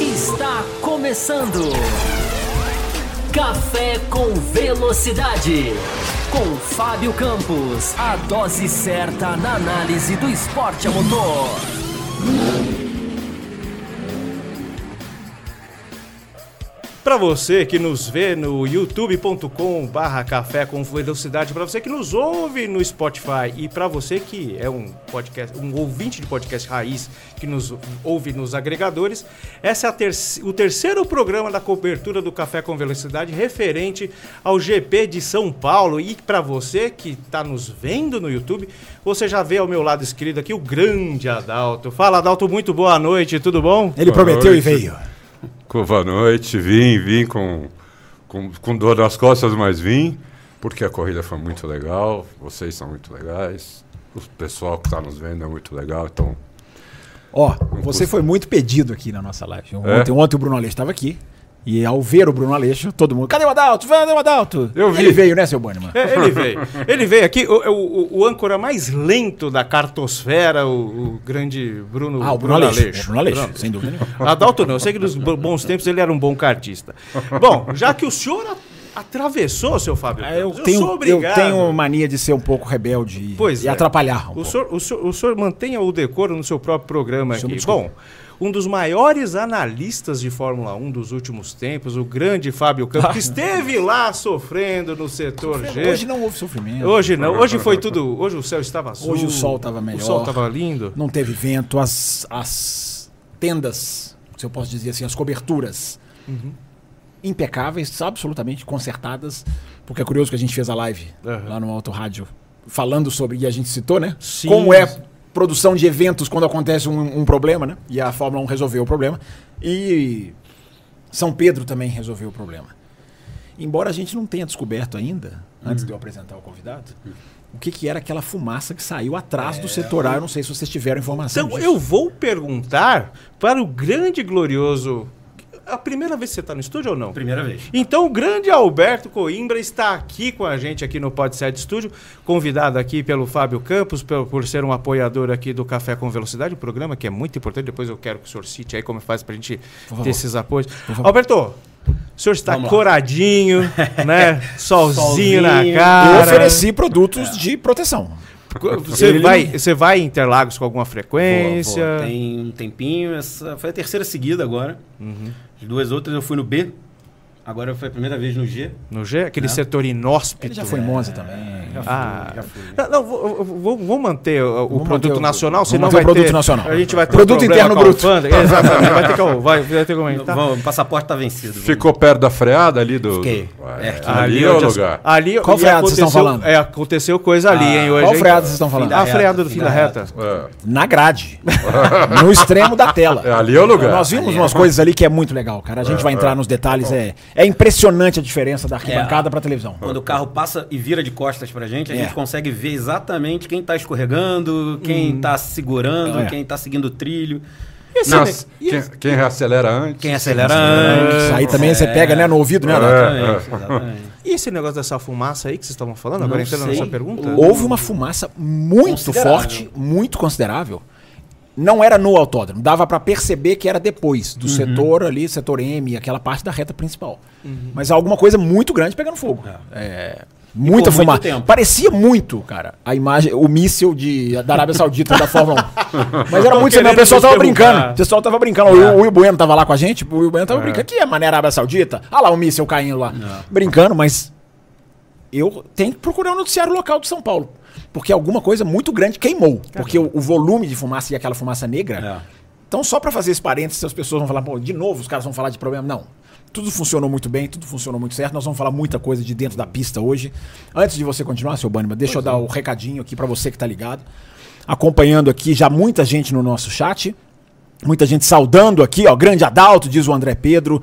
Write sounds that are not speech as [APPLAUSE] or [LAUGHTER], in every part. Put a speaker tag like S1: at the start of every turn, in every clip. S1: Está começando. Café com Velocidade. Com Fábio Campos. A dose certa na análise do esporte a motor.
S2: Para você que nos vê no youtube.com barra café com velocidade, para você que nos ouve no Spotify e para você que é um podcast, um ouvinte de podcast raiz que nos ouve nos agregadores, essa é a terce- o terceiro programa da cobertura do Café com Velocidade referente ao GP de São Paulo. E para você que está nos vendo no YouTube, você já vê ao meu lado escrito aqui o grande Adalto. Fala Adalto, muito boa noite, tudo bom?
S3: Ele
S4: Boa
S3: prometeu
S4: noite.
S3: e veio.
S4: Boa noite, vim, vim com, com, com dor nas costas, mas vim, porque a corrida foi muito legal, vocês são muito legais, o pessoal que está nos vendo é muito legal, então
S3: Ó, você foi muito pedido aqui na nossa live.
S4: É?
S3: Ontem, ontem o Bruno Aleixo estava aqui. E ao ver o Bruno Aleixo, todo mundo. Cadê o Adalto? Cadê o Adalto?
S4: Eu vi.
S3: Ele veio, né, seu Bannerman?
S2: É, [LAUGHS] ele veio. Ele veio aqui, o, o, o âncora mais lento da cartosfera, o, o grande Bruno,
S3: Ah, o Bruno, Aleixo. É, Bruno Aleixo, sem dúvida
S2: [LAUGHS]
S3: nenhuma.
S2: Adalto não, eu sei que nos bo- bons tempos ele era um bom cartista. Bom, já que o senhor a- atravessou, seu Fábio,
S3: Ah,
S2: Campos,
S3: Eu tenho, eu tenho mania de ser um pouco rebelde e,
S2: Pois
S3: e
S2: é.
S3: atrapalhar. um
S2: O
S3: pouco.
S2: senhor, o, senhor, o senhor mantenha o decoro no seu próprio programa
S3: Senhor, me
S2: aqui.
S3: desculpe.
S2: Bom, um dos maiores analistas de Fórmula 1 dos últimos tempos, o grande Fábio
S3: [LAUGHS]
S2: Campos, que esteve lá sofrendo no setor G.
S3: Hoje não houve sofrimento.
S2: Hoje não, hoje
S3: [LAUGHS]
S2: foi tudo. Hoje o céu estava azul.
S3: Hoje o sol estava melhor.
S2: O sol estava lindo.
S3: Não teve vento, as, as tendas, se eu posso dizer assim, as coberturas
S2: Uhum.
S3: impecáveis, absolutamente consertadas. Porque é curioso que a gente fez a live
S2: Aham.
S3: lá no Auto Rádio falando sobre, e a gente citou, né?
S2: Sim.
S3: Como é produção de eventos quando acontece um, um problema, né? E a Fórmula 1 resolveu o problema. E São Pedro também resolveu o problema. Embora a gente não tenha descoberto ainda, antes
S2: Hum.
S3: de eu apresentar o convidado, o que, que era aquela fumaça que saiu atrás do setor A. Eu não sei se vocês tiveram informação.
S2: É, Então
S3: disso.
S2: eu vou perguntar para o grande e glorioso. A primeira vez que você está no estúdio ou não?
S5: Primeira vez.
S2: Então o grande Alberto Coimbra está aqui com a gente aqui no Podset Studio, convidado aqui pelo Fábio Campos, pelo- por ser um apoiador aqui do Café com Velocidade, um programa que é muito importante. Depois eu quero que o senhor cite aí como faz para a gente ter esses apoios. Alberto, o senhor está coradinho,
S3: [LAUGHS]
S2: né? Solzinho na
S5: Solzinho.
S2: cara. é.
S3: Eu ofereci produtos de proteção.
S2: Você vai, você vai em Interlagos com alguma frequência?
S5: Boa, boa. Tem um tempinho, essa foi a terceira seguida agora.
S3: Uhum.
S5: As duas outras eu fui no B, agora foi a primeira vez no G.
S2: No G?
S3: Né?
S2: Aquele setor inóspito.
S3: Ele já foi em Monza também.
S2: Ah.
S5: Já fui.
S2: Não, não, vou, vou- vou manter o, o
S3: Vamos
S2: produto
S3: manter o-
S2: nacional,
S3: vamos
S2: senão
S3: manter o
S2: vai
S3: produto
S2: ter,
S3: nacional.
S2: A gente vai ter um
S3: Produto
S2: problema
S3: interno
S2: com a
S3: bruto. [LAUGHS]
S2: alfândega. Exatamente, vai ter que, vai, vai ter que
S3: Então
S2: aumentar.
S5: Vamos, o passaporte tá vencido. vamos.
S4: ficou perto da freada ali do...
S5: Fiquei.
S4: do- É,
S5: É,
S4: ali é o
S2: onde as-
S4: lugar.
S2: Ali,
S3: Qual
S2: e
S3: freada vocês estão
S2: aconteceu-
S3: falando? Ah,
S2: É, aconteceu coisa ali, hein? Hoje,
S3: Qual
S2: hein?
S3: freada vocês estão falando?
S2: A freada do fim da reta.
S4: É,
S3: Na grade. no extremo da tela.
S4: É, ali é o lugar.
S3: Nós vimos umas coisas ali que é muito legal, cara. A gente vai entrar nos detalhes. É, é impressionante a diferença da
S2: É.
S3: arquibancada pra televisão.
S5: Quando o carro passa e vira de costas pra gente, a
S3: É.
S5: gente consegue ver exatamente quem tá escorregando, quem tá segurando,
S3: Uhum. É.
S5: quem tá seguindo o trilho,
S4: Não, quem, quem reacelera antes...
S5: quem acelera antes.
S3: Isso aí também você pega, né, no ouvido, né?
S4: É,
S3: Adalto?
S5: Exatamente, exatamente.
S2: E esse negócio dessa fumaça aí que vocês estavam falando, agora
S5: Não
S2: entrando
S5: sei.
S2: nessa pergunta?
S3: Houve uma fumaça muito
S5: Considerável.
S3: forte, muito considerável. Não era no autódromo, dava pra perceber que era depois
S5: Uhum.
S3: do setor ali, setor M, aquela parte da reta principal.
S5: Uhum.
S3: Mas alguma coisa muito grande pegando fogo. É, Muita
S5: por muito
S3: fumaça.
S5: tempo.
S3: Parecia muito, cara, a imagem, o míssil de, da Arábia Saudita da Fórmula 1.
S5: [LAUGHS]
S3: Mas era
S2: Tão
S3: muito sério, o
S2: querendo
S3: pessoal
S2: nos
S3: tava
S2: derrubar.
S3: brincando. O pessoal tava brincando. O, o Will Bueno tava lá com a gente, o Will Bueno tava brincando. Que é mané Arábia Saudita? Ah lá o míssil caindo lá. Brincando, mas eu tenho que procurar o noticiário local de São Paulo. Porque alguma coisa muito grande queimou. Porque o, o volume de fumaça e aquela fumaça negra. Então, só para fazer esse parênteses, as pessoas vão falar, pô, de novo os caras vão falar de problema. Não. Tudo funcionou muito bem, tudo funcionou muito certo. Nós vamos falar muita coisa de dentro da pista hoje. Antes de você continuar, seu Bânima, deixa eu dar o recadinho aqui para você que tá ligado. Acompanhando aqui já muita gente no nosso chat. Muita gente saudando aqui, ó. Grande Adalto, diz o André Pedro.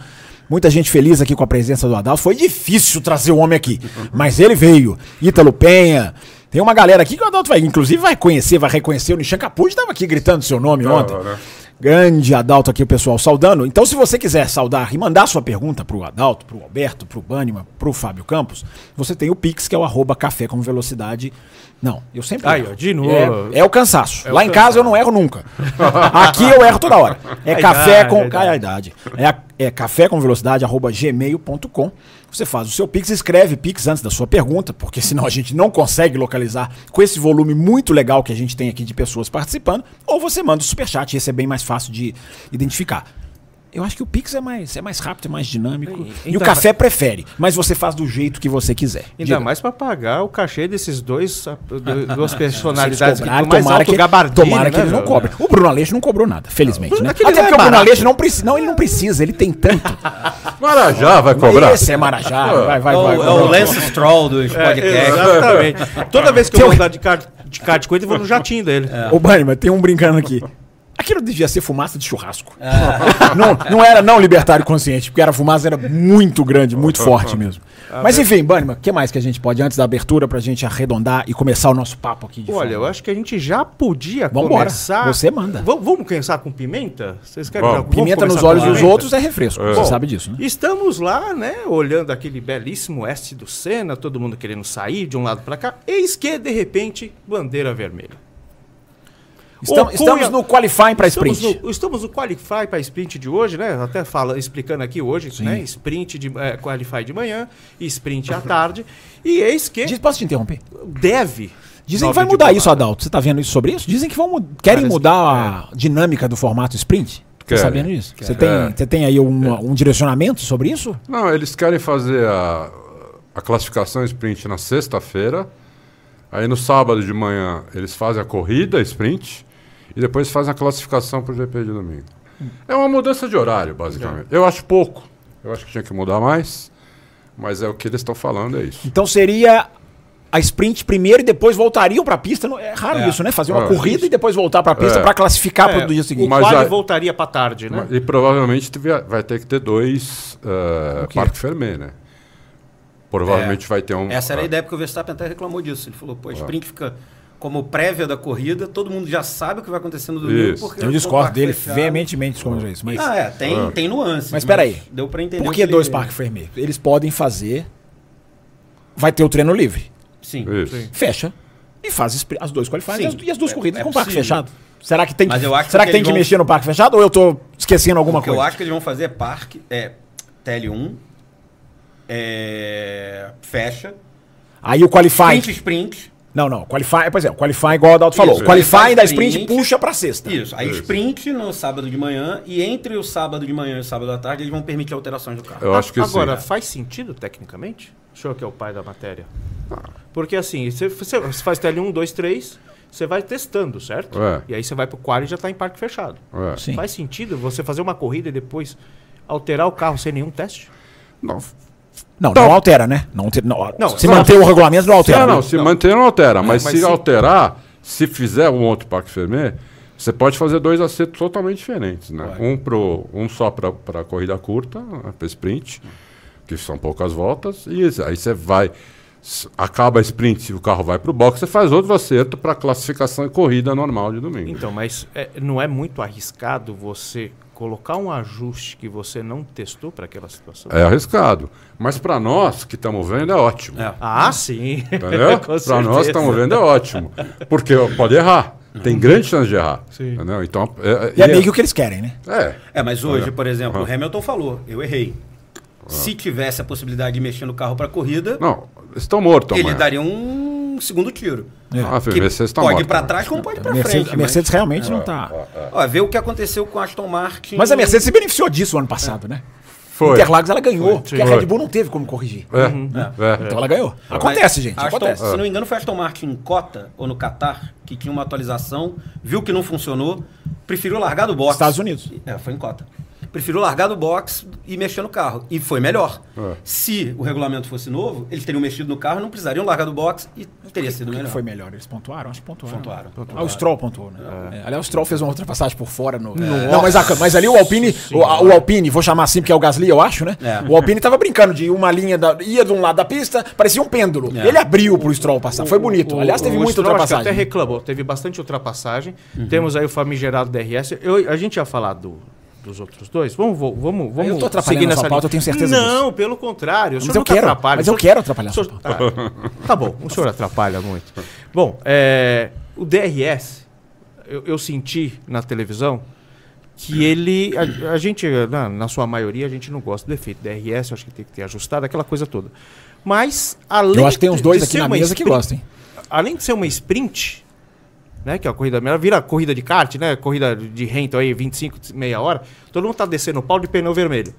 S3: Muita gente feliz aqui com a presença do Adalto. Foi difícil trazer o homem aqui, mas ele veio. Ítalo Penha. Tem uma galera aqui que o Adalto vai, inclusive, vai conhecer, vai reconhecer. O Nishan Capuz estava aqui gritando seu nome ontem.
S4: né?
S3: Grande Adalto aqui, o pessoal saudando. Então, se você quiser saudar e mandar sua pergunta pro Adalto, pro Alberto, pro Bânima, pro Fábio Campos, você tem o Pix, que é o arroba café com velocidade. Não, eu sempre.
S2: Aí,
S3: erro.
S2: ó, de novo.
S3: É, é o cansaço.
S2: É o
S3: Lá em casa eu não erro nunca. aqui eu erro
S2: [LAUGHS]
S3: toda hora. É
S2: A idade,
S3: café
S2: a
S3: com.
S2: idade.
S3: Cara, a idade. É, a- é café com velocidade, arroba gmail.com. Você faz o seu Pix, escreve Pix antes da sua pergunta, porque senão a gente não consegue localizar com esse volume muito legal que a gente tem aqui de pessoas participando. Ou você manda o superchat, esse é bem mais fácil de identificar. Eu acho que o Pix é mais, é mais rápido, é mais dinâmico.
S2: E-
S3: e o
S2: então-
S3: café prefere, mas você faz do jeito que você quiser.
S2: Ainda
S3: Diga.
S2: mais pra pagar o cachê desses dois, ah, do-
S3: [LAUGHS]
S2: duas personalidades
S3: Cobrar,
S2: que assim, mais alto gabardinho.
S3: tomara que
S2: né,
S3: eles não
S2: velho?
S3: cobrem. O Bruno Aleixo não cobrou nada, felizmente, né?
S2: aquele
S3: Até
S2: lá é
S3: porque o Bruno
S2: barato.
S3: Aleixo não precisa. Não, ele não precisa, ele tem tanto.
S4: Marajá vai cobrar.
S3: Esse é Marajá,
S4: Ah.
S3: vai, vai,
S5: É o,
S3: vai. É,
S5: é o Lance Stroll dos podcasts.
S2: É, Exatamente. Toda vez que eu
S3: Tem
S2: vou
S3: um-
S2: andar de car de, car de coisa, eu vou no jatinho dele.
S3: Ô, Bani, mas tem um brincando aqui. Aquilo devia ser fumaça de churrasco.
S5: É.
S3: Não, não era não libertário consciente, porque era fumaça era muito grande, muito forte mesmo. Mas enfim, Banima, o que mais que a gente pode, antes da abertura, pra gente arredondar e começar o nosso papo aqui? de
S2: Olha, eu
S3: forma-
S2: acho que a gente já podia
S3: Vambora.
S2: começar.
S3: Você manda.
S2: Vam- vamos começar com pimenta? Vocês querem
S4: Vamos.
S2: já- vamos
S3: pimenta nos
S2: começar com
S3: olhos dos
S2: pimenta?
S3: outros é refresco, você
S2: Bom,
S3: sabe disso, né?
S2: Estamos lá, né, olhando aquele belíssimo oeste do Senna, todo mundo querendo sair de um lado pra cá. Eis que, de repente, bandeira vermelha.
S3: Estam-
S2: Ô,
S3: estamos
S2: Cunha,
S3: no qualifying pra
S2: Estamos
S3: sprint.
S2: no, estamos no Qualify para sprint de hoje, né? Até fala, explicando aqui hoje, né? Sprint de eh, Qualify de manhã, sprint à
S4: Uhum.
S2: tarde. E eis que
S3: Diz- posso te interromper?
S2: deve.
S3: Dizem que
S2: nove
S3: vai
S2: de
S3: mudar isso,
S2: porrada.
S3: Adalto. Você tá vendo isso sobre isso? Dizem que vão, mu- querem
S2: Parece que-
S3: mudar a dinâmica do formato sprint? Tá
S4: Querem.
S3: sabendo isso? Você tem,
S4: Querem.
S3: você tem aí uma- um direcionamento sobre isso?
S4: Não, eles querem fazer a, a classificação sprint na sexta-feira. Aí no sábado de manhã eles fazem a corrida sprint e depois fazem a classificação para o GP de domingo. É uma mudança de horário, basicamente. Eu acho pouco. Eu acho que tinha que mudar mais. Mas é o que eles estão falando, é isso.
S3: Então seria a sprint primeiro e depois voltariam pra pista. Não- É raro
S5: É.
S3: isso, né? Fazer uma
S4: É.
S3: corrida e depois voltar pra pista
S4: É.
S3: pra classificar pro
S2: É,
S3: do dia seguinte.
S2: O
S4: Mas
S2: quali
S4: a-
S2: voltaria para tarde, né?
S4: E provavelmente tiver- vai ter que ter dois eh,
S3: quê?
S4: Parque Fermé, né? Provavelmente vai ter um.
S5: Essa era a
S4: ah,
S5: ideia, porque o Verstappen até reclamou disso. Ele falou, pô, a sprint fica como prévia da corrida, todo mundo já sabe o que vai acontecer no domingo.
S4: Isso.
S5: Porque
S3: Eu
S5: o
S3: discordo
S5: parque
S3: dele
S5: fechado-
S3: veementemente contra isso. Mas
S5: Ah, é, tem, tem nuances.
S3: Mas peraí.
S5: Deu pra entender.
S3: por
S5: o
S3: é. que dois
S5: ele-
S3: parques vermelhos? Eles podem fazer. Vai ter o treino livre.
S5: Sim.
S4: Isso.
S2: Sim.
S3: fecha e faz as pri- as duas qualifies
S5: Sim.
S3: e as- e as duas
S5: É-
S3: corridas
S5: é
S3: com o parque
S5: possível.
S3: fechado. Será que tem que,
S5: Mas eu acho
S3: será que,
S5: que
S3: tem
S5: eles
S3: que
S5: vão-
S3: mexer no parque fechado ou eu tô esquecendo alguma
S5: O que eu
S3: coisa?
S5: acho que eles vão fazer é parque, é TL1, é, fecha,
S3: Aí o qualify.
S5: sprint, sprint,
S3: Não, não, qualify, pois é, o qualify igual o Adalto falou.
S5: Isso,
S3: O qualify
S5: qualify
S3: da sprint
S5: sprint.
S3: puxa pra sexta.
S5: isso. Aí sprint no sábado de manhã e entre o sábado de manhã e o sábado à tarde eles vão permitir alterações do carro.
S4: Eu acho que
S2: Agora,
S4: sim.
S2: faz sentido tecnicamente? O senhor que é o pai da matéria. Porque assim, você, você você faz TL1, 2, 3, você vai testando, certo?
S4: É.
S2: E aí você vai pro quali e já tá em parque fechado.
S4: É.
S3: Sim.
S2: Faz sentido você fazer uma corrida e depois alterar o carro sem nenhum teste?
S4: Não,
S3: Não, não,
S4: Então-
S3: altera, né? Não, te- não,
S2: Não,
S3: se
S2: não-
S3: manter o regulamento, não altera.
S4: É, não, se manter não altera, mas,
S2: mas
S4: se,
S2: se-
S4: alterar, se fizer um outro Parque Fermé, você pode fazer dois acertos totalmente diferentes, né? Um, pro, um só para a corrida curta, para sprint, que são poucas voltas, e esse- aí você vai, s- acaba a sprint, o carro vai para o box, você faz outro acerto para classificação e corrida normal de domingo.
S2: Então, mas é, não é muito arriscado você colocar um ajuste que você não testou para aquela situação?
S4: É arriscado. Mas para nós que estamos vendo é ótimo.
S5: É.
S2: Ah, sim. [LAUGHS]
S4: Entendeu?
S2: Com
S4: Para nós,
S2: certeza.
S4: estamos vendo, é ótimo. Porque pode errar. Tem grande chance de errar.
S2: Sim.
S4: Entendeu? Então, é,
S3: E é meio que o que eles querem, né?
S4: é.
S5: É, mas hoje, por exemplo,
S4: Ah.
S5: o Hamilton falou, eu errei. Se tivesse a possibilidade de mexer no carro pra corrida,
S4: Não, estão mortos
S5: ele
S4: amanhã.
S5: daria um segundo tiro.
S4: Ah,
S5: Que
S4: Fê, vocês estão mortos.
S5: pode
S4: né?
S5: ir pra trás como pode ir pra
S3: Mercedes,
S5: frente.
S3: a Mercedes
S5: mas...
S3: realmente não tá.
S5: Ó, vê o que aconteceu com a Aston Martin.
S3: Mas a Mercedes se beneficiou disso ano passado, né?
S4: Foi.
S3: Interlagos ela ganhou, porque a
S4: Foi.
S3: Red Bull não teve como corrigir.
S4: É, é.
S3: Então ela ganhou.
S5: Mas
S3: Acontece, gente.
S5: a Aston-
S3: Acontece.
S5: Se não me engano, foi a Aston Martin em Cota ou no Catar que tinha uma atualização, viu que não funcionou, preferiu largar do box.
S3: Estados Unidos.
S5: É, foi em Cota. Preferiu largar do box e mexer no carro. E foi melhor.
S4: É.
S5: Se o regulamento fosse novo, eles teriam mexido no carro, não precisariam largar do box e teria sido
S3: Quem
S5: melhor.
S3: foi melhor? Eles pontuaram? Acho que pontuaram.
S5: Pontuaram.
S3: Ah, o Stroll pontuou, né? É. Aliás, o Stroll fez uma ultrapassagem por fora no. Não, mas, a- mas ali o Alpine, o, o Alpine, vou chamar assim porque é o Gasly, eu acho, né?
S5: É.
S3: O Alpine tava brincando de uma linha, da- ia de um lado da pista, parecia um pêndulo.
S5: É.
S3: Ele abriu pro Stroll passar, foi bonito. Aliás, teve muita
S2: Stroll, acho que
S3: ultrapassagem. Uhum.
S2: até reclamou, teve bastante ultrapassagem. Temos aí o famigerado DRS. Eu- a gente ia falar do- dos outros dois. Vamos, vo- vamos, vamos.
S3: Eu tô atrapalhando a sua
S2: linha.
S3: pauta, eu tenho certeza
S2: Não, pelo contrário. o senhor
S3: eu
S2: nunca
S3: quero,
S2: atrapalha,
S3: mas
S2: o
S3: eu quero atrapalhar a
S2: o senhor- Ah, tá bom, o senhor atrapalha muito. Bom, é, o DRS, eu, eu senti na televisão que ele. A, a gente, na, na sua maioria, a gente não gosta do efeito DRS, eu acho que tem que ter ajustado, aquela coisa toda. Mas, além
S3: Eu acho que tem uns
S2: de-
S3: dois
S2: de
S3: aqui
S2: ser
S3: na
S2: uma
S3: mesa que
S2: experi-
S3: gostam. hein?
S2: além de ser uma sprint, né, que é a corrida ela vira corrida de kart, né, corrida de rental aí 25, meia hora, todo mundo tá descendo o pau de pneu vermelho.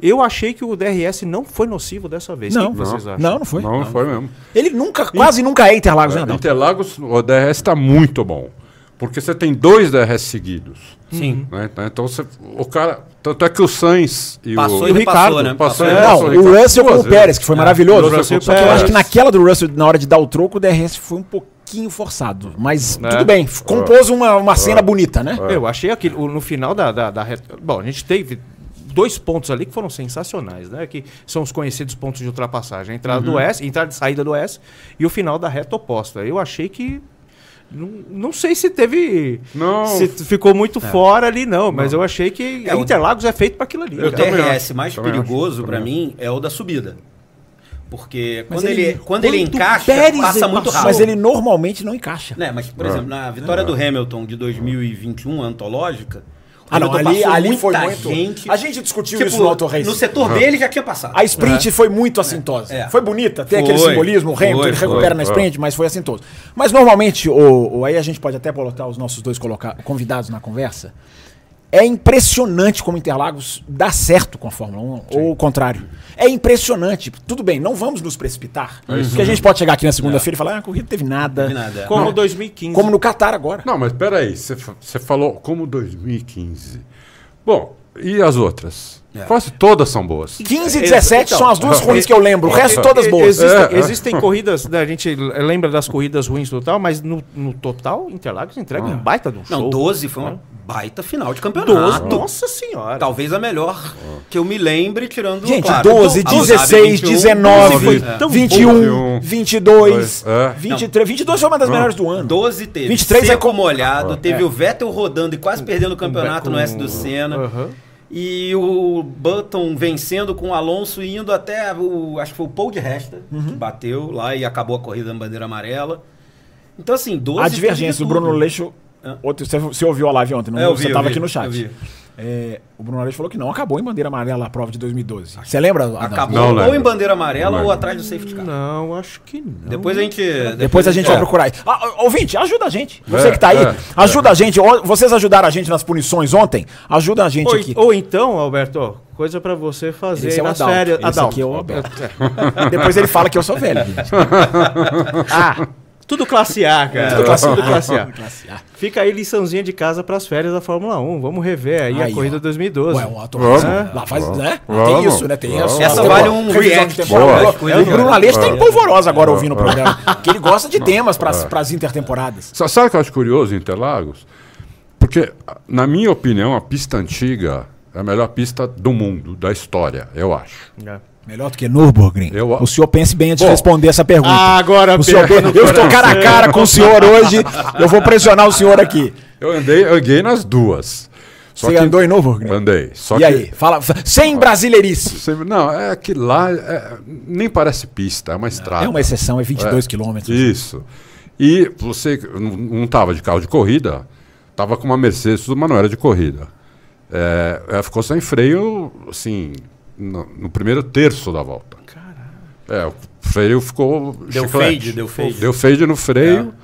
S2: Eu achei que o DRS não foi nocivo dessa vez.
S3: Não.
S2: o que que vocês acham?
S3: Não, não foi.
S4: Não, não foi mesmo.
S3: Ele nunca, quase nunca é Interlagos, né? Adalto?
S4: Interlagos, o DRS está tá muito bom. Porque você tem dois DRS seguidos.
S5: Sim.
S4: né? Então você, o cara. Tanto é que o Sainz e
S5: Passou
S4: o, e
S5: e ele passou,
S4: Ricardo
S5: né?
S4: passou,
S5: Passou.
S4: e
S3: Não,
S4: passou
S3: o
S4: Ricardo
S3: Russell com
S4: duas
S3: o
S4: vezes.
S3: Pérez, que foi maravilhoso.
S4: Russell com
S3: Só que eu
S4: Pérez.
S3: acho que naquela do Russell, na hora de dar o troco, o DRS foi um pouquinho forçado. Mas
S2: Né?
S3: tudo bem, f- compôs uma, uma cena bonita, né?
S2: Eu achei aquilo o- no final da, da, da reta. Bom, a gente teve dois pontos ali que foram sensacionais, né? Que são os conhecidos pontos de ultrapassagem. A entrada do S, a entrada e saída do S e o final da reta oposta. Eu achei que. Não, não sei se teve.
S4: Não.
S2: Se ficou muito fora ali, não. Mas eu achei que.
S5: É,
S2: a
S5: o-
S2: Interlagos é feito para aquilo ali. cara.
S5: O
S4: também
S5: DRS
S4: acho,
S5: mais
S4: também acho,
S5: perigoso
S4: também
S5: pra
S4: acho.
S5: mim é o da subida. Porque
S3: Mas
S5: quando ele, quando ele
S3: o
S5: encaixa,
S3: Pérez
S5: passa
S3: ele
S5: muito
S3: passou.
S5: rápido.
S3: Mas ele normalmente não encaixa.
S5: Né, mas, por exemplo, na vitória do Hamilton de 2021, antológica, o
S3: Ah, não,
S5: Hamilton
S3: ali,
S5: passou
S3: ali
S5: muita
S3: foi muito. A gente discutiu
S5: Tipo,
S3: isso no Auto Racing. Ah.
S5: no setor B ele já tinha passado.
S3: A sprint foi muito assintosa.
S5: É.
S3: Foi bonita, tem
S5: Foi,
S3: aquele simbolismo, o Hamilton
S5: foi,
S3: ele recupera
S4: foi,
S3: na
S4: foi.
S3: sprint, mas foi assintoso. Mas normalmente, o, o- aí a gente pode até colocar os nossos dois coloca- convidados na conversa. É impressionante como Interlagos dá certo com a Fórmula 1, ou o contrário. É impressionante. Tudo bem, não vamos nos precipitar. porque a gente pode chegar aqui na segunda-feira e falar, ah, a corrida teve nada.
S5: Teve nada, é.
S2: Como
S3: Não.
S2: 2015.
S3: Como no Catar agora.
S4: Não, mas peraí, você fa- você falou como 2015. Bom, e as outras?
S5: É.
S4: Quase todas são boas.
S3: 15 e 17
S2: Então,
S3: são as duas ruins que eu lembro, o resto
S2: É,
S3: todas
S2: é,
S3: boas.
S2: Existem,
S4: É, é.
S2: existem corridas, né, a gente lembra das corridas ruins do tal, mas no, no total, Interlagos entrega um baita de um show.
S5: É. Não, 12 foi uma
S3: Ah.
S5: baita final
S2: Doze,
S5: de campeonato.
S2: Nossa senhora.
S5: Talvez a melhor que eu me lembre, tirando
S3: Ah. Gente,
S5: claro, então, ah,
S3: 12,
S5: a-
S3: 16,
S5: 21,
S3: 19,
S5: foi- é.
S2: tão
S3: 21,
S4: boa.
S3: 22,
S4: É.
S3: 23. 22 foi uma das melhores do ano.
S5: 12 teve
S3: 23 é
S5: seco
S3: com- é.
S5: molhado, teve o Vettel rodando e quase perdendo o campeonato no S do Senna.
S2: Aham.
S5: E o Button vencendo com o Alonso e indo até o. Acho que foi o Paul de Resta,
S3: Uhum.
S5: que bateu lá e acabou a corrida na bandeira amarela. Então, assim, 12.
S3: A
S5: teve
S3: divergência
S5: de
S3: do Bruno
S5: tudo.
S3: Leixo.
S5: É.
S3: Outro, você, você ouviu a live ontem, não?
S5: É, eu vi,
S3: você
S5: eu
S3: estava
S5: vi,
S3: aqui no
S5: eu
S3: chat.
S5: vi.
S3: É, o Bruno Aleixo falou que não acabou em bandeira amarela a prova de 2012. Você lembra? Adão?
S5: Acabou
S4: Não
S5: ou
S4: lembro.
S5: em bandeira
S4: Não
S5: amarela
S4: né?
S5: ou
S4: lembro.
S5: atrás do safety car.
S2: Não, acho que não.
S5: Depois a gente.
S3: Depois a gente vai
S5: é.
S3: procurar aí. Ah, ah, ouvinte, ajuda a gente. Você que tá aí,
S4: é,
S3: ajuda a gente. Ó, Vocês ajudaram a gente nas punições ontem? Ajuda a gente
S2: Ou,
S3: aqui.
S2: ou então, Alberto, coisa pra você fazer
S3: Esse é o
S2: nas
S3: Adalto.
S2: férias.
S3: Esse aqui é o Alberto.
S5: É.
S3: Depois ele fala que eu sou velho.
S2: [LAUGHS] Ah, tudo classe A, cara. Tudo
S3: classe A.
S2: A. Fica aí liçãozinha de casa pras férias da Fórmula 1. Vamos rever aí,
S3: Aí,
S2: a corrida
S3: ó.
S2: 2012.
S3: Ué, o Otto
S4: Vamos,
S3: Rossi, lá faz,
S4: vamos,
S3: né? Tem
S4: vamos,
S3: isso, né? Tem
S4: vamos.
S3: isso.
S5: Essa
S3: Tem
S5: vale
S3: uma
S5: um
S3: revisão de
S5: react.
S3: temporada.
S5: Boa.
S3: É, O Bruno Aleixo tá em polvorosa agora ouvindo o
S4: é.
S3: programa. Porque ele gosta de temas pras, pras intertemporadas.
S4: Sa- Sabe o que eu acho curioso em Interlagos? Porque, a- na minha opinião, a pista antiga é a melhor pista do mundo, da história, eu acho.
S2: É.
S3: Melhor do que Nürburgring.
S4: Eu-
S3: o senhor pense bem antes de
S4: Bom. Ah,
S3: responder essa pergunta.
S2: Ah, Agora,
S3: o senhor,
S2: Pedro,
S3: eu estou cara a cara com o senhor hoje. Eu vou pressionar o senhor aqui.
S4: Eu andei, eu andei nas duas. Só
S3: Você
S4: que-
S3: andou em Nürburgring?
S4: Andei. Só
S3: E
S4: que- Ah.
S3: aí? Fala, fa- sem brasileirice.
S4: Você- Não, é que lá é- nem parece pista, é uma estrada.
S3: É uma exceção, é 22
S5: né?
S3: quilômetros.
S4: Isso. E você não- não estava de carro de corrida, estava com uma Mercedes, mas não era de corrida. É, ela ficou sem freio, assim, no, no primeiro terço da volta. É, o freio ficou.
S5: Deu
S4: chiclete.
S5: fade, deu fade. É.
S4: Deu fade no freio.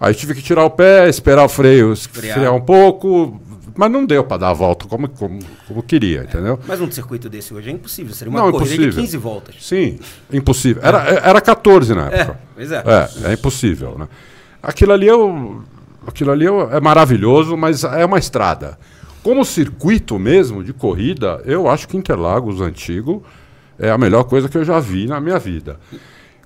S4: Aí tive que tirar o pé, esperar o freio es-
S5: Frear.
S4: frear um pouco, mas não deu para dar a volta como, como, como queria, entendeu?
S5: Mas um circuito desse hoje é impossível. Seria uma
S4: Não,
S5: corrida de
S4: impossível.
S5: 15 voltas.
S4: Sim, impossível. Era, é, era 14 na época.
S5: pois é.
S4: É, é impossível, né? Aquilo ali, é o- aquilo ali é o- é maravilhoso, mas é uma estrada. como circuito mesmo de corrida, eu acho que Interlagos antigo é a melhor coisa que eu já vi na minha vida.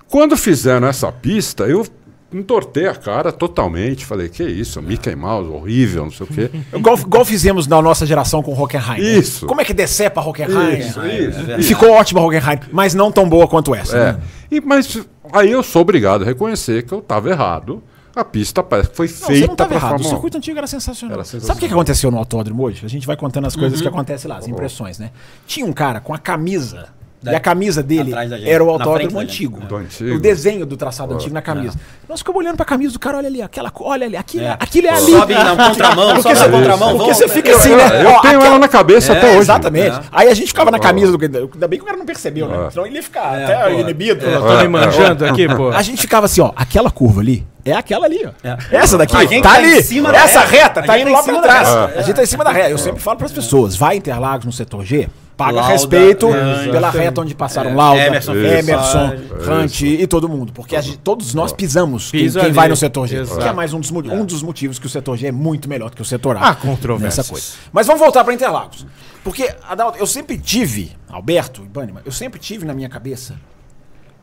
S4: Quando fizeram essa pista, eu entortei a cara totalmente. Falei, que isso, Mickey Mouse, horrível, não sei o
S5: [LAUGHS]
S4: quê.
S3: Igual, igual fizemos na nossa geração com Hockenheim. né?
S4: Isso.
S3: Como é que decepa Hockenheim?
S4: Isso,
S5: é
S4: isso,
S5: verdade.
S3: E ficou ótima Hockenheim, mas não tão boa quanto essa.
S4: É.
S3: né?
S4: E, mas aí eu sou obrigado a reconhecer que eu estava errado. A pista parece que foi
S3: Não,
S4: feita
S3: você não estava
S4: pra
S3: errado. O
S4: Fórmula 1.
S3: circuito antigo era sensacional.
S4: Era
S3: Sabe o que que
S4: sensacional. Uhum. Tá
S3: aconteceu no autódromo hoje? A gente vai contando as coisas que acontecem lá, as impressões, né? Tinha um cara com a camisa.
S5: Da-
S3: E a camisa dele
S5: atrás da gente,
S3: era o
S5: na frente
S3: autódromo
S5: da gente.
S3: antigo.
S4: Do antigo. é.
S3: O desenho do traçado antigo na camisa. Nós ficamos olhando pra camisa do cara, olha ali, aquela, co- olha ali, aquilo é, aquilo é ali.
S5: Sobe
S3: [LAUGHS]
S5: na contramão, sobe na
S4: você-
S5: contramão.
S3: Porque
S5: volta.
S3: você fica assim, né?
S4: um. Eu
S3: Ó,
S4: tenho ela na cabeça
S5: É,
S4: até hoje.
S3: Exatamente.
S5: É.
S3: Aí a gente ficava na camisa do. Ainda bem que o cara não percebeu, né?
S4: É.
S3: Senão ele ia ficar
S5: É,
S3: até
S5: pô.
S3: inibido.
S6: Eu
S2: Tá
S6: tô me manjando aqui, pô.
S3: A gente ficava assim, ó, aquela curva ali é aquela ali, ó.
S5: É.
S3: Essa daqui
S5: A gente
S3: tá
S5: tá
S3: ali.
S5: em cima da
S3: Essa
S5: reta.
S3: reta
S5: A
S3: tá
S5: gente
S3: indo
S5: tá
S3: lá
S5: em
S3: pra
S5: cima da
S3: trás.
S5: reta.
S3: A gente tá em cima da reta. Eu sempre falo pras pessoas, vai Interlagos no setor G, paga
S5: Lauda,
S3: respeito
S5: Lange,
S3: pela
S5: Lange.
S3: reta onde passaram
S5: É.
S3: Lauda,
S5: Emerson,
S3: Emerson,
S4: Isso.
S3: Hunt e todo mundo, porque a gente- todos nós pisamos quem,
S6: Piso
S3: quem
S6: ali.
S3: vai no setor G,
S6: Exato.
S3: que é mais um dos, mo- um dos motivos que o setor G é muito melhor do que o setor A.
S6: Há controvérsias.
S3: nessa coisa. Mas vamos voltar pra Interlagos. Porque, Adalto, eu sempre tive, Alberto e Bânima, eu sempre tive na minha cabeça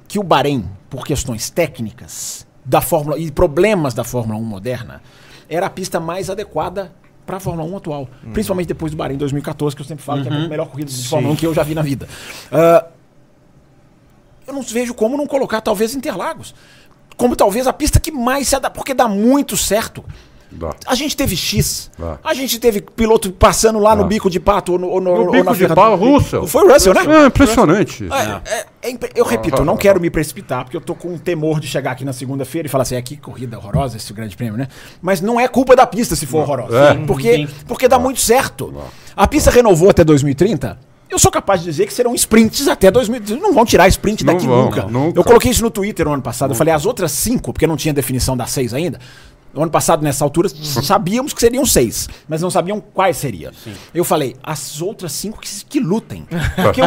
S3: que o Bahrein, por questões técnicas da Fórmula e problemas da Fórmula 1 moderna, era a pista mais adequada para a Fórmula 1 atual.
S6: Uhum.
S3: Principalmente depois do Bahrein 2014, que eu sempre falo que é a melhor corrida de Fórmula 1 que eu já vi na vida. Ah, eu não vejo como não colocar, talvez, Interlagos. Como talvez a pista que mais se adapta, porque dá muito certo.
S4: Dá.
S3: A gente teve X.
S4: Dá.
S3: A gente teve piloto passando lá no
S4: Dá.
S3: bico de pato ou no, ou no-
S4: No
S3: ou
S4: bico
S3: na
S4: de
S3: ferradura.
S4: pau, Russell.
S3: Foi o Russell, né?
S4: É impressionante. isso.
S3: É, é, é impre- eu repito, eu não quero me precipitar, porque eu tô com um temor de chegar aqui na segunda-feira e falar assim, é que corrida horrorosa esse grande prêmio, né? Mas não é culpa da pista se for horrorosa.
S4: É.
S3: Sim, Porque, porque dá muito certo. A pista renovou até 2030. Eu sou capaz de dizer que serão sprints até 2030. Não vão tirar sprint
S4: Não
S3: daqui
S4: vão,
S3: nunca.
S4: nunca.
S3: Eu coloquei isso no Twitter no ano passado. Eu
S4: Uhum.
S3: falei, as outras cinco, porque não tinha definição das seis ainda. No ano passado, nessa altura,
S4: Uhum.
S3: sabíamos que seriam seis, mas não sabiam quais seriam. Eu falei, as outras cinco que, se- que lutem.
S4: [LAUGHS]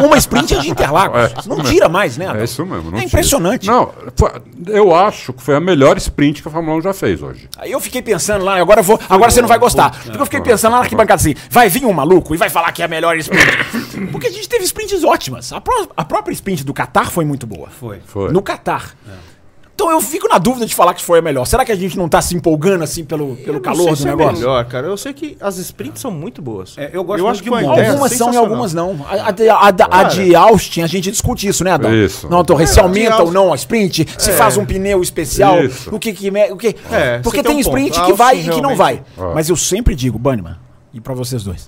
S3: Porque uma sprint é de Interlagos.
S4: É, isso
S3: não
S4: mesmo.
S3: tira mais, né? Adão?
S4: É isso mesmo. não
S3: É
S4: tira.
S3: impressionante.
S4: Não, foi- eu acho que foi a melhor sprint que a Fórmula 1 já fez hoje.
S3: Aí eu fiquei pensando lá, agora eu vou, agora você não vai gostar.
S4: É,
S3: Porque eu fiquei pensando lá
S4: tá
S3: na arquibancada assim, vai vir um maluco e vai falar que é a melhor sprint. Porque a gente teve sprints ótimas. A, pró- a própria sprint do Qatar foi muito boa.
S5: Foi.
S4: Foi.
S3: No Qatar. Então eu fico na dúvida de falar que foi a melhor. Será que a gente não tá se empolgando assim pelo,
S6: Eu
S3: pelo
S6: não
S3: calor
S6: sei
S3: do
S6: se é
S3: negócio?
S6: melhor, cara. Eu sei que as sprints são muito boas.
S5: É, eu gosto muito de
S6: foi uma
S5: moto.
S6: ideia
S3: algumas são e
S6: sensacional.
S3: algumas não. A, a de- a da- a
S6: Cara.
S3: de Austin, a gente discute isso, né, Adão?
S4: Isso.
S3: Não, Torre, se
S6: É, a de
S3: aumenta ou
S6: Austin-
S3: não a sprint, se faz um pneu especial,
S4: Isso.
S3: o que que... me- O que...
S6: É,
S3: Porque
S6: você tem
S3: tem,
S6: um
S3: sprint
S6: ponto.
S3: que
S6: A
S3: vai
S6: Austin
S3: e que não
S6: realmente-
S3: vai.
S4: Ah.
S3: Mas eu sempre digo, Banniman, e pra vocês dois,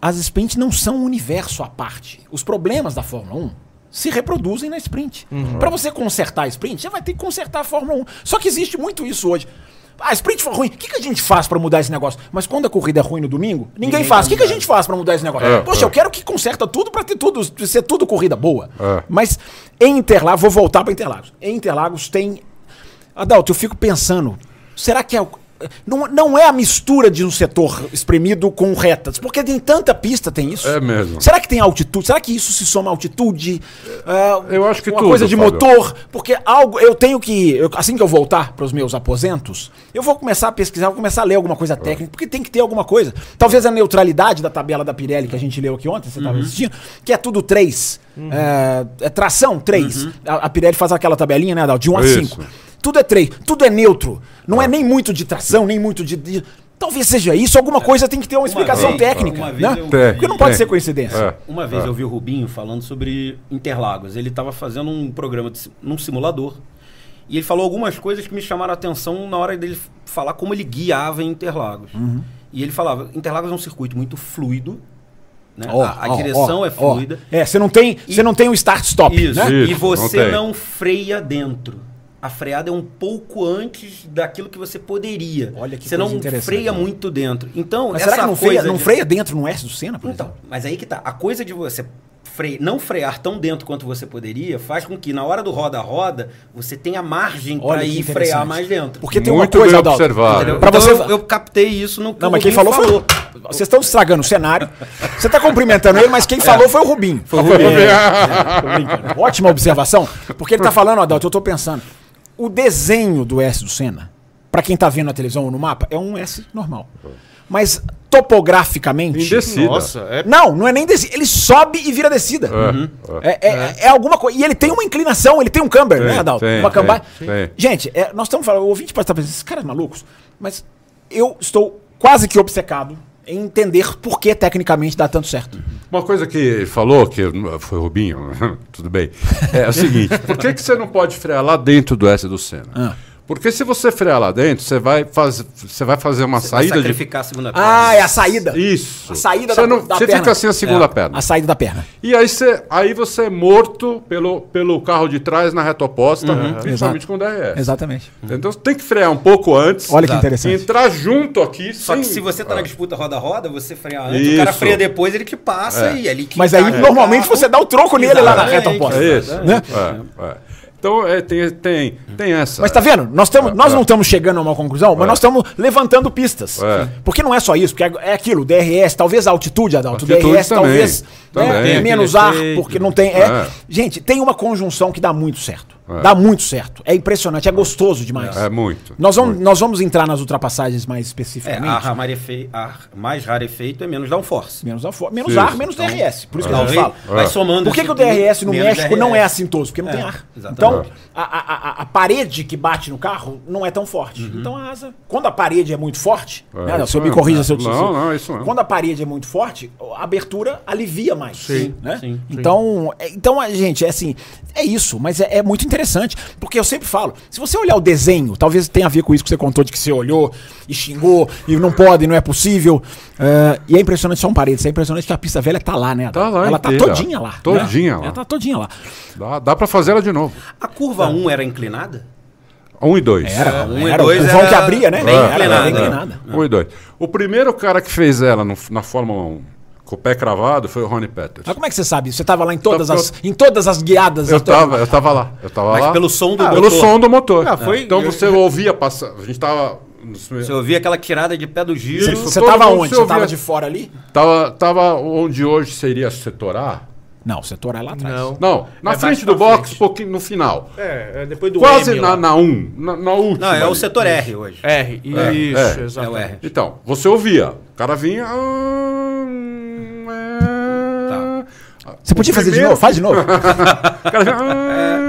S3: as sprints não são um universo à parte. Os problemas da Fórmula 1 se reproduzem na sprint. Pra você consertar a sprint, você vai ter que consertar a Fórmula 1. Só que existe muito isso hoje. Ah, A sprint foi ruim. O que, que a gente faz pra mudar esse negócio? Mas quando a corrida é ruim no domingo, ninguém, faz. O que, que a gente faz pra mudar esse negócio?
S4: É,
S3: Poxa,
S4: é.
S3: eu quero que conserta tudo pra ter tudo, ser tudo corrida boa.
S4: É.
S3: Mas em Interlagos, vou voltar pra Interlagos. Em Interlagos tem Adalto, eu fico pensando, será que é. Não, não é a mistura de um setor espremido com retas, porque tem tanta pista, tem isso.
S4: É mesmo.
S3: Será que tem altitude? Será que isso se soma à altitude? Ah,
S4: eu acho que
S3: uma
S4: tudo,
S3: coisa de
S4: Fábio.
S3: motor, porque algo eu tenho que eu- assim que eu voltar para os meus aposentos, eu vou começar a pesquisar, vou começar a ler alguma coisa técnica, porque tem que ter alguma coisa. Talvez a neutralidade da tabela da Pirelli que a gente leu aqui ontem, você estava assistindo, que é tudo 3. É, é tração 3. A, a Pirelli faz aquela tabelinha, né, Adalto, de 1 a
S4: Isso.
S3: 5. Tudo é três, tudo é neutro. Não é nem muito de tração, nem muito de. de- Talvez seja isso, alguma coisa tem que ter uma explicação
S5: vez-
S3: técnica.
S5: uma vez
S3: né?
S5: eu-
S4: Tem,
S3: Porque não pode
S4: tem.
S3: ser coincidência.
S4: É.
S5: [LAUGHS] Uma
S3: Ah.
S5: vez eu vi o Rubinho falando sobre Interlagos. Ele estava fazendo um programa de si- num simulador. E ele falou algumas coisas que me chamaram a atenção na hora dele falar como ele guiava em Interlagos.
S3: Uhum.
S5: E ele falava: Interlagos é um circuito muito fluido. Né?
S3: Ó,
S5: a a
S3: ó,
S5: direção
S3: ó,
S5: é fluida.
S3: ó. É, você não tem,
S5: E-
S3: você não tem o start-stop.
S5: Isso.
S3: Né?
S5: E
S4: Isso,
S5: você
S4: não tem.
S5: não, freia dentro. A freada é um pouco antes daquilo que você poderia.
S3: Olha que
S5: você
S3: coisa
S5: não
S3: interessante.
S5: freia muito dentro. Então,
S3: Mas
S5: essa
S3: será que não
S5: coisa
S3: freia, não
S5: de-
S3: freia dentro no S do Senna, por
S5: Então,
S3: exemplo?
S5: mas aí que tá. A coisa de você fre- não frear tão dentro quanto você poderia faz com que na hora do roda a roda você tenha margem
S3: Olha
S5: para
S3: que
S5: ir
S3: interessante.
S5: frear mais dentro.
S3: Porque tem uma
S4: Muito
S3: coisa,
S4: bem
S3: Adalto.
S4: observado.
S5: Entendeu?
S3: Pra
S5: então
S3: você-
S5: eu, eu captei isso no que
S3: Não,
S5: o
S3: mas quem
S5: Rubinho
S3: falou, foi. Vocês estão estragando o cenário. Você está cumprimentando ele, mas
S5: É.
S3: quem falou foi o Rubinho. Foi o Rubinho. É, tá Ótima observação. Porque ele está falando, Adalto, eu estou pensando. O desenho do S do Senna, pra Pra quem tá vendo na televisão ou no mapa, é um S normal. Mas topograficamente.
S4: Em descida.
S6: Nossa, é
S3: Não, não é nem descida. Ele sobe e vira descida.
S4: É.
S3: É, é- é alguma coisa. E ele tem uma inclinação, ele tem um camber,
S4: Tem,
S3: né, Adalto?
S4: tem,
S3: uma cambagem.
S4: tem, tem.
S3: Gente, é, nós estamos falando, o ouvinte pode estar pensando, esses caras malucos, mas eu estou quase que obcecado em entender por que tecnicamente dá tanto certo.
S4: Uma coisa que ele falou, que foi o Rubinho, [LAUGHS] tudo bem, é o seguinte: por que, que você não pode frear lá dentro do S do Senna?
S3: Ah.
S4: Porque se você frear lá dentro, você vai, faz, você vai fazer uma
S5: Vai
S4: saída de.
S5: sacrificar a segunda
S3: Ah, é a saída.
S4: Isso.
S3: A saída
S4: você
S3: da-
S4: não,
S3: da
S4: Você
S3: perna.
S4: fica assim a segunda
S5: É.
S4: perna.
S3: A saída da perna.
S4: E aí você, aí você é morto pelo, pelo carro de trás na reta oposta, principalmente
S3: Uhum. Exato.
S4: com DRS.
S3: Exatamente.
S4: Então você tem que frear um pouco antes.
S3: Olha que
S4: Exato.
S3: interessante.
S4: Entrar junto aqui.
S5: Só que
S4: sem-
S5: se você tá na
S4: Ah.
S5: disputa roda-roda, você freia antes, o
S4: Isso.
S5: cara
S4: É.
S5: freia depois, ele te passa e ali que tá.
S3: Mas aí,
S5: encarga o
S3: normalmente,
S5: carro.
S3: você dá o troco nele lá na reta
S5: Exatamente.
S3: oposta.
S4: É isso.
S3: Né?
S4: É, é. Então é, tem, tem, tem essa.
S3: Mas tá vendo? Nós,
S4: É,
S3: tamo, nós não estamos chegando a uma conclusão, mas nós estamos levantando pistas.
S4: É.
S3: Porque não é só isso, porque é é aquilo, DRS, talvez a altitude, Adalto,
S4: Altitude
S3: DRS
S4: também,
S3: talvez
S4: também.
S3: né,
S4: Tem
S3: menos
S6: aquele
S3: ar,
S6: efeito.
S3: porque não tem... é.
S4: É.
S3: Gente, tem uma conjunção que dá muito certo.
S4: É.
S3: Dá muito certo. É impressionante, é gostoso demais.
S4: É muito.
S3: Nós vamos,
S4: muito.
S3: nós vamos entrar nas ultrapassagens mais
S5: É,
S3: especificamente.
S5: ar rarefe- ar mais rarefeito é menos downforce.
S3: Menos, a fo- menos
S4: Isso. Então,
S3: ar, menos DRS. Por isso que eu
S5: Talvez
S3: falo.
S5: vai somando.
S3: Por que,
S5: isso
S3: que o DRS no
S5: tudo, menos
S3: México não é
S5: DRS?
S3: assintoso? Porque não
S5: É,
S3: tem ar.
S5: exatamente.
S3: Então, a, a- a- a parede que bate no carro não é tão forte. Então a asa. Quando a parede é muito forte,
S4: Uhum. É,
S3: né,
S4: isso
S3: se eu me
S4: mesmo.
S3: corrija se eu te
S4: Não, não, é isso mesmo.
S3: Quando a parede é muito forte, a abertura alivia mais.
S6: Sim,
S3: né?
S5: sim, sim.
S3: Então, é- então, a gente, é assim, é isso, mas é, é muito interessante. Porque eu sempre falo, se você olhar o desenho, talvez tenha a ver com isso que você contou de que você olhou e xingou, e não pode, não é possível. é, e é impressionante, só um parênteses, é impressionante que a pista velha tá lá, né?
S4: Tá lá
S3: Ela tá
S4: inteira.
S3: todinha lá. né?
S4: Todinha lá.
S3: Ela tá todinha lá.
S4: Dá, dá pra fazer ela de novo.
S5: A
S3: Tá.
S5: curva 1 era inclinada?
S4: Um e dois. É.
S3: Era,
S5: um e
S3: era,
S5: dois
S3: o vão
S5: era
S3: que abria, né?
S5: bem
S3: Era, era
S5: inclinada.
S3: bem inclinada.
S4: Um e dois. O primeiro cara que fez ela no- na Fórmula 1 com o pé cravado foi o Ronnie Petters.
S3: Mas como é que você sabe? isso? Você tava lá em todas,
S4: Tava-
S3: as, em todas as guiadas.
S4: Eu
S3: até-
S4: tava, eu tava lá. Eu tava
S5: Mas
S4: lá.
S5: pelo som do
S4: Ah, Pelo
S5: motor.
S4: som do motor.
S6: Ah, foi-
S4: Então você ouvia passar. A gente tava. nos-
S5: Você ouvia aquela tirada de pé do giro.
S4: Isso.
S3: Você
S4: todo
S3: tava
S4: mundo
S3: onde?
S4: se
S3: Você
S4: ouvia.
S3: tava de fora ali?
S4: Tava, tava onde hoje seria setorá?
S3: Não, o setor é lá atrás.
S6: Não.
S4: Não, na
S6: É
S4: frente
S6: mais
S4: do
S6: pra
S4: box,
S6: frente.
S4: pouquinho no final.
S6: É, é depois do
S4: Quase
S6: M
S4: na,
S6: lá.
S4: na 1, um, na, na última.
S5: Não, é o
S4: ali.
S5: setor R hoje.
S6: R.
S4: É,
S6: Isso,
S4: é.
S5: É o
S6: exatamente.
S5: R.
S4: Então, você ouvia. O cara vinha. ah, é.
S3: Você podia
S4: O
S3: fazer de
S4: primeiro-
S3: novo? Faz de novo.
S4: O cara vinha. ah,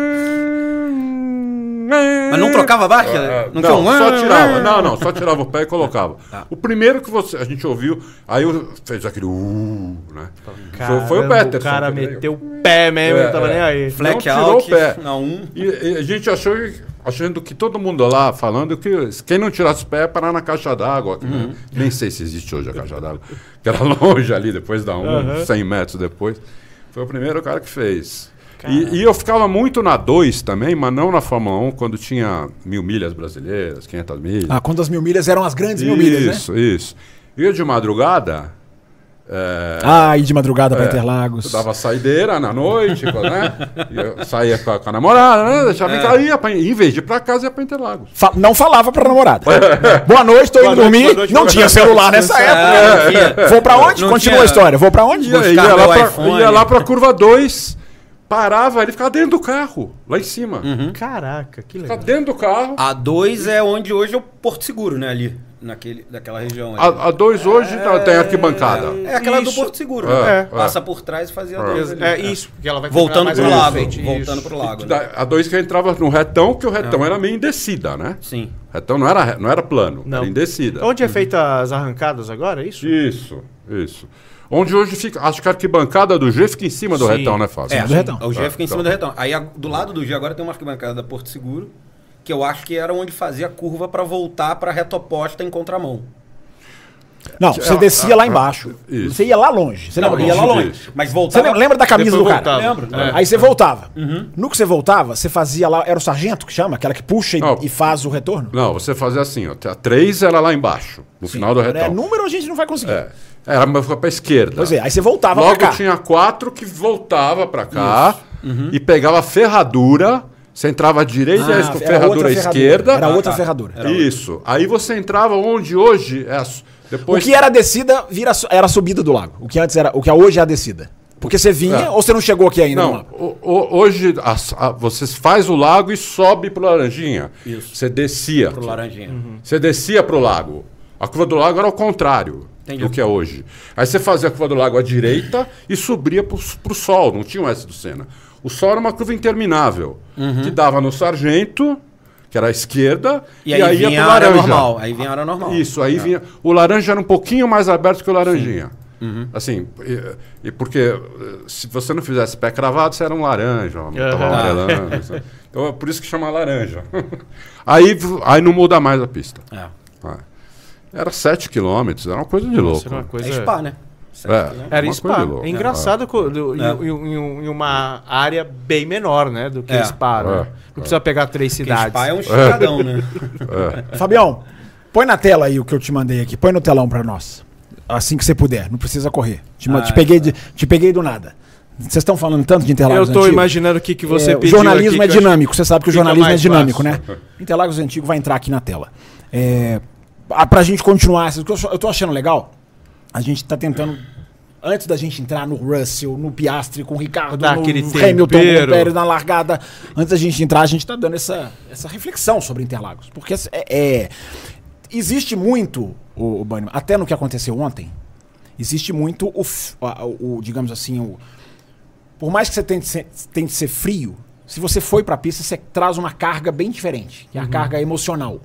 S5: Mas não trocava a marca?
S4: é. Não,
S5: tinha um Tá.
S4: só
S5: ano?
S4: tirava. Não, não, só tirava o pé e colocava. O primeiro que você, a gente ouviu, aí eu- fez aquele. Uh, né? Foi- foi o
S6: Caramba,
S4: Peterson.
S6: O cara
S4: que veio.
S6: meteu o pé mesmo,
S4: É,
S6: não tava
S4: é.
S6: nem aí.
S4: Flex.
S5: Black
S4: Não, tirou
S5: out,
S4: o pé.
S5: na 1.
S4: E, e a gente achou, achando que todo mundo lá falando que quem não tirasse o pé ia parar na caixa d'água.
S3: Uhum.
S4: né? Nem sei se existe hoje a caixa d'água, que era [LAUGHS] longe ali, depois da 1,
S3: Uhum.
S4: 100 metros depois. Foi o primeiro cara que fez. E, e eu ficava muito na 2 também, mas não na Fórmula 1, quando tinha mil milhas brasileiras, 500 milhas.
S3: Ah, quando as mil milhas eram as grandes mil milhas, né?
S4: isso, isso. E de madrugada,
S3: Ah, e de madrugada pra Interlagos.
S4: Eu dava saideira na noite, [LAUGHS] né? E eu saía com a, com a namorada, né? Deixava
S5: É.
S4: em casa, ia pra, em vez de ir pra casa, ia pra Interlagos.
S3: Fa- não falava pra namorada. boa noite, tô indo
S6: noite,
S3: dormir.
S6: boa noite,
S3: não
S6: boa
S3: tinha
S6: noite.
S3: celular nessa época. né?
S5: Ah, não tinha.
S3: Vou pra onde?
S5: Não
S3: Continua
S5: tinha-
S3: a história. Vou pra onde?
S4: Ia,
S5: Buscar
S4: ia, lá
S5: meu
S4: pra,
S5: iPhone.
S4: ia lá pra curva 2, parava, ele ficava dentro do carro, lá em cima.
S5: Uhum.
S6: Caraca, que legal.
S4: Ficava dentro do carro.
S5: A 2 é onde hoje é o Porto Seguro, né? Ali, naquele, daquela região. ali.
S4: A 2 hoje tá- tem arquibancada.
S5: É aquela do
S6: Isso.
S5: Porto Seguro.
S4: É,
S5: né?
S4: é.
S5: Passa por trás e fazia a dois ali.
S6: É isso, porque ela vai
S5: Voltando pro
S6: pro
S5: lago. Voltando pro lago. né?
S4: Da- A 2 que entrava no retão, que o retão era meio em descida, né?
S5: É. Sim.
S4: Retão não era, re- não era plano,
S6: Não.
S4: era em descida.
S6: Onde é feita as arrancadas agora, é isso?
S4: Isso, isso. Onde hoje fica. Acho que a arquibancada do G fica em cima do
S6: Sim.
S4: retão, né, Fábio?
S5: É,
S3: do retão.
S5: O G
S4: Ah,
S5: fica em
S4: então.
S5: cima do retão. Aí a- do lado do G agora tem uma arquibancada da Porto Seguro, que eu acho que era onde fazia a curva pra voltar pra reta oposta em contramão.
S3: Não, você descia lá embaixo.
S4: Isso.
S3: Você ia lá longe. Você
S5: Não,
S3: lembra?
S5: ia lá
S4: isso.
S5: longe. Mas
S3: Você
S5: voltava.
S3: lembra, lembra da camisa
S6: Depois
S3: do cara?
S6: voltava.
S5: Lembro.
S6: É.
S3: Aí você voltava. No que você voltava, você fazia lá. Era o sargento que chama? Aquela que puxa e,
S4: Não.
S3: e faz o retorno?
S4: Não, você fazia assim, ó. A 3 era lá embaixo, no final do
S3: É,
S4: retão.
S3: número a gente não vai conseguir.
S4: É. Era mas ficava pra esquerda.
S3: Pois é, aí você voltava
S4: Logo
S3: pra cá. Uhum.
S4: tinha quatro que voltava pra cá e pegava a ferradura. Você entrava à direita
S3: Ah,
S4: e aí com
S3: era
S4: ferradura à
S3: outra ferradura.
S4: esquerda. Ah,
S3: Era outra ferradura. Era
S4: Isso. Aí você entrava onde hoje é a su-
S3: O
S4: depois
S3: que era descida vira, su- era a subida do lago. O que antes era, o que é hoje é a descida. Porque você vinha
S4: É.
S3: ou você não chegou aqui ainda?
S4: Não,
S3: mano?
S4: o- o- hoje as- a- você faz o lago e sobe pro Laranjinha.
S5: Isso.
S4: Você descia.
S5: pro
S4: aqui.
S5: Laranjinha.
S4: Você descia pro lago. A curva do lago era ao contrário
S5: Entendi.
S4: do que é hoje. Aí você fazia a curva do lago à direita e subia pro, pro sol. Não tinha o S do Senna. O sol era uma curva interminável.
S5: Uhum.
S4: Que dava no Sargento, que era à esquerda,
S5: E, aí,
S4: ia
S5: vinha
S4: pro
S5: a área
S4: laranja.
S5: normal. É. Aí vinha a área normal.
S4: Isso, aí vinha. O laranja era um pouquinho mais aberto que o laranjinha.
S5: Uhum.
S4: Assim, e, e porque eh, se você não fizesse pé cravado, você era um laranja, uma- tava
S6: Ah.
S4: amarelando. assim. Então é por isso que chama laranja. [LAUGHS] aí, v- aí não muda mais a pista.
S5: É.
S4: Ah. Era 7 quilômetros, era uma coisa de louco.
S6: Isso era uma coisa...
S5: É spa, né?
S4: É,
S6: Era
S4: uma
S6: spa.
S4: coisa de louco.
S6: É engraçado co- do- em-
S5: É.
S6: em, em- em uma área bem menor, né? Do que
S5: É.
S6: spa, né?
S4: É.
S6: Não precisa pegar três
S5: Porque
S6: cidades.
S5: spa é um esticadão, né?
S3: Fabião, põe na tela aí o que eu te mandei aqui. Põe no telão pra nós. Assim que você puder. Não precisa correr. Te, ma-
S5: Ah,
S3: te peguei, de- te peguei do nada. Vocês estão falando tanto de Interlagos
S6: Eu tô
S3: Antigo.
S6: imaginando o que, que você
S3: É, o
S6: pediu
S3: jornalismo
S6: aqui,
S3: é
S6: que eu acho-
S3: dinâmico. Você sabe que o
S6: fica
S3: jornalismo é
S6: mais
S3: dinâmico,
S6: fácil.
S3: né? Interlagos Antigo vai entrar aqui na tela. É, a- pra gente continuar, sabe o que eu só- eu tô achando legal, a gente tá tentando... Antes da gente entrar no Russell, no Piastri, com o Ricardo,
S6: Dar
S3: no
S6: aquele
S3: Hamilton, com o
S6: tempero.
S3: Pérez na largada. Antes da gente entrar, a gente tá dando essa, essa reflexão sobre Interlagos. Porque é- é- existe muito, o, o Bunnyman, até no que aconteceu ontem, existe muito o, f- a- o digamos assim, o, por mais que você tente ser, tente ser frio, se você foi pra pista, você traz uma carga bem diferente, que é a carga emocional.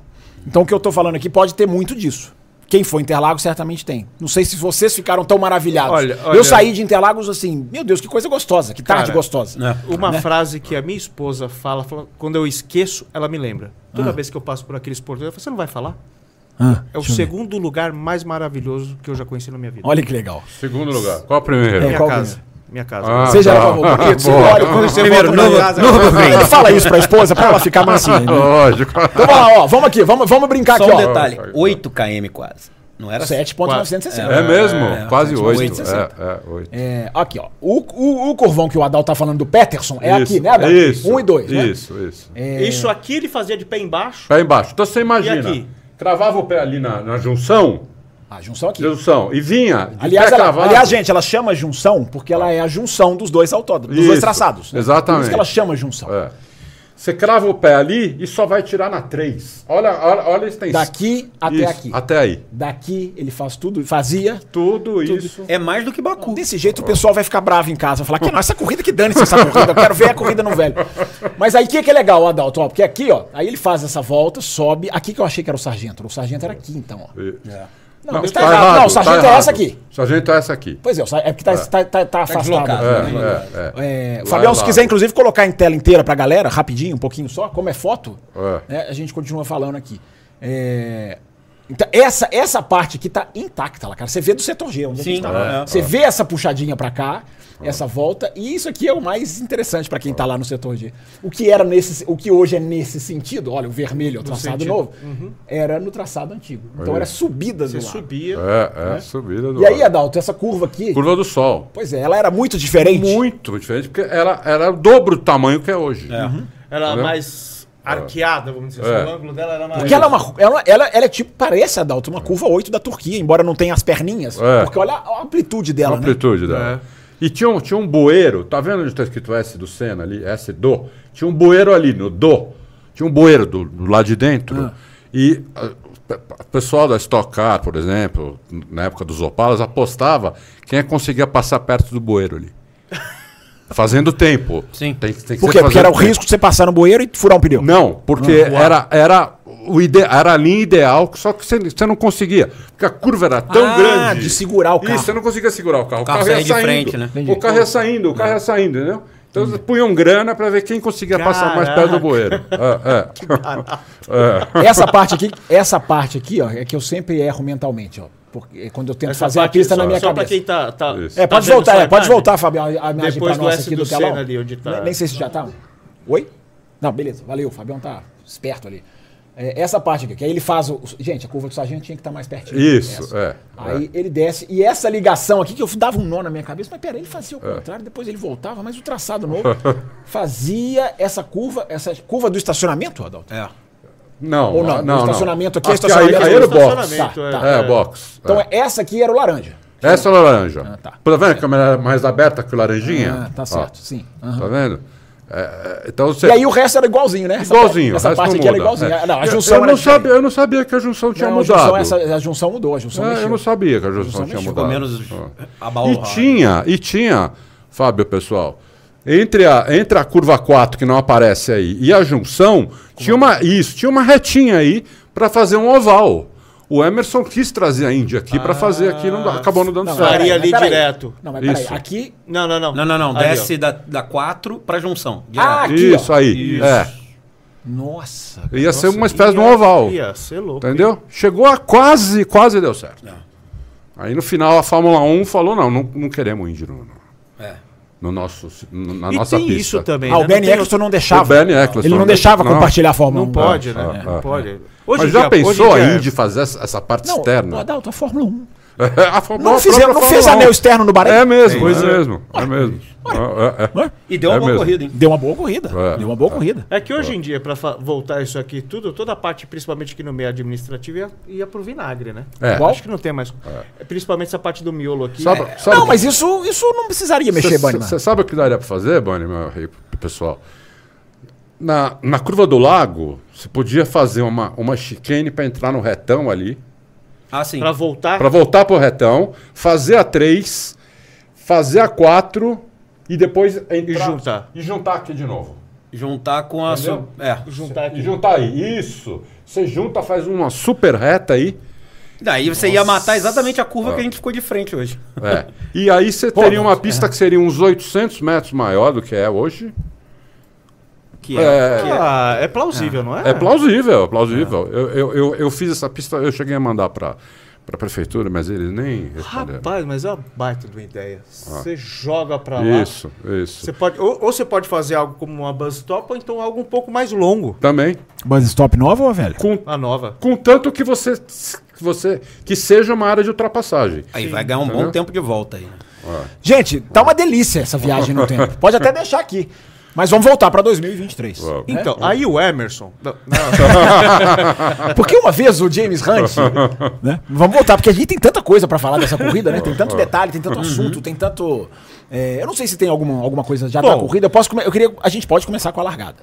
S3: Então o que eu tô falando aqui pode ter muito disso. Quem foi Interlagos certamente tem. Não sei se vocês ficaram tão maravilhados.
S6: Olha, olha-
S3: Eu saí de Interlagos assim, meu Deus, que coisa gostosa, que tarde
S6: Cara,
S3: gostosa.
S6: Uma
S3: Né?
S6: frase que a minha esposa fala, fala, quando eu esqueço, ela me lembra. Toda vez que eu passo por aqueles portões, ela fala, você não vai falar?
S3: Ah,
S6: É o
S3: deixa eu ver.
S6: segundo lugar mais maravilhoso que eu já conheci na minha vida.
S3: Olha que legal.
S4: É. Segundo lugar. Qual o primeiro?
S3: É,
S6: minha
S3: qual
S6: casa.
S3: que
S6: Minha casa.
S4: Ah,
S3: Você já
S4: tá.
S3: levou o boquete, você
S4: Boa.
S3: olha quando você
S5: Primeiro,
S3: volta pra
S5: novo-
S3: casa. [LAUGHS]
S5: novo
S3: Ele fala isso pra esposa pra ela ficar
S4: [LAUGHS]
S3: mansinha. né?
S4: Lógico.
S3: Então vai lá, ó, vamos aqui, vamos, vamos brincar
S5: Só
S3: aqui,
S5: um
S3: ó.
S5: detalhe. 8 km quase. Não era
S3: 7.960.
S4: É mesmo? Quase
S5: tipo
S4: 8.
S3: 860.
S4: É, é, 8.
S3: É, aqui, ó. O, o, o corvão que o Adal tá falando do Peterson é aqui, né, Adal?
S4: Isso.
S3: Um e dois, né?
S4: Isso, isso.
S6: Isso aqui ele fazia de pé embaixo.
S4: Pé embaixo. Então você imagina.
S6: aqui?
S4: Cravava o pé ali na, na junção.
S3: A junção aqui.
S4: Junção. E vinha. de
S3: Aliás,
S4: pé
S3: ela,
S4: cravado.
S3: aliás, gente, ela chama junção porque ela é a junção dos dois autódromos, dos dois
S4: Isso,
S3: traçados. né?
S4: exatamente.
S3: Por isso que ela chama junção.
S4: É. Você crava o pé ali e só vai tirar na 3. Olha, olha, olha a extensão.
S3: Daqui até
S4: Isso,
S3: aqui.
S4: Até aí.
S3: Daqui ele faz tudo, fazia.
S4: Tudo, isso.
S5: É mais do que Baku.
S3: Desse jeito o pessoal vai ficar bravo em casa, vai falar que não, essa corrida que dane-se essa corrida, eu quero ver a corrida no velho. Mas aí o que, que é legal, Adalto? Ó, porque aqui, ó, aí ele faz essa volta, sobe. Aqui que eu achei que era o sargento. O sargento era aqui, então, ó.
S4: E-
S3: Não, mas tá errado. Não, o sargento é essa aqui.
S4: Sargento é essa aqui.
S3: Pois é, o sar- é porque tá, tá, tá, tá afastado.
S5: deslocado,
S3: né?
S4: É,
S5: Não,
S4: é, é.
S3: É,
S4: Lá
S3: Fabião,
S4: é
S3: se
S4: lá.
S3: quiser, inclusive, colocar em tela inteira pra galera, rapidinho, um pouquinho só, como é foto,
S4: É.
S3: né, a gente continua falando aqui. É, então, essa, essa parte aqui tá intacta lá, cara. Você vê do setor G, onde a gente
S5: Sim,
S3: tá.
S5: é.
S3: Você vê essa puxadinha pra cá, essa volta, e isso aqui é o mais interessante pra quem tá lá no setor G. O que era nesse, o que hoje é nesse sentido, olha, o vermelho é o traçado
S6: sentido. Uhum.
S3: novo, era no traçado antigo. Então
S4: Olha
S3: era
S4: isso.
S3: subida do
S6: Você
S3: lado.
S6: subia.
S4: É, é, subida do
S3: E aí,
S4: lado.
S3: Adalto, essa curva aqui,
S4: Curva do Sol.
S3: pois é, ela era muito diferente.
S4: Muito diferente, porque ela era o dobro do tamanho que é hoje.
S6: Era
S4: Entendeu? Ah.
S6: mais arqueada, vamos dizer
S4: É.
S6: assim. O ângulo dela era mais...
S3: Porque ela é uma. Ela, ela, ela é tipo, parece, Adalto, uma curva 8 da Turquia, embora não tenha as perninhas.
S4: É.
S3: Porque olha a amplitude dela, né?
S4: A amplitude dela.
S3: É.
S4: E tinha um, tinha um bueiro, tá vendo onde está escrito S do Senna ali? S do. Tinha um bueiro ali, no do. Tinha um bueiro do, do lado de dentro.
S3: É.
S4: E ah, o pe- o pessoal da Stock Car, por exemplo, n- na época dos Opalas, apostava quem é que conseguia passar perto do
S3: [LAUGHS]
S4: bueiro ali. Fazendo tempo.
S5: Sim.
S4: Tem, que-
S3: né?
S4: tem que
S3: Por quê? Porque
S4: ser fazendo
S3: era o
S4: tempo.
S3: risco de você passar no bueiro e furar um pneu.
S4: Não,
S3: Ah,
S4: porque era, era, o ide era a linha ideal, só que você- você não conseguia. Porque a curva era tão
S3: Ah,
S4: grande.
S3: de segurar o carro.
S4: Isso, você não conseguia segurar o carro. O
S5: carro
S4: carro, ia
S5: saía de
S4: saindo.
S5: frente, né?
S4: O carro ia saindo, o carro ia saindo, entendeu? Então eles punham grana pra ver quem conseguia passar mais perto do bueiro.
S3: [LAUGHS]
S4: É, é. É.
S3: Essa parte aqui, essa parte aqui, ó, é que eu sempre erro mentalmente, ó. Porque é quando eu tento fazer a
S6: parte-
S3: pista na minha
S6: só
S3: cabeça.
S6: pra quem tá... tá
S4: Isso.
S3: É,
S6: tá
S3: pode
S6: vendo
S3: voltar,
S6: só a
S3: é, pode
S6: imagem.
S3: voltar, Fabio, a a imagem
S6: Depois
S3: pra
S6: do
S3: nossa
S6: S
S3: aqui
S6: do
S3: do telão.
S6: Senna ali, onde tá.
S3: Nem, nem sei se já tá. Oi? Não, beleza, valeu, o Fabião tá esperto ali. É, essa parte aqui, que aí ele faz o. Gente, a curva do sargento tinha que estar mais pertinho.
S4: Isso,
S3: Essa.
S4: é,
S3: Aí ele desce, e essa ligação aqui, que eu dava um nó na minha cabeça, mas peraí, ele fazia o
S4: É.
S3: contrário, depois ele voltava, mas o traçado novo [LAUGHS] fazia essa curva, essa curva do estacionamento, Adalto?
S5: É.
S4: Não,
S3: Ou não,
S4: não,
S3: o
S4: não.
S3: estacionamento aqui é
S4: é
S3: estacionamento.
S4: Aí, aí era o
S2: Tá.
S6: Estacionamento,
S4: box.
S6: é.
S4: É, box.
S3: Então
S4: é.
S3: essa aqui era o laranja.
S4: Essa é a laranja.
S3: Ah, tá.
S4: Tá vendo que a câmera é mais aberta que o laranjinha?
S3: Ah, tá
S4: Ó,
S3: certo, sim. Aham.
S4: Tá vendo? É, é, então você.
S3: E aí o resto era igualzinho, né? Essa
S4: Igualzinho,
S3: Essa,
S4: o resto
S3: parte
S4: não
S3: aqui era
S4: muda,
S3: igualzinha.
S4: é.
S3: Ah, Não, a
S4: Eu-
S3: junção
S4: eu,
S3: era
S4: não sabia, eu não sabia que a junção tinha
S3: Não, a
S4: mudado.
S3: junção, é essa- a junção mudou, a junção
S4: É,
S3: mexeu.
S4: eu não sabia que a junção
S3: Junção
S4: tinha
S3: mexeu.
S4: mudado.
S5: Ficou menos
S4: Ah. E
S5: abalado.
S4: tinha, e tinha, Fábio, pessoal, entre a, entre a curva 4, que não aparece aí, e a junção, tinha uma, isso, tinha uma retinha aí para fazer um oval. O Emerson quis trazer a Índia aqui para fazer aqui, não, dá- acabou não dando
S3: Não,
S4: certo.
S3: peraí,
S2: Faria ali
S3: peraí.
S2: direto.
S3: Não, mas peraí,
S4: Isso.
S3: aqui...
S2: Não, não, não.
S5: Não, não, não.
S2: Ali,
S5: Desce da, da 4 pra junção.
S3: Ah,
S5: direto.
S3: aqui, ó.
S4: isso aí. É,
S3: Nossa.
S4: ia ser uma
S2: ó.
S4: espécie de um oval.
S2: Ia ser louco.
S4: Entendeu? Chegou a quase, quase deu certo.
S2: É.
S4: Aí no final a Fórmula 1 falou: não, não, não queremos Indy no, no-
S5: É.
S4: no nosso, na
S2: E
S4: nossa
S2: tem
S4: pista.
S2: isso também.
S3: Ah,
S2: né?
S3: o Ben
S2: Não tem
S3: Eccleston não
S4: O
S3: deixava.
S4: Ben Eccleston. né?
S3: Ele não deixava
S4: Não.
S3: compartilhar a Fórmula 1.
S2: Não pode, né?
S4: Ah,
S2: não
S4: ah,
S2: pode. Hoje em
S4: Mas já
S2: dia- hoje em
S4: pensou a
S2: dia é-
S4: Indy fazer essa essa parte
S3: Não,
S4: externa?
S3: Adalto, a Fórmula 1.
S4: [LAUGHS] A Fórmula-
S3: Não,
S4: a
S3: fizeram,
S4: própria
S3: não fez
S4: Fórmula
S3: anel
S4: 1.
S3: externo no Bahrein?
S4: É mesmo,
S2: Pois
S4: é
S2: é.
S4: mesmo. É mesmo. É, é, é.
S5: E deu
S4: É
S5: uma boa
S4: mesmo.
S5: corrida, hein?
S3: Deu uma boa corrida.
S4: É.
S3: Deu uma boa corrida.
S2: É que hoje em dia, pra fa- voltar isso aqui tudo, toda a parte, principalmente aqui no meio administrativo, ia, ia pro vinagre, né?
S4: É.
S3: Qual?
S2: Acho que não tem mais. Principalmente essa parte do miolo aqui.
S4: Sabe,
S2: É.
S4: sabe-
S3: não, mas isso, isso não precisaria mexer, Bunnyman.
S4: Você sabe o que daria pra fazer, Bunny, meu rei, pessoal? Na, na curva do lago, você podia fazer uma, uma chicane pra entrar no retão ali,
S5: Ah, sim.
S2: Pra voltar.
S4: pra voltar pro retão, fazer a 3, fazer a 4 e depois entrar-
S2: juntar.
S4: E juntar aqui de novo.
S5: Juntar com a.
S4: Entendeu?
S5: su- É.
S2: Juntar
S4: E
S2: aqui.
S4: juntar aí. Isso. Você junta, faz uma super reta aí.
S5: Daí você ia matar exatamente a curva que a gente ficou de frente hoje.
S4: É. E aí você teria uma pista que seria uns 800 metros maior do que é hoje.
S5: Que é.
S4: É,
S2: Ah, é plausível, não é?
S4: é plausível, é plausível. Eu, eu, eu, eu fiz essa pista, eu cheguei a mandar para a prefeitura, mas eles nem responderam.
S2: Rapaz, mas é uma baita de uma ideia. Você joga pra lá.
S4: isso, isso.
S2: Você pode, ou, ou você pode fazer algo como uma buzz top, ou então algo um pouco mais longo.
S4: Também.
S3: Buzz stop nova ou velho?
S4: Com,
S2: A nova.
S4: contanto que você, que você. que seja uma área de ultrapassagem.
S5: Aí vai ganhar um bom tempo de volta aí. né?
S3: Gente, tá uma delícia essa viagem no tempo. Pode até deixar aqui. Mas vamos voltar pra 2023.
S4: Uau.
S2: Então, aí o Emerson. Não, não.
S3: Ah, Porque uma vez o James
S4: [LAUGHS]
S3: Hunt, né? Vamos voltar, porque a gente tem tanta coisa pra falar dessa corrida, né? Tem tanto detalhe, tem tanto assunto, tem tanto. é, eu não sei se tem alguma, alguma coisa já da
S2: Bom.
S3: corrida. Eu posso come- eu queria, a gente pode começar com a largada.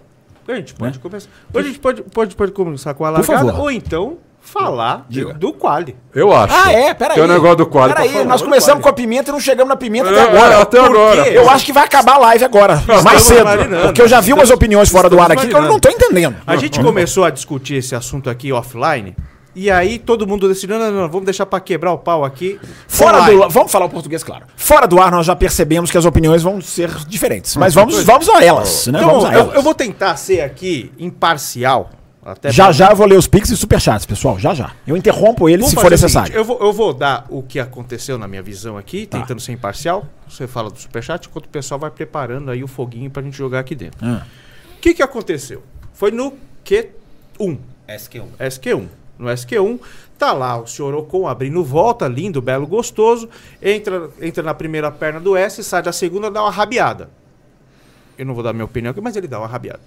S2: A gente pode começar. Ou a gente pode, pode, pode começar com a largada,
S3: favor.
S2: ou então falar do, do quali.
S4: Eu acho.
S3: Ah, é? Peraí.
S2: um
S4: Tem o negócio do quadro. pra
S3: Peraí,
S4: falar.
S3: nós começamos com a pimenta e não chegamos na pimenta até
S4: É,
S3: agora.
S4: é, até
S3: Por
S4: agora.
S3: quê? Eu acho que vai acabar a live agora, mais cedo.
S2: marinando.
S3: Porque eu já vi umas opiniões fora do ar aqui que eu
S2: marinando.
S3: não tô entendendo.
S2: A
S3: [LAUGHS]
S2: gente começou a discutir esse assunto aqui offline, e aí todo mundo decidiu, não, não, não, vamos deixar pra quebrar o pau aqui.
S3: Fora
S2: online.
S3: do, né? vamos falar o português, claro. Fora do ar, nós já percebemos que as opiniões vão ser diferentes. Mas vamos, vamos a elas, né?
S2: Então,
S3: Vamos a
S2: eu,
S3: elas.
S2: eu vou tentar ser aqui imparcial. Até
S3: Já
S2: pra-
S3: já eu vou ler os pics e superchats, pessoal. Já já. Eu interrompo eles
S2: Vamos
S3: se for
S2: fazer o seguinte,
S3: necessário. Tá.
S2: eu, vou, eu vou dar o que aconteceu na minha visão aqui, tentando ser imparcial. Você fala do superchat, enquanto o pessoal vai preparando aí o foguinho pra gente jogar aqui dentro. O
S3: Ah.
S2: que, que aconteceu? Foi no Q1.
S5: SQ1.
S2: SQ1. No SQ1, tá lá o senhor Ocon abrindo volta, lindo, belo, gostoso. Entra, entra na primeira perna do S, sai da segunda, dá uma rabiada. Eu não vou dar minha opinião aqui, mas ele dá uma rabiada.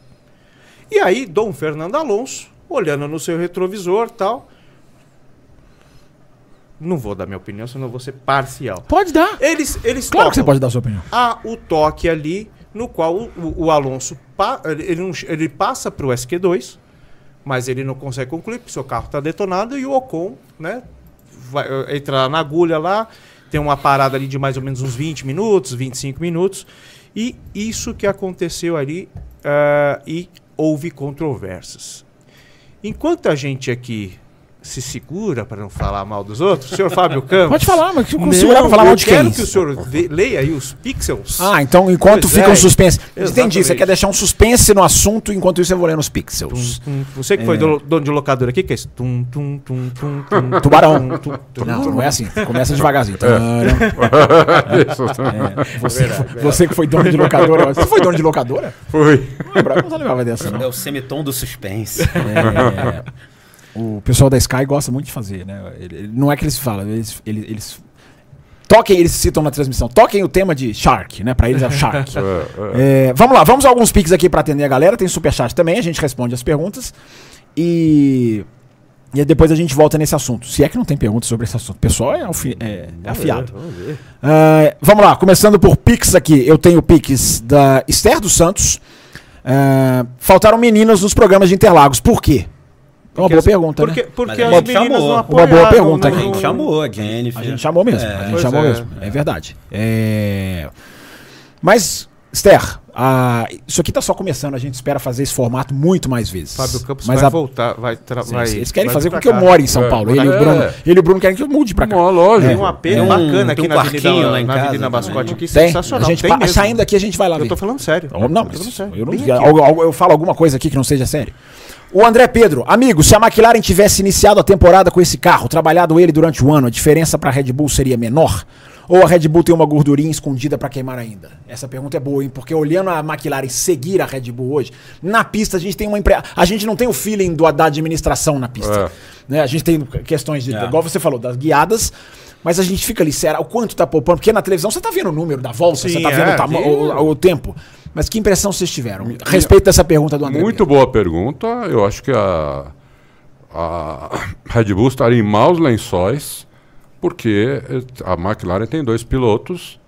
S2: E aí, Dom Fernando Alonso, olhando no seu retrovisor tal. Não vou dar minha opinião, senão eu vou ser parcial.
S3: Pode dar.
S2: Eles, eles
S3: Claro que você
S2: tocam
S3: pode dar a sua opinião.
S2: há o toque ali no qual o, o- o Alonso pa- ele, ele não che- ele passa para o SQ2, mas ele não consegue concluir, porque seu carro está detonado e o Ocon né, vai eh, entrar na agulha lá, tem uma parada ali de mais ou menos uns 20 minutos, 25 minutos, e isso que aconteceu ali ah, e houve controvérsias. Enquanto a gente aqui se segura para não falar mal dos outros, senhor Fábio
S3: [LAUGHS]
S2: Campos.
S3: Pode falar, mas se
S2: Não,
S3: segurar pra falar mal
S2: eu
S3: de
S2: quero
S3: quem?
S2: que o senhor vê- leia aí os pixels.
S3: Ah, então enquanto
S2: Pois
S3: fica
S2: é,
S3: um suspense. Entendi,
S2: exatamente.
S3: você quer deixar um suspense no assunto, enquanto isso eu vou ler nos pixels.
S2: Tum, Você
S3: É.
S2: que foi do- dono de locadora aqui, que é esse tum, tum, tum, tum,
S3: [LAUGHS]
S2: tum,
S3: Tubarão.
S2: tum, É. tum, tum.
S3: Não, não é assim. Começa devagarzinho. Tubarão.
S4: Isso.
S3: [LAUGHS] Você, que foi- você que foi dono de locadora. Você foi dono
S2: [LAUGHS]
S3: de locadora?
S4: Foi.
S3: Não, Braga, não lembrava dessa, não.
S5: É o semitom do suspense.
S3: É, o pessoal da Sky gosta muito de fazer, né? Ele- ele- não é que eles falam, eles, ele- eles toquem, eles citam na transmissão, toquem o tema de Shark, né? Pra eles é o Shark. É, vamos lá, vamos a alguns piques aqui pra atender a galera. Tem superchat também, a gente responde as perguntas. E E aí depois a gente volta nesse assunto. Se é que não tem pergunta sobre esse assunto. O pessoal é, alfi- é afiado.
S6: Vamos ver.
S3: Ah, vamos lá, começando por Pix aqui. Eu tenho Pix da Esther dos Santos. Ah, faltaram meninas nos programas de Interlagos. Por quê? É uma boa pergunta,
S6: Porque,
S3: né?
S6: porque
S5: a
S6: as
S5: gente
S6: meninas
S5: chamou.
S6: não
S5: Uma
S3: boa
S6: apoiaram.
S3: pergunta,
S5: A
S6: não-
S3: hein?
S5: gente chamou a Jennifer.
S3: A gente chamou mesmo. a gente
S6: pois
S3: chamou
S6: é.
S3: mesmo. É verdade. É. Mas, Esther, ah, isso aqui tá só começando. A gente espera fazer esse formato muito mais vezes.
S2: Fábio Campos
S3: Mas
S2: vai
S3: a-
S2: voltar, vai trabalhar.
S3: Eles querem fazer com que eu more em São
S4: É,
S3: Paulo.
S4: pra
S3: Ele, e o
S4: cá.
S3: Bruno,
S4: É.
S3: ele e o Bruno querem que eu mude pra cá.
S4: Mó, lógico.
S3: É.
S2: Tem um AP
S5: Tem um-
S2: bacana
S5: tem
S2: aqui
S5: um
S2: na Avenida,
S5: parquinho lá em
S2: na
S5: casa
S2: Avenida
S5: também.
S2: Mascote, aqui,
S3: né? Tem.
S2: sensacional.
S3: A gente
S2: tem
S3: pa-
S2: mesmo.
S3: saindo daqui a gente vai lá ver.
S2: Eu tô falando sério. eu
S3: Oh, Não,
S2: tô falando
S3: mas
S2: sério.
S3: eu, não,
S2: Bem
S3: eu,
S2: aqui.
S3: eu- eu falo alguma coisa aqui que não seja sério. O André Pedro, amigo, se a McLaren tivesse iniciado a temporada com esse carro, trabalhado ele durante o ano, a diferença para a Red Bull seria menor? Ou a Red Bull tem uma gordurinha escondida para queimar ainda? Essa pergunta é boa, hein? Porque olhando a McLaren seguir a Red Bull hoje, na pista a gente tem uma impre... a gente não tem o feeling do da administração na pista.
S2: É.
S3: Né? A gente tem questões de,
S5: É.
S3: igual você falou, das guiadas, mas a gente fica ali, será o quanto tá poupando? Porque na televisão você tá vendo o número da volta, você
S2: Sim,
S3: tá vendo
S2: é,
S3: o tama-
S2: sim.
S3: o- o tempo. Mas que impressão vocês tiveram? A respeito dessa pergunta do André.
S4: Muito boa pergunta. Eu acho que a, a [COUGHS] Red Bull estaria em maus lençóis, porque a McLaren tem dois pilotos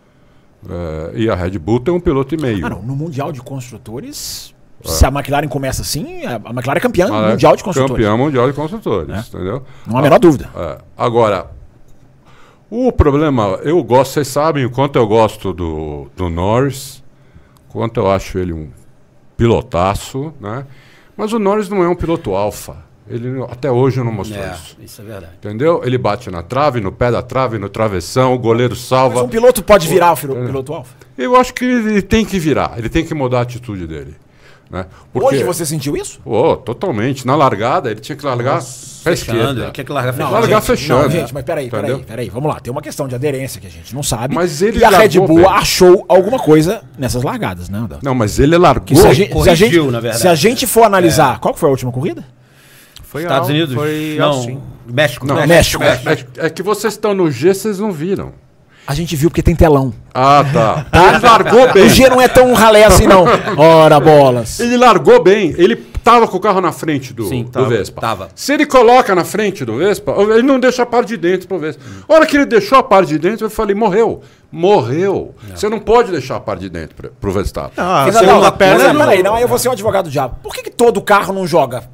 S4: eh, e a Red Bull tem um piloto e meio.
S3: Ah, não. No Mundial de Construtores, se a McLaren começa assim, a a McLaren é campeã
S4: É. Ah,
S3: mundial de construtores. Né?
S4: Campeão mundial de construtores, entendeu?
S3: Não há a menor dúvida.
S4: É, agora, o problema, eu gosto, vocês sabem o quanto eu gosto do, do Norris, quanto eu acho ele um pilotaço, né? Mas o Norris não é um piloto alfa. Ele não- até hoje não mostrou isso.
S5: É, isso é verdade.
S4: Entendeu? Ele bate na trave, no pé da trave, no travessão, o goleiro salva.
S3: Mas um piloto pode virar o
S4: É.
S3: filo- piloto alfa?
S4: Eu acho que ele tem que virar, ele tem que mudar a atitude dele. Né? Porque-
S3: Hoje você sentiu isso?
S4: Pô, totalmente. Na largada, ele tinha que largar pra
S5: Fechando,
S4: esquerda.
S5: ele tinha que largar
S4: Não,
S5: fechando.
S4: largar fechando.
S3: Não, gente, mas peraí, peraí,
S4: né? Entendeu?
S3: peraí. Vamos lá, tem uma questão de aderência que a gente não sabe.
S4: Mas ele
S3: e a Red
S4: largou
S3: Bull
S4: bem.
S3: achou alguma coisa nessas largadas, né, André?
S4: Não, mas ele largou.
S3: Que se, a gente, se, a
S5: corrigiu,
S3: gente,
S5: na verdade.
S3: se a gente for analisar. Qual que foi a última corrida?
S2: Foi
S5: Estados
S2: ao-
S5: Unidos?
S2: Foi
S5: não.
S2: Alcim.
S5: México.
S4: Não,
S3: México.
S4: É, é que vocês estão no G, vocês não viram.
S3: A gente viu porque tem telão.
S4: Ah,
S5: [LAUGHS]
S4: tá. Ele largou
S3: O
S4: bem.
S3: G não é tão ralé assim, não.
S4: [LAUGHS]
S3: Ora, bolas.
S4: Ele largou bem. Ele tava com o carro na frente do, do
S5: tava,
S4: Vespa.
S5: tava.
S4: Se ele coloca na frente do Vespa, ele não deixa a parte de dentro pro Vespa. A hora que ele deixou a parte de dentro, eu falei, morreu. Morreu.
S5: É.
S4: Você não pode deixar a parte de dentro pro, pro Verstappen.
S2: Ah,
S3: Não, não,
S2: segunda
S3: não,
S2: perna.
S3: não, peraí, não, aí eu vou ser um advogado do diabo. Por que, que todo carro não joga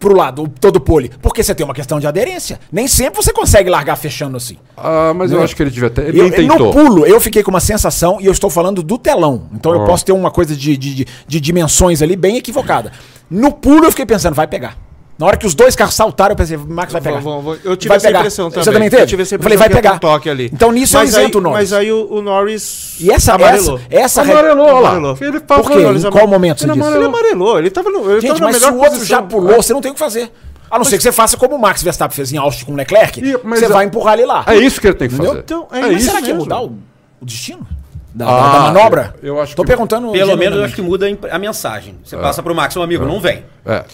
S3: pro lado, todo pole? Porque você tem uma questão de aderência. Nem sempre você consegue largar fechando assim.
S4: Ah, mas eu acho que ele devia ter. Ele
S3: Eu-
S4: nem tentou.
S3: no pulo, eu fiquei com uma sensação, e eu estou falando do telão. Então
S2: Ah.
S3: eu posso ter uma coisa de, de, de- de dimensões ali bem equivocada. No pulo, eu fiquei pensando, vai pegar. Na hora que os dois carros saltaram, eu pensei, o Max vai pegar.
S2: Vão, vão, vão. Eu tive
S3: Vai
S2: essa
S3: pegar.
S2: impressão também.
S3: Você também teve?
S2: Eu tive essa
S3: Eu falei,
S2: impressão
S3: vai
S2: que ia ter
S3: pegar.
S2: um toque ali.
S3: Então nisso eu
S2: Mas
S3: isento
S2: aí-
S3: o Norris.
S2: Mas aí o, o Norris
S3: E essa,
S2: amarelou.
S3: essa, essa re-
S4: Amarelou, olha lá.
S2: Amarelou.
S4: Ele
S3: Por quê?
S4: passou.
S3: Em qual momento você
S2: Ele
S3: disse?
S2: amarelou. Ele amarelou. Ele tava no, ele
S3: Gente,
S2: tava Então, na
S3: mas se
S2: melhor
S3: o outro
S2: posição. é.
S3: já pulou, você não tem o que fazer. A não ser que você faça como o Max Verstappen fez em Austin com o Leclerc,
S4: Ih, mas
S3: você
S4: a-
S3: vai empurrar ele lá.
S4: É isso que ele tem que fazer.
S2: Então, é
S3: mas
S2: isso
S3: será que ia
S2: mesmo.
S3: mudar o, o destino? Da,
S4: Ah,
S3: da manobra?
S4: eu- eu acho
S3: Tô
S4: que-
S3: perguntando.
S5: Pelo menos eu
S3: genuinamente.
S5: acho que muda a imp- a mensagem. Você passa pro Max, meu amigo, não vem.
S4: É.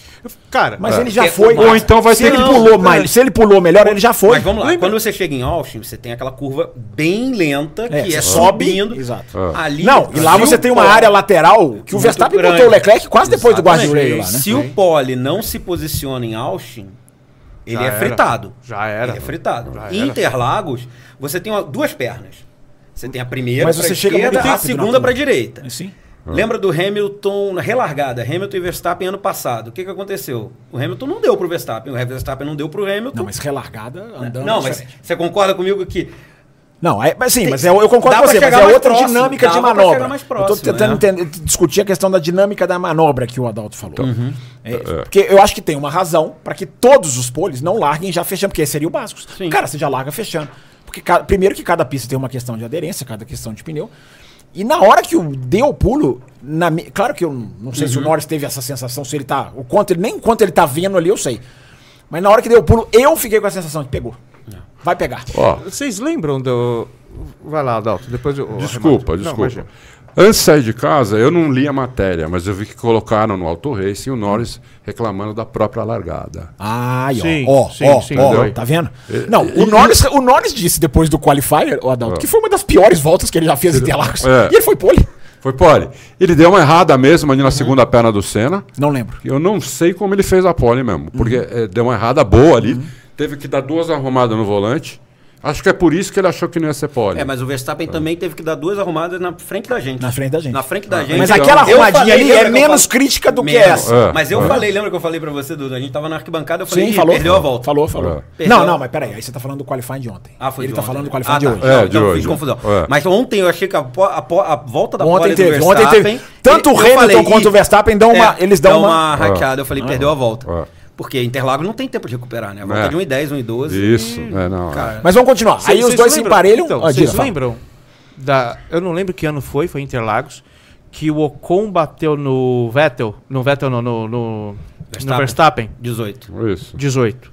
S2: Cara,
S3: Mas ele
S5: É,
S3: já foi.
S5: ou
S4: então vai
S3: se
S4: ter
S3: ele
S4: que-
S3: pulou mais, Se ele pulou melhor, ele já foi.
S5: Mas vamos lá, quando você chega em Austin, você tem aquela curva bem lenta,
S3: É,
S5: que é
S3: sobe,
S5: subindo.
S3: exato.
S5: Ali,
S3: Não, e lá
S5: se
S3: você
S5: o
S3: tem uma
S5: pole-
S3: área lateral que o
S5: Muito
S3: Verstappen
S5: grande.
S3: botou o Leclerc quase depois do
S5: Exatamente.
S3: guarda-rail lá, né?
S5: Se o pole não se posiciona em Austin, ele
S2: Já
S5: é
S2: era.
S5: fritado.
S2: Já era.
S5: Ele é fritado.
S2: Já
S5: Em
S2: era.
S5: Interlagos, você tem ó, duas pernas. Você tem a primeira
S3: Mas
S5: pra
S3: você chega
S5: esquerda,
S3: muito
S5: a
S3: rápido na
S5: segunda
S3: curva.
S5: para direita.
S3: Sim.
S2: Hum.
S5: Lembra do Hamilton na relargada, Hamilton e Verstappen ano passado. O que, que aconteceu? O Hamilton não deu pro Verstappen, o Verstappen não deu pro Hamilton.
S3: Não, mas relargada andando.
S5: Não,
S3: é
S5: mas
S3: diferente.
S5: você concorda comigo que
S3: Não, é, mas sim,
S5: Tem-
S3: mas é- eu concordo
S5: dá
S3: com
S5: pra
S3: você, mas
S5: chegar
S3: é
S5: mais
S3: outra
S5: próximo,
S3: dinâmica
S5: dá
S3: de
S5: pra
S3: manobra.
S5: chegar mais
S3: eu
S5: próximo,
S3: tô tentando
S5: né?
S3: entender- discutir a questão da dinâmica da manobra que o Adalto falou.
S5: Uhum.
S3: É, porque eu acho que tem uma razão pra que todos os poles não larguem já fechando, porque seria o básico. Cara, você já larga fechando. Porque ca- primeiro que cada pista tem uma questão de aderência, cada questão de pneu. E na hora que o deu o pulo, na mi- claro que eu não sei se
S5: Uhum.
S3: o Norris teve essa sensação, se ele tá. O quanto ele, nem o quanto ele tá vendo ali, eu sei. Mas na hora que deu o pulo, eu fiquei com a sensação de pegou.
S5: É.
S3: Vai pegar.
S4: Ó,
S2: Vocês lembram do. Vai lá, Adalto, depois eu.
S4: desculpa,
S2: Não,
S4: desculpa.
S2: imagina.
S4: Antes de sair de casa, eu não li a matéria, mas eu vi que colocaram no Auto Racing o Norris reclamando da própria largada.
S3: Ai, ó,
S2: Sim,
S3: ó,
S2: sim,
S3: ó,
S2: sim, É,
S3: ó,
S4: entendeu?
S3: tá vendo? Não, o Norris, o Norris disse depois do qualifier, o Adalto, que foi uma das piores voltas que ele já fez em Interlagos.
S4: É.
S3: E ele foi pole.
S4: Foi pole. Ele deu uma errada mesmo
S5: Uhum.
S4: ali na segunda perna do Senna.
S3: Não lembro.
S4: Eu não sei como ele fez a pole
S5: Uhum.
S4: mesmo, porque eh, deu uma errada boa ali. Teve que dar duas arrumadas no volante. Acho que é por isso que ele achou que não ia ser pole.
S5: É, mas o Verstappen também teve que dar duas arrumadas na frente da gente.
S3: Na frente da gente. Ah.
S5: Na frente da gente.
S3: Mas
S4: Então,
S3: aquela
S5: Eu
S3: arrumadinha
S5: falei,
S3: ali
S5: lembra
S3: é
S5: que eu
S3: menos
S5: falei?
S3: crítica do que
S5: Menos.
S3: essa.
S4: É,
S5: Mas eu
S4: é.
S5: falei, lembra que eu falei pra você, Dudu? A gente tava na arquibancada, eu falei,
S3: Sim,
S5: "Ih,
S3: falou.
S5: perdeu a volta.
S3: Falou, falou.
S4: É.
S3: Não,
S5: Perdeu.
S3: não, mas peraí. Aí você tá falando do qualifying de ontem.
S5: Ah, foi
S3: Ele
S5: de
S3: tá
S5: ontem.
S3: falando do qualifying
S5: Ah,
S3: de
S5: tá.
S3: hoje.
S4: É,
S5: Então,
S4: de
S5: então
S4: hoje.
S5: fiz confusão.
S4: É.
S5: Mas ontem eu achei que a, po- a po- a volta da pole
S3: Ontem
S5: do
S3: teve, ontem
S5: Verstappen,
S3: teve. Tanto o
S5: eu falei,
S3: Hamilton
S5: "Ih,
S3: quanto o Verstappen dão uma-
S5: é,
S3: eles dão
S5: dão
S3: uma- Ah.
S5: uma hackeada. Eu falei, perdeu a volta.
S4: É.
S5: Porque Interlagos não tem tempo de recuperar, né? A volta
S4: É.
S5: de 1,10, 1,12.
S4: Isso, é, não. é.
S5: Cara,
S3: Mas vamos continuar. aí os
S2: Vocês
S3: dois se
S2: lembram-
S3: emparelham.
S2: Então,
S3: Ah,
S2: vocês
S3: diga, fala.
S2: lembram? Da, eu não lembro que ano foi, foi Interlagos, que o Ocon bateu no Vettel. No Vettel, não, no, no, no
S5: Verstappen.
S2: Verstappen,
S5: 18.
S4: Isso.
S2: 18.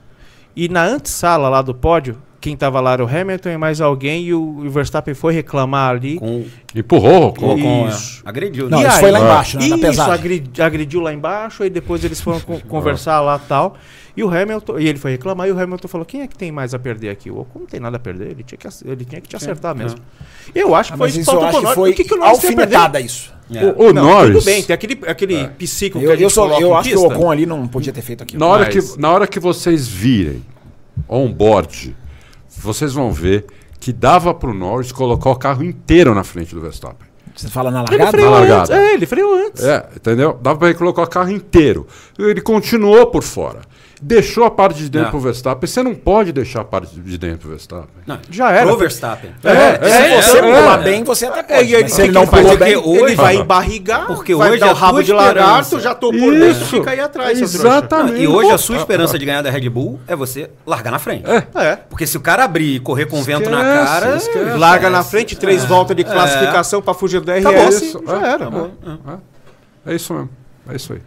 S2: E na antessala lá do pódio, quem tava lá era o Hamilton e mais alguém, e o, e o Verstappen foi reclamar ali.
S5: Com
S4: Empurrou,
S5: com
S4: com...
S5: Ocon,
S2: Isso.
S5: é. Agrediu,
S3: Não,
S5: né?
S2: E
S3: isso
S2: aí?
S3: foi lá embaixo, né,
S2: Isso,
S3: na pesagem.
S2: agredi- agrediu lá embaixo, aí depois eles foram
S3: [LAUGHS]
S2: con- conversar lá tal. E o Hamilton, e ele foi reclamar, e o Hamilton falou: quem é que tem mais a perder aqui? O Ocon não tem nada a perder, ele tinha que, ace- ele tinha que te acertar mesmo. Eu acho
S3: é. Ah,
S2: que foi
S3: mas isso eu
S2: falta
S3: acho
S2: pro
S3: que
S2: Norris.
S3: foi
S2: O que que o Norris tem a perder?
S3: alfinetada isso.
S5: É.
S4: O, o
S2: Não,
S4: Norris.
S2: Tudo bem, tem aquele, aquele psico que
S3: É. Eu,
S2: a gente
S3: eu, sou,
S2: coloca
S3: eu
S2: em
S3: acho que o
S2: pista.
S3: Ocon ali não podia ter feito aquilo.
S4: Na hora,
S2: Mas-
S4: que, na hora que vocês virem on-board, vocês vão ver que dava pro Norris colocar o carro inteiro na frente do Verstappen.
S3: Você fala na
S2: Ele
S3: largada?
S2: freou
S4: Na
S2: antes.
S4: largada.
S2: É, ele freou antes.
S4: É, entendeu? Dava pra ele colocar o carro inteiro. Ele continuou por fora. Deixou a parte de dentro
S5: É.
S4: pro Verstappen. Você não pode deixar a parte de dentro pro Verstappen.
S5: Não,
S2: Já era.
S5: Pro Verstappen.
S4: É,
S3: Se
S4: é,
S3: você
S4: é,
S3: pular
S4: é.
S3: bem, você até
S2: É,
S3: pode.
S2: e ele,
S3: mas se ele
S2: que
S3: não
S2: que faz?
S3: pulou
S5: Porque
S3: bem...
S2: ele
S5: hoje-
S2: vai embarrigar,
S5: Porque
S2: vai
S5: hoje
S3: é
S2: dar
S5: a
S2: o rabo
S5: tua
S2: de lagarto,
S5: esperança-
S2: já tô por dentro,
S4: Isso.
S2: fica é aí atrás, seu trouxa.
S4: Exatamente.
S5: E hoje a
S3: Ah,
S5: sua esperança de ganhar da Red Bull é você largar na frente.
S2: É.
S5: Porque se o cara abrir e correr com vento na
S4: Esquece,
S5: cara,
S4: esquece.
S2: Larga na frente, três
S3: É.
S2: voltas de classificação pra fugir
S3: Tá
S2: do
S4: Acabou,
S2: RS.
S4: isso.
S2: já
S4: É,
S2: era.
S4: acabou. É isso mesmo. É isso aí.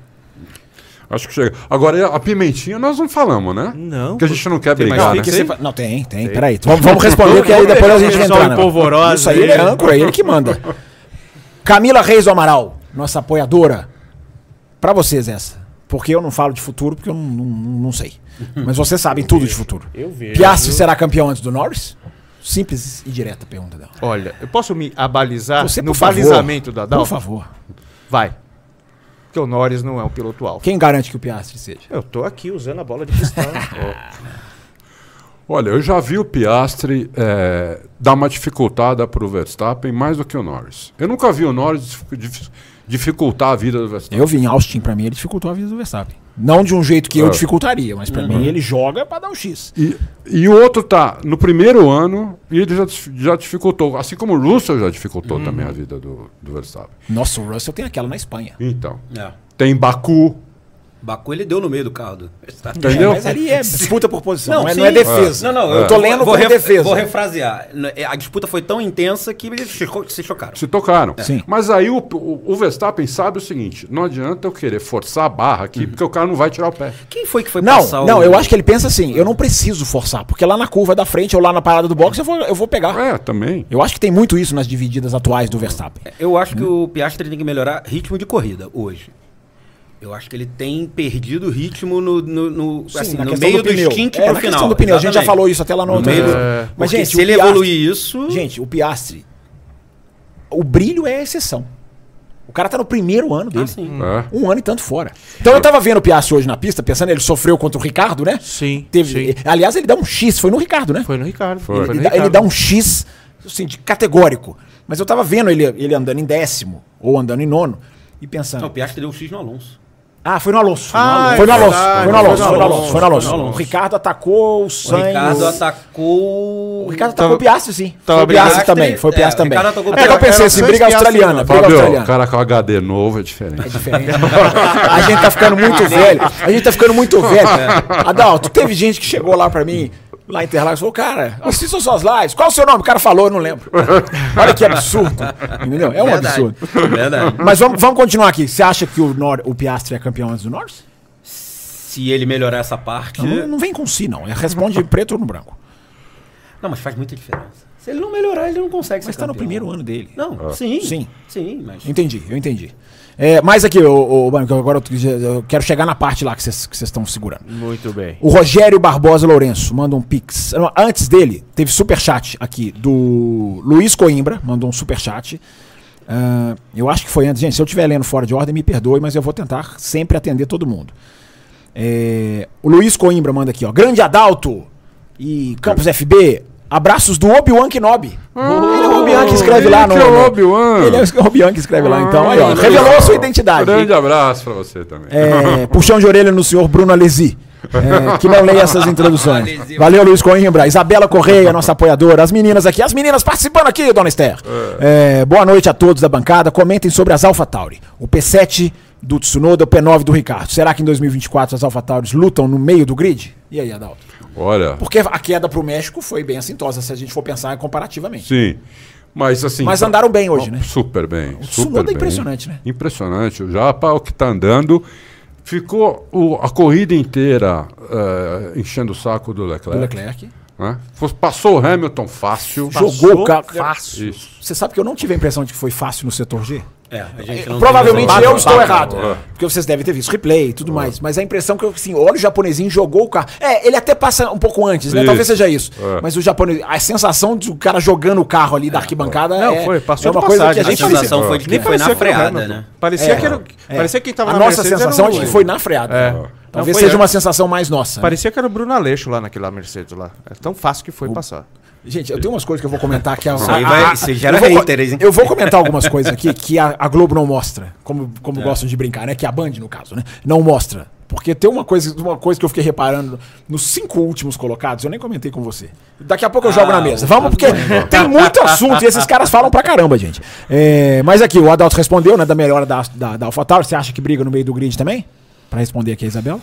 S4: Acho que chega. Agora, a pimentinha nós não falamos, né?
S2: Não,
S4: Porque a gente não quer
S2: tem mais
S4: brigar, né?
S2: pique
S3: Porque você
S2: Sim.
S3: fa- Não, tem, tem. Peraí. Vamos, vamos responder, que aí depois a gente vai
S2: Pessoal
S3: entrar. né?
S2: empolvorosa
S3: Isso aí
S2: aí.
S3: ele é âncora, ele que manda. Camila Reis do Amaral, nossa apoiadora. Pra vocês essa. Porque eu não falo de futuro, porque eu não, não- não sei. Mas vocês sabem tudo de futuro. Eu vejo. Piastri será campeão antes do Norris? Simples e direta pergunta dela.
S2: Olha, eu posso me abalizar
S3: Você,
S2: Ah, no
S3: por favor,
S2: balizamento da Dal?
S3: Por favor.
S2: Vai. Porque o Norris não é um piloto alto.
S3: Quem garante que o Piastri seja?
S2: Eu tô aqui usando a bola de [LAUGHS] cristal. Ó.
S4: Olha, eu já vi o Piastri eh, dar uma dificultada para o Verstappen mais do que o Norris. Eu nunca vi o Norris dificu- dif- dificultar a vida do Verstappen.
S3: Eu vi em Austin, pra mim, ele dificultou a vida do Verstappen. Não de um jeito
S2: Ah.
S3: que eu dificultaria, mas
S2: Uhum.
S3: pra mim ele joga pra dar um X.
S4: E, e o outro tá no primeiro ano e ele já, dif- já dificultou. Assim como o Russell já dificultou também a vida do, do Verstappen.
S3: Nossa, o Russell tem aquela na Espanha.
S4: Então,
S5: É.
S4: tem Baku,
S5: Baku ele deu no meio do carro do Verstappen.
S4: entendeu?
S3: Mas ali é disputa por posição, não, é,
S5: sim.
S3: não é defesa.
S5: Não, não,
S3: eu tô lendo
S5: vou,
S3: como
S5: ref-
S3: defesa.
S5: Vou refrasear. N- é, A disputa foi tão intensa que eles se cho- se chocaram.
S4: Se tocaram.
S3: É. Sim.
S4: Mas aí o, o, o Verstappen sabe o seguinte: não adianta eu querer forçar a barra
S3: Uhum.
S4: aqui, porque o cara não vai tirar o pé.
S5: Quem foi que foi passar
S3: Não, não,
S5: o...
S3: eu acho que ele pensa assim, eu não preciso forçar, porque lá na curva da frente ou lá na parada do box eu vou, eu vou pegar.
S4: É, também.
S3: Eu acho que tem muito isso nas divididas atuais do Verstappen.
S5: Eu acho que o Piastri tem que melhorar ritmo de corrida hoje. Eu acho que ele tem perdido ritmo no, no, no- assim,
S3: na
S5: no
S3: questão
S5: meio
S3: do
S5: do,
S3: pneu.
S5: stint
S3: É,
S5: pro
S3: na
S5: final.
S3: questão do pneu, a gente já
S5: Exatamente.
S3: falou isso até lá no
S5: No
S3: outro.
S5: meio do-
S3: Mas
S5: Porque
S3: gente,
S5: se
S3: o
S5: ele
S3: Piastri-
S5: evoluir isso...
S3: Gente, o Piastri, o brilho é a exceção. O cara tá no primeiro ano dele.
S5: Ah, sim.
S4: É.
S3: Um ano e tanto fora. Então eu tava vendo o Piastri hoje na pista, pensando, ele sofreu contra o Ricardo, né?
S2: Sim,
S3: Teve,
S2: sim.
S3: Aliás, ele dá um X, foi no Ricardo, né?
S2: Foi no Ricardo.
S4: Foi.
S2: no
S3: Ele, dá,
S2: Ricardo.
S3: ele dá um X assim, de categórico. Mas eu tava vendo ele, ele andando em décimo ou andando em nono e
S5: Não, o
S3: pensando.
S5: Piastri deu um X no Alonso.
S3: Ah, foi no Alonso.
S2: Ah,
S3: foi no
S2: é
S3: Alonso.
S2: verdade,
S3: Foi no Alonso.
S2: foi no
S3: Foi no
S2: Alonso,
S3: Alonso. Foi no
S5: foi no
S3: Alonso. O
S5: Alonso.
S3: Ricardo atacou o
S5: O
S3: Sainz.
S5: Ricardo
S3: atacou.
S5: atacou...
S3: O Ricardo atacou
S2: Tava-
S3: o Piastri, sim.
S2: tava
S3: foi o Piastri
S5: Piastri,
S3: também. Foi o
S5: é,
S3: Piastri
S5: o
S3: também.
S5: Ricardo atacou o
S3: É que eu
S5: Piastri.
S3: pensei
S2: Era
S3: assim,
S2: só
S3: briga
S2: esse Piastri,
S3: australiana.
S2: não.
S3: Briga
S4: Fábio, o
S3: australiana.
S4: cara com HD novo é diferente.
S3: Diferente. [LAUGHS] A gente tá ficando muito velho. A gente tá ficando muito velho. Adalto, teve gente que chegou lá pra mim, lá em Interlagos, falou, cara, assistam suas lives. Qual o seu nome? O cara falou, eu não lembro. Olha que absurdo. Entendeu? É um
S5: Verdade.
S3: absurdo.
S5: Verdade.
S3: Mas vamos, vamos continuar aqui. Você acha que o, Nor o Piastri é campeão antes do Norris?
S5: Se ele melhorar essa parte...
S3: Não, não vem com si, não. É Responde preto ou no branco.
S5: Não, mas faz muita diferença. Se ele não melhorar, ele não consegue
S3: Mas
S5: ser
S3: tá no
S5: campeão.
S3: primeiro ano dele.
S5: Não, sim.
S3: Ah. Sim.
S5: Sim, mas...
S3: Entendi, eu entendi. É, mas aqui, ô, ô, Mano, que agora eu- eu quero chegar na parte lá que vocês que vocês estão segurando.
S2: Muito bem.
S3: um- O Rogério Barbosa Lourenço manda um pix. Não, Antes dele, teve superchat aqui do Luiz Coimbra, mandou um superchat. Ah, eu acho que foi antes. Gente, se eu estiver lendo fora de ordem, me perdoe, mas eu vou tentar sempre atender todo mundo. É, o Luiz Coimbra manda aqui, ó. Grande Adalto e Campos FB. Abraços do Obi-Wan Kenobi. ele é o Obi-Wan que escreve lá no.
S4: Ah, ele que é o
S3: no-
S4: Obi-Wan. é
S3: Ele é o Obi-Wan que escreve lá, então. Aí, ó,
S4: Olha
S3: revelou a
S4: só.
S3: sua identidade.
S4: Grande abraço pra você também.
S3: É, puxão de orelha no senhor Bruno Alesi. é, que não leia essas introduções. Valeu, Luiz Coimbra. Isabela Correia, nossa apoiadora. As meninas aqui. As meninas participando aqui, dona Esther. É, boa noite a todos da bancada. Comentem sobre as Alpha Tauri. O P7 do Tsunoda, o P9 do Ricardo. Será que em 2024 as Alpha Tauris lutam no meio do grid? E aí, Adalto?
S4: Olha,
S3: Porque a queda pro México foi bem assintosa, se a gente for pensar comparativamente.
S4: sim. Mas assim.
S3: Mas
S4: tá-
S3: andaram bem hoje, né?
S4: Super bem.
S3: O
S4: super
S3: Tsunoda é
S4: bem.
S3: impressionante, né?
S4: Impressionante. O Japa, o que está andando. Ficou o- a corrida inteira eh, enchendo o saco do Leclerc.
S3: O Leclerc
S4: né? Fos- Passou o Hamilton fácil.
S3: jogou o carro.
S2: fácil.
S4: Isso.
S3: Você sabe que eu não tive a impressão de que foi fácil no setor G?
S5: É, a gente não tem
S3: Provavelmente
S5: razão.
S3: eu estou
S2: Bata,
S3: errado.
S4: é.
S3: Porque vocês devem ter visto replay e tudo mais. Mas a impressão que eu, assim, olha o japonesinho jogou o carro. É, ele até passa um pouco antes, né?
S4: Isso.
S3: Talvez seja isso.
S4: É.
S3: Mas o japonês, a sensação do cara jogando o carro ali da arquibancada
S2: Não,
S3: é,
S2: foi, passou
S3: é uma
S2: de
S3: coisa que a
S2: passagem.
S5: A
S3: gente...
S2: Nem parecia-
S5: sensação foi de que
S2: Nem
S5: foi
S2: parecia
S5: na
S2: que era o
S5: freada,
S2: Hamilton.
S5: né?
S2: Parecia
S3: É,
S2: que era,
S3: é.
S2: parecia que quem tava
S3: A
S2: na
S3: nossa
S2: Mercedes era
S3: sensação
S2: o-
S3: é de que foi na freada.
S2: É.
S3: Talvez
S2: Não, foi
S3: seja
S2: ele.
S3: uma sensação mais nossa.
S2: É.
S3: né?
S2: Parecia que era o Bruno Aleixo lá naquela Mercedes lá. É tão fácil que foi passar.
S3: Gente, eu tenho umas coisas que eu vou comentar aqui.
S5: Isso aí vai- isso gera
S3: eu, vou, co-
S5: haters, hein?
S3: eu vou comentar algumas coisas aqui que a, a Globo não mostra, como,
S5: É.
S3: como gostam de brincar, né? Que a Band, no caso, né? Não mostra. Porque tem uma coisa, uma coisa que eu fiquei reparando nos cinco últimos colocados, eu nem comentei com você. Daqui a pouco eu
S5: Ah,
S3: jogo na mesa. Vamos, porque tem muito assunto e esses caras falam pra caramba, gente. É, mas aqui, o Adalto respondeu, né? Da melhora da, da, da AlphaTauri. Você acha que briga no meio do grid também? Pra responder aqui a Isabel?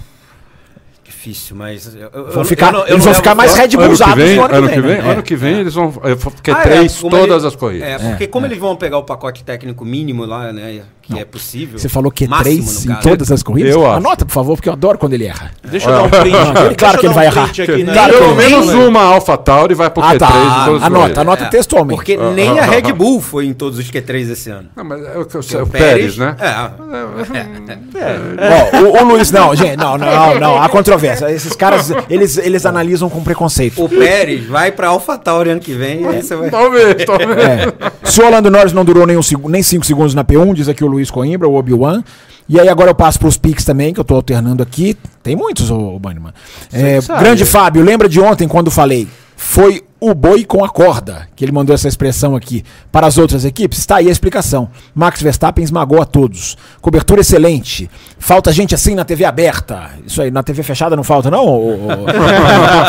S5: Difícil, mas. eu- eu-
S3: Vão
S5: eu-
S3: ficar,
S5: eu não- eu
S3: eles
S5: não
S3: vão ficar
S5: levo-
S3: mais Red Bull
S4: Ano que vem,
S3: no
S4: ano que vem,
S3: né?
S4: ano que vem eles vão. eh, f- Porque
S5: Ah, é,
S4: três
S5: como
S4: todas
S5: ele-
S4: as corridas.
S5: É, porque como eles vão pegar o pacote técnico mínimo lá, né? Que é possível.
S3: Você falou que
S5: máximo,
S3: três
S5: no
S3: em
S5: caso.
S3: todas as corridas?
S4: Eu acho.
S3: Anota, por favor, porque eu adoro quando ele erra.
S2: Deixa eu dar um print.
S3: Não, ele- Ah, claro que ele vai errar.
S4: Porque
S3: Claro que
S4: Pelo
S3: ele-
S4: menos uma Alpha Tauri vai pro Q3 em todas as
S3: um. Ah, tá. Anota,
S4: corridas.
S3: anota
S5: É,
S3: textualmente.
S5: Porque
S3: Ah,
S5: nem a Red Bull foi em todos os Q3 esse ano.
S4: Não, mas é o que eu sei, o Pérez, né?
S5: É.
S3: Ó, o, o Luiz, não, gente, não, não, não, há controvérsia. Esses caras, eles, eles analisam com preconceito.
S5: O Pérez vai pra AlphaTauri ano que vem e aí você
S3: então-
S5: vai.
S4: Talvez, talvez.
S3: É. Se o Orlando Norris não durou nem, um, seg- nem cinco segundos na P1, diz aqui o Luiz Coimbra, o Obi-Wan. E aí agora eu passo pros Pix também, que eu tô alternando aqui. Tem muitos, ô, ô Bannerman. É, grande Fábio, lembra de ontem quando falei? Foi o boi com a corda, que ele mandou essa expressão aqui. Para as outras equipes, está aí a explicação. Max Verstappen esmagou a todos. Cobertura excelente. Falta gente assim na TV aberta. Isso aí, na TV fechada não falta, não? ô, ô, ô?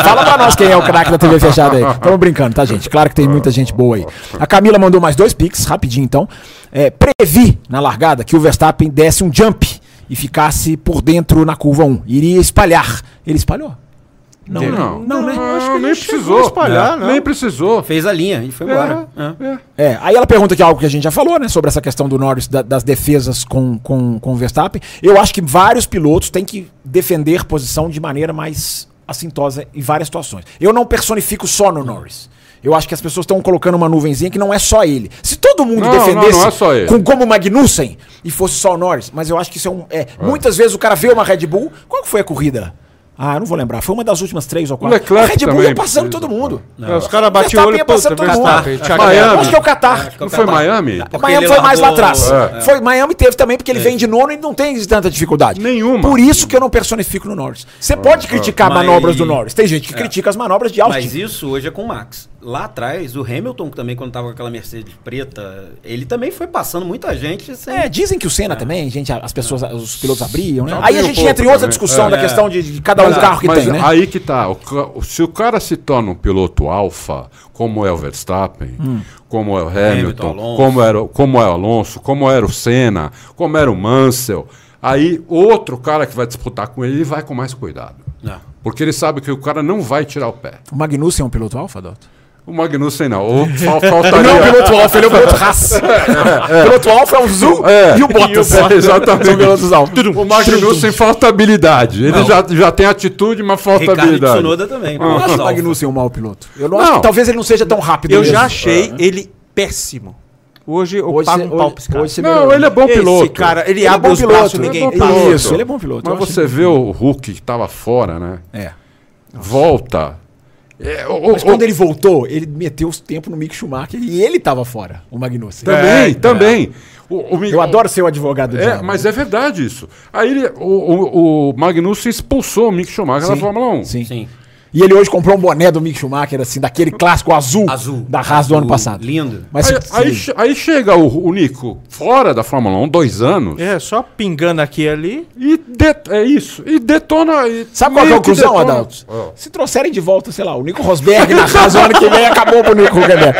S3: Fala pra nós quem é o craque da TV fechada aí. Estamos brincando, tá, gente? Claro que tem muita gente boa aí. A Camila mandou mais dois piques, rapidinho então. É, previ na largada que o Verstappen desse um jump e ficasse por dentro na curva 1. Iria espalhar. Ele espalhou? Não,
S4: Não,
S3: né?
S4: não.
S3: [LAUGHS] não, né?
S2: acho que
S4: nem
S2: nem chegou
S4: precisou.
S2: a espalhar,
S4: né?
S2: não.
S4: Nem precisou.
S5: Fez a linha e foi embora. É.
S3: É, aí ela pergunta aqui algo que a gente já falou, né? Sobre essa questão do Norris, da- das defesas com, com, com o Verstappen. Eu acho que vários pilotos têm que defender posição de maneira mais assintosa em várias situações. Eu não personifico só no Norris. Eu acho que as pessoas estão colocando uma nuvenzinha que não é só ele. Se todo mundo
S4: Não,
S3: defendesse
S4: não, não é só ele.
S3: com como Magnussen e fosse só o Norris, mas eu acho que isso é um. é, Muitas vezes o cara vê uma Red Bull. Qual que foi a corrida? Ah, eu não vou lembrar. Foi uma das últimas três ou
S4: O
S3: quatro. a
S4: Leclerc
S3: Red Bull
S4: também
S3: ia passando
S4: precisa.
S3: todo mundo.
S2: É, os caras batiam o
S3: Verstappen
S2: olho
S3: ia
S2: pô,
S3: passando todo mundo.
S2: Verstappen, Thiago
S4: Miami.
S2: Alonso.
S3: Eu acho que é o Catar.
S4: Não foi Miami?
S5: Porque
S3: Miami
S5: ele
S3: foi mais lá
S5: largou-
S3: atrás.
S4: É.
S3: Foi Miami teve também, porque ele vem de nono e não tem tanta dificuldade.
S4: Nenhuma.
S3: Por isso que eu não personifico no Norris. Você pode
S4: Ah,
S3: criticar
S5: Mas-
S3: manobras do Norris. Tem gente que
S4: É.
S3: critica as manobras de Austin.
S5: Mas isso hoje é com o Max. Lá atrás, o Hamilton também, quando tava com aquela Mercedes preta, ele também foi passando muita gente sem.
S3: É, dizem que o Senna também, gente, as pessoas, os pilotos abriam, né?
S4: Abriu
S3: Aí a
S4: um
S3: gente
S4: pouco
S3: entra em outra
S4: também.
S3: discussão
S4: É.
S3: da questão de, de cada um carro que
S4: mas
S3: tem, né?
S4: aí que tá. o ca- o- se o cara se torna um piloto alfa, como é o Verstappen,
S3: Hum.
S4: como é o Hamilton,
S5: Hamilton, Alonso.
S4: como, era, o- como é o Alonso, como era o Senna, como era o Mansell, aí outro cara que vai disputar com ele, ele vai com mais cuidado.
S5: Não.
S4: Porque ele sabe que o cara não vai tirar o pé.
S3: O Magnussen é um piloto alfa, Dotto?
S4: O Magnussen não. O fal-
S3: Não é um
S4: faltaria...
S3: piloto alfa, ele é um
S4: [LAUGHS]
S3: piloto Haas. O piloto alfa é o Zu
S4: É.
S3: e o Bottas.
S4: [LAUGHS] É, exatamente.
S3: São pilotos alfa.
S4: O Magnussen falta habilidade. Ele já, já tem atitude, mas falta
S5: Ricardo e
S4: habilidade.
S5: Tsunoda tá também.
S3: Eu não acho o
S5: Alfa.
S3: Magnussen um mau piloto. Eu não, acho
S4: é Não.
S3: que talvez ele não seja tão rápido
S2: Eu
S3: mesmo.
S2: já achei ele péssimo. Hoje eu
S3: Hoje
S2: pago
S3: cê-
S2: um pau
S3: hoje-
S2: pra esse cara.
S3: hoje cê
S4: Não, ele é bom
S2: Esse
S4: piloto.
S2: cara, ele,
S3: Ele é
S2: abre
S3: bom
S2: os
S3: piloto,
S2: braços,
S3: ele é
S2: ninguém
S3: bom
S2: passa.
S3: piloto. Isso, ele é bom piloto, eu
S4: Mas
S3: acho
S2: É.
S4: você vê o Hulk que estava fora, né?
S3: É.
S4: Volta É, o-
S3: Mas
S4: o-
S3: quando ele voltou, ele meteu os tempos no Mick Schumacher e ele tava fora, o Magnussen. É.
S4: Também, É, também. O- o Mi-
S3: Eu adoro ser o advogado do
S4: É,
S3: diabo.
S4: mas é verdade isso. Aí ele- o, o, o Magnussen expulsou o Mick Schumacher da
S3: Sim,
S4: Fórmula 1.
S3: Sim.
S5: Sim.
S3: E ele hoje comprou um boné do Mick Schumacher, assim, daquele clássico azul,
S5: Azul.
S3: da Haas do
S5: Azul,
S3: ano passado.
S5: lindo.
S3: Mas
S4: aí,
S3: sim,
S4: aí che- aí chega o, o Nico fora da Fórmula 1, dois anos,
S2: É, só pingando aqui e ali.
S4: e de- é isso. E detona. e
S3: Sabe qual que é
S4: meio
S3: o cruzão,
S4: detona.
S3: Adalto?
S4: Ó.
S3: Se trouxerem de volta, sei lá, o Nico Rosberg na Haas o ano que vem, acabou pro Nico Rosberg.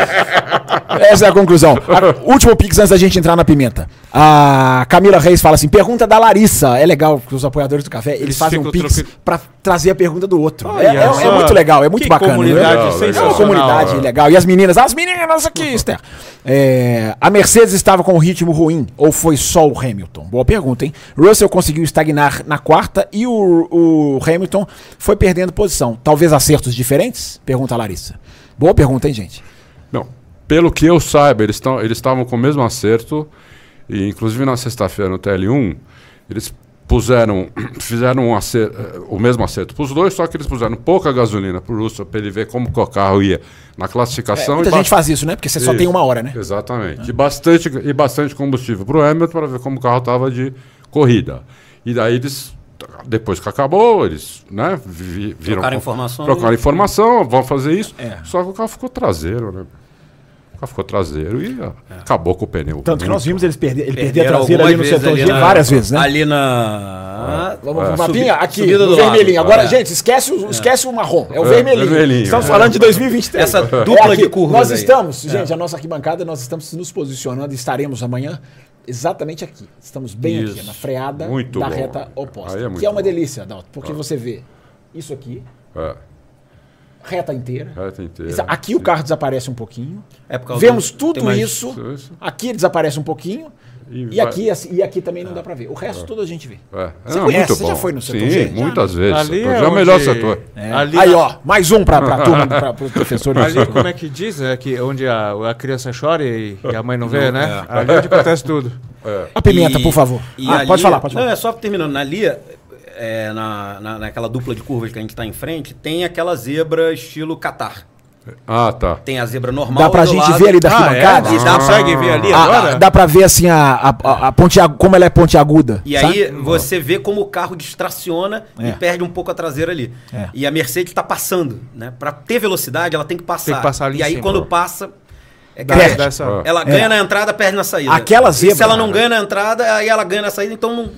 S3: Essa é a conclusão. A- último pix antes da gente entrar na pimenta. A Camila Reis fala assim, pergunta da Larissa. É legal que os apoiadores do café, eles,
S2: Eles
S3: fazem um
S2: ficam
S3: pix
S2: troca-
S3: pra trazer a pergunta do outro.
S2: Olha
S3: é, é- é
S2: só.
S3: muito legal, é muito
S2: Que
S3: bacana.
S2: comunidade
S3: né? É uma
S4: sensacional,
S3: comunidade
S4: é.
S3: legal. E as meninas, as meninas aqui, Esther. É, a Mercedes estava com um ritmo ruim ou foi só o Hamilton? Boa pergunta, hein? Russell conseguiu estagnar na quarta e o, o Hamilton foi perdendo posição. Talvez acertos diferentes? Pergunta a Larissa. Boa pergunta, hein, gente?
S4: Não. Pelo que eu saiba, eles tão- eles estavam com o mesmo acerto. E inclusive na sexta-feira no TL1, eles puseram, [CLEARS THROAT] fizeram um acer- eh, o mesmo acerto para os dois, só que eles puseram pouca gasolina para o Russell para ele ver como que o carro ia na classificação.
S3: Muita
S4: e
S3: gente
S4: ba-
S3: faz isso, né? Porque você só
S4: Isso.
S3: tem uma hora, né?
S4: Exatamente. E, bastante, e bastante combustível para o Hamilton para ver como o carro estava de corrida. E daí eles, depois que acabou, eles né, vi- viram.
S5: Trocaram
S4: com-
S5: informações.
S4: Trocaram informação, vão fazer isso. Só que o carro ficou traseiro, né? O carro ficou traseiro e ó, acabou com o pneu.
S3: Tanto que nós vimos eles perder, ele perder a
S5: Perderam
S3: traseira ali no
S5: algumas
S3: setor
S5: vezes
S3: G
S5: ali na-
S3: várias vezes, né?
S5: Ali na.
S3: Vamos
S5: É.
S3: pro mapinha?
S5: Subi-
S3: aqui,
S5: subida
S3: no
S5: do lado.
S3: vermelhinho. Agora,
S5: É.
S3: gente, esquece o, esquece o marrom. É o
S4: É,
S3: vermelhinho.
S4: vermelhinho.
S3: Estamos
S4: É.
S3: falando de 2023.
S5: Essa
S3: É
S5: dupla de curvas
S3: Nós
S5: aí.
S3: estamos, gente, a nossa arquibancada, nós estamos nos posicionando e estaremos amanhã exatamente aqui. Estamos bem aqui,
S4: Isso.
S3: na freada
S4: Muito
S3: da
S4: bom.
S3: reta oposta.
S4: Aí é muito
S3: que é uma
S4: bom. Ah.
S3: delícia, Adalto, porque você vê isso aqui,
S4: É,
S3: reta inteira.
S4: reta inteira.
S3: Isso- Aqui o carro desaparece um pouquinho.
S5: É por causa
S3: Vemos
S5: do-
S3: tudo
S5: tem mais-
S3: isso.
S4: isso.
S3: Aqui desaparece um pouquinho.
S4: E
S3: E,
S4: vai-
S3: aqui, assim, e aqui também não dá pra ver. O resto tudo a gente vê.
S4: É.
S3: Você
S4: Não,
S3: conhece,
S4: muito
S3: você já
S4: bom.
S3: foi no setor
S4: Sim,
S3: G?
S4: muitas vezes.
S2: Ali
S4: setor
S2: é,
S4: G é o
S2: onde-
S4: melhor setor.
S2: Ali,
S3: É.
S2: é
S3: Aí, ó, mais um pra, pra turma, pra, pros
S4: [LAUGHS]
S3: professores.
S2: ali como é que diz, né? Que onde a, a criança chora e, e a mãe não vê, né? Ali é onde acontece tudo.
S3: A pimenta,
S5: E-
S3: por favor.
S5: e
S3: Ah,
S5: ali-
S3: pode falar, pode
S5: Não,
S3: falar.
S5: é só terminando. Ali, é, na, na, naquela dupla de curvas que a gente tá em frente, tem aquela zebra estilo Qatar.
S4: Ah, tá.
S3: É.
S5: Tem a zebra normal.
S3: Dá pra
S5: do
S3: gente
S5: lado-
S3: ver ali da arquibancada?
S2: Ah, é? E dá consegue ver ali
S3: Ah,
S2: agora?
S3: ah, dá pra ver assim a, a, a- a ponte ag- como ela é pontiaguda.
S5: E
S3: sabe?
S5: aí você vê como o carro distraciona
S3: É.
S5: e perde um pouco a traseira ali.
S3: É.
S5: E a Mercedes está passando, né? Para ter velocidade, ela tem que passar.
S2: Tem que passar ali
S5: e
S2: em
S5: aí
S2: cima.
S5: quando passa, é
S2: Dá-
S3: Perde. É.
S2: dá essa-
S5: ela ganha na entrada, perde na saída.
S3: Aquela
S5: E se
S3: zebra,
S5: ela não
S3: né?
S5: ganha na entrada, aí ela ganha na saída, então não-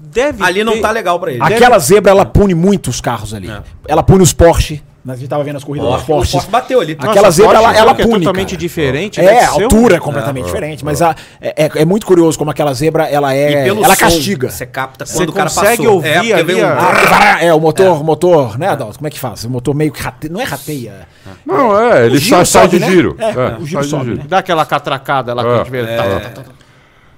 S2: Deve
S5: ali não
S2: ter-
S5: tá legal para ele.
S3: Aquela zebra, ela pune muito os carros ali. Ela pune os Porsche. A gente tava vendo as corridas dos
S5: Porsche.
S3: Porsche.
S5: O Porsche bateu ali.
S3: Aquela zebra,
S2: Porsche,
S3: ela, ela
S2: que é
S3: pune.
S2: totalmente
S3: cara.
S2: diferente,
S3: É,
S2: deve
S3: a
S2: ser um-
S3: altura é completamente diferente. Mas a, é, é- é muito curioso como aquela zebra, ela é. Ela castiga.
S5: Você capta quando
S2: Você
S5: o cara passou.
S2: consegue ouvir
S5: é, porque
S2: ali
S5: vem um-
S2: a-
S3: Ah, É, o motor, o motor, né, Adalto? Como é que faz? O motor meio que rateia. Não é rateia.
S4: Não, é, ele
S3: giro
S4: sai, sai
S3: sobe,
S4: de
S3: né?
S4: giro.
S3: É, o giro
S4: sai de
S3: sobe, né?
S2: Dá aquela catracada lá que a gente vê.
S5: É.
S2: tá, tá, tá, tá.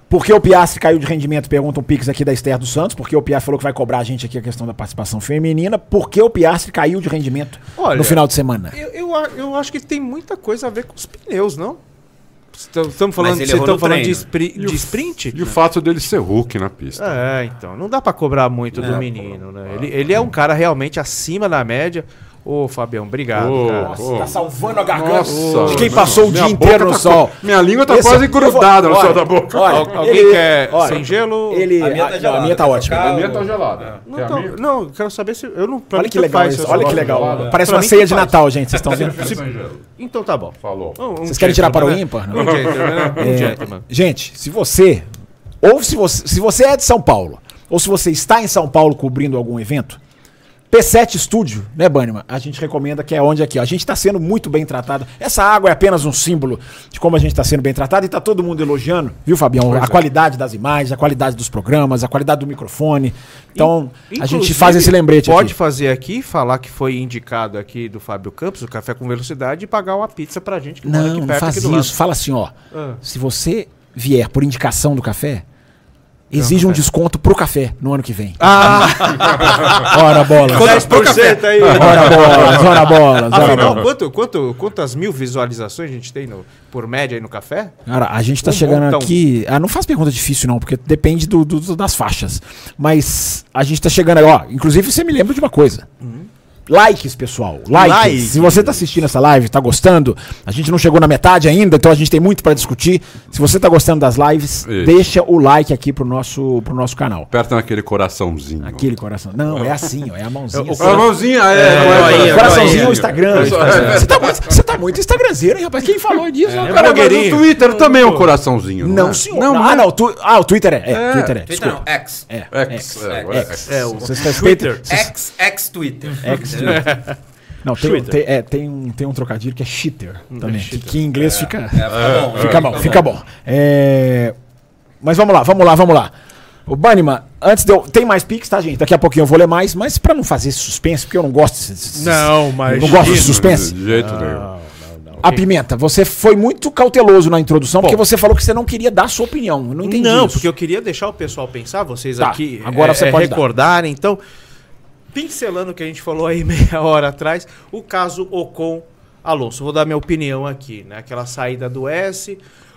S3: Por que o Piastri caiu de rendimento? Pergunta um pix aqui da Esther dos Santos. Por que o Piastri falou que vai cobrar a gente aqui a questão da participação feminina? Por que o Piastri caiu de rendimento
S2: Olha,
S3: no final de semana?
S2: Eu, eu, a- eu acho que tem muita coisa a ver com os pneus, não? Estamos falando,
S5: ele
S2: vocês
S5: errou
S2: estão
S5: no
S2: falando de,
S5: treino.
S2: spri- de sprint?
S4: E o fato dele ser Hulk na pista.
S2: É, então. Não dá pra cobrar muito do menino, né? Ele, ele é um cara realmente acima da média. Ô, Fabião, obrigado,
S4: Ô,
S2: cara.
S4: ô.
S3: Tá salvando a
S4: Nossa,
S3: de quem
S4: mano.
S3: passou o
S4: Minha
S3: dia
S4: boca
S3: inteiro no
S4: tá
S3: sol.
S4: co- minha língua tá
S3: Esse-
S4: quase
S3: eu vou-
S4: grudada no
S3: olha,
S4: céu da boca.
S3: olha,
S2: Al- alguém
S3: ele-
S2: quer
S3: olha,
S2: sem gelo?
S3: Ele,
S5: A minha tá
S3: não,
S5: gelada,
S3: a minha tá
S5: tá
S3: ótima.
S5: tocada.
S4: A minha tá
S3: É.
S4: gelada.
S2: Não,
S4: Quer a
S2: tô-
S4: minha?
S2: não, eu quero saber se. Eu não, pra
S3: Olha
S2: mim
S3: que
S2: tanto
S3: legal
S2: faz
S3: isso,
S2: se eu
S3: olha
S2: sou
S3: que legal.
S2: gelada.
S3: Parece
S2: Pra
S3: uma
S2: mim,
S3: ceia
S2: tanto
S3: de
S2: faz.
S3: Natal, gente. Vocês estão
S2: [LAUGHS]
S3: vendo?
S4: Sem gelo.
S2: Então tá bom.
S4: Falou.
S2: Um- um
S3: Vocês querem tirar para o
S2: gentleman,
S3: ímpar?
S2: né?
S3: Não?
S2: Um gentleman, [LAUGHS] né? Um gentleman.
S3: Gente, se você. Ou se você, se você é de São Paulo, ou se você está em São Paulo cobrindo algum evento, P7 Studio, né, Banima? A gente recomenda que é onde aqui, ó. A gente está sendo muito bem tratado. Essa água é apenas um símbolo de como a gente está sendo bem tratado e tá todo mundo elogiando, viu, Fabião?
S2: é.
S3: a qualidade das imagens, a qualidade dos programas, a qualidade do microfone. Então, a gente
S2: Inclusive,
S3: faz esse lembrete
S2: Pode
S3: aqui.
S2: fazer aqui, falar que foi indicado aqui do Fábio Campos, o Café com Velocidade, e pagar uma pizza pra gente que mora
S3: Não,
S2: aqui
S3: não
S2: perto
S3: faz
S2: aqui do
S3: isso.
S2: lado.
S3: Fala assim, ó.
S2: Ah.
S3: Se você vier por indicação do café, exige um desconto pro café no ano que vem.
S2: Ah!
S3: Ora bola.
S2: aí. né?
S4: né?
S3: Ora bola, ora bola, ora [LAUGHS] bola.
S2: é Afinal, quanto, quanto, quantas mil visualizações a gente tem no, por média aí no café?
S3: Cara, a gente tá
S2: Um
S3: chegando
S2: montão.
S3: aqui. Ah, não faz pergunta difícil, não, porque depende do, do- do- das faixas. Mas a gente tá chegando aí, ó. Inclusive, você me lembra de uma coisa. Likes, pessoal. Likes.
S2: Likes.
S3: Se você tá assistindo essa live, tá gostando, a gente não chegou na metade ainda, então a gente tem muito pra discutir. Se você tá gostando das lives,
S4: Isso.
S3: deixa o like aqui pro nosso, pro nosso canal.
S4: Aperta naquele coraçãozinho.
S3: Aquele coração. Não, é assim, ó, é a mãozinha. assim.
S4: Ah, a mãozinha, é. é,
S5: joinha,
S4: é
S3: Coraçãozinho
S5: joinha.
S3: no Instagram.
S4: É.
S3: Você tá, muito, você tá muito instagramzeiro, hein, rapaz? Quem falou disso?
S2: É,
S3: rapaz?
S4: Cara, mas
S2: blogueirinho.
S4: no Twitter também é um coraçãozinho.
S3: Não,
S4: é?
S3: senhor. Não, ah, não. tu- ah, o Twitter é. É, Twitter é.
S5: Twitter
S3: Desculpa.
S5: não, X.
S3: É.
S4: Ex, é,
S5: Ex.
S4: ex.
S2: É, o
S3: Vocês respeitam.
S5: X, X Twitter.
S3: Ex-
S5: Entendeu?
S3: Não, tem, tem, é, tem, um, tem um trocadilho que é cheater também. Que, que em inglês fica.
S5: É,
S3: Fica
S5: fica bom.
S3: bom, fica bom. É, Mas vamos lá, vamos lá, vamos lá. O Banima, antes de eu. Tem mais pix, tá, gente? Daqui a pouquinho eu vou ler mais, mas pra não fazer esse suspense, porque eu não gosto. desse- desse-
S2: Não, mas.
S3: Não gosto de
S4: Isso,
S3: suspense.
S4: De jeito nenhum.
S3: A Pimenta, você foi muito cauteloso na introdução, porque você falou que você não queria dar sua opinião. Eu não entendi.
S2: Não,
S3: isso.
S2: porque eu queria deixar o pessoal pensar, vocês
S3: Tá,
S2: aqui
S3: agora você pode dar.
S2: recordar, então, pincelando o que a gente falou aí [LAUGHS] meia hora atrás, o caso Ocon Alonso. Vou dar minha opinião aqui, né? Aquela saída do S,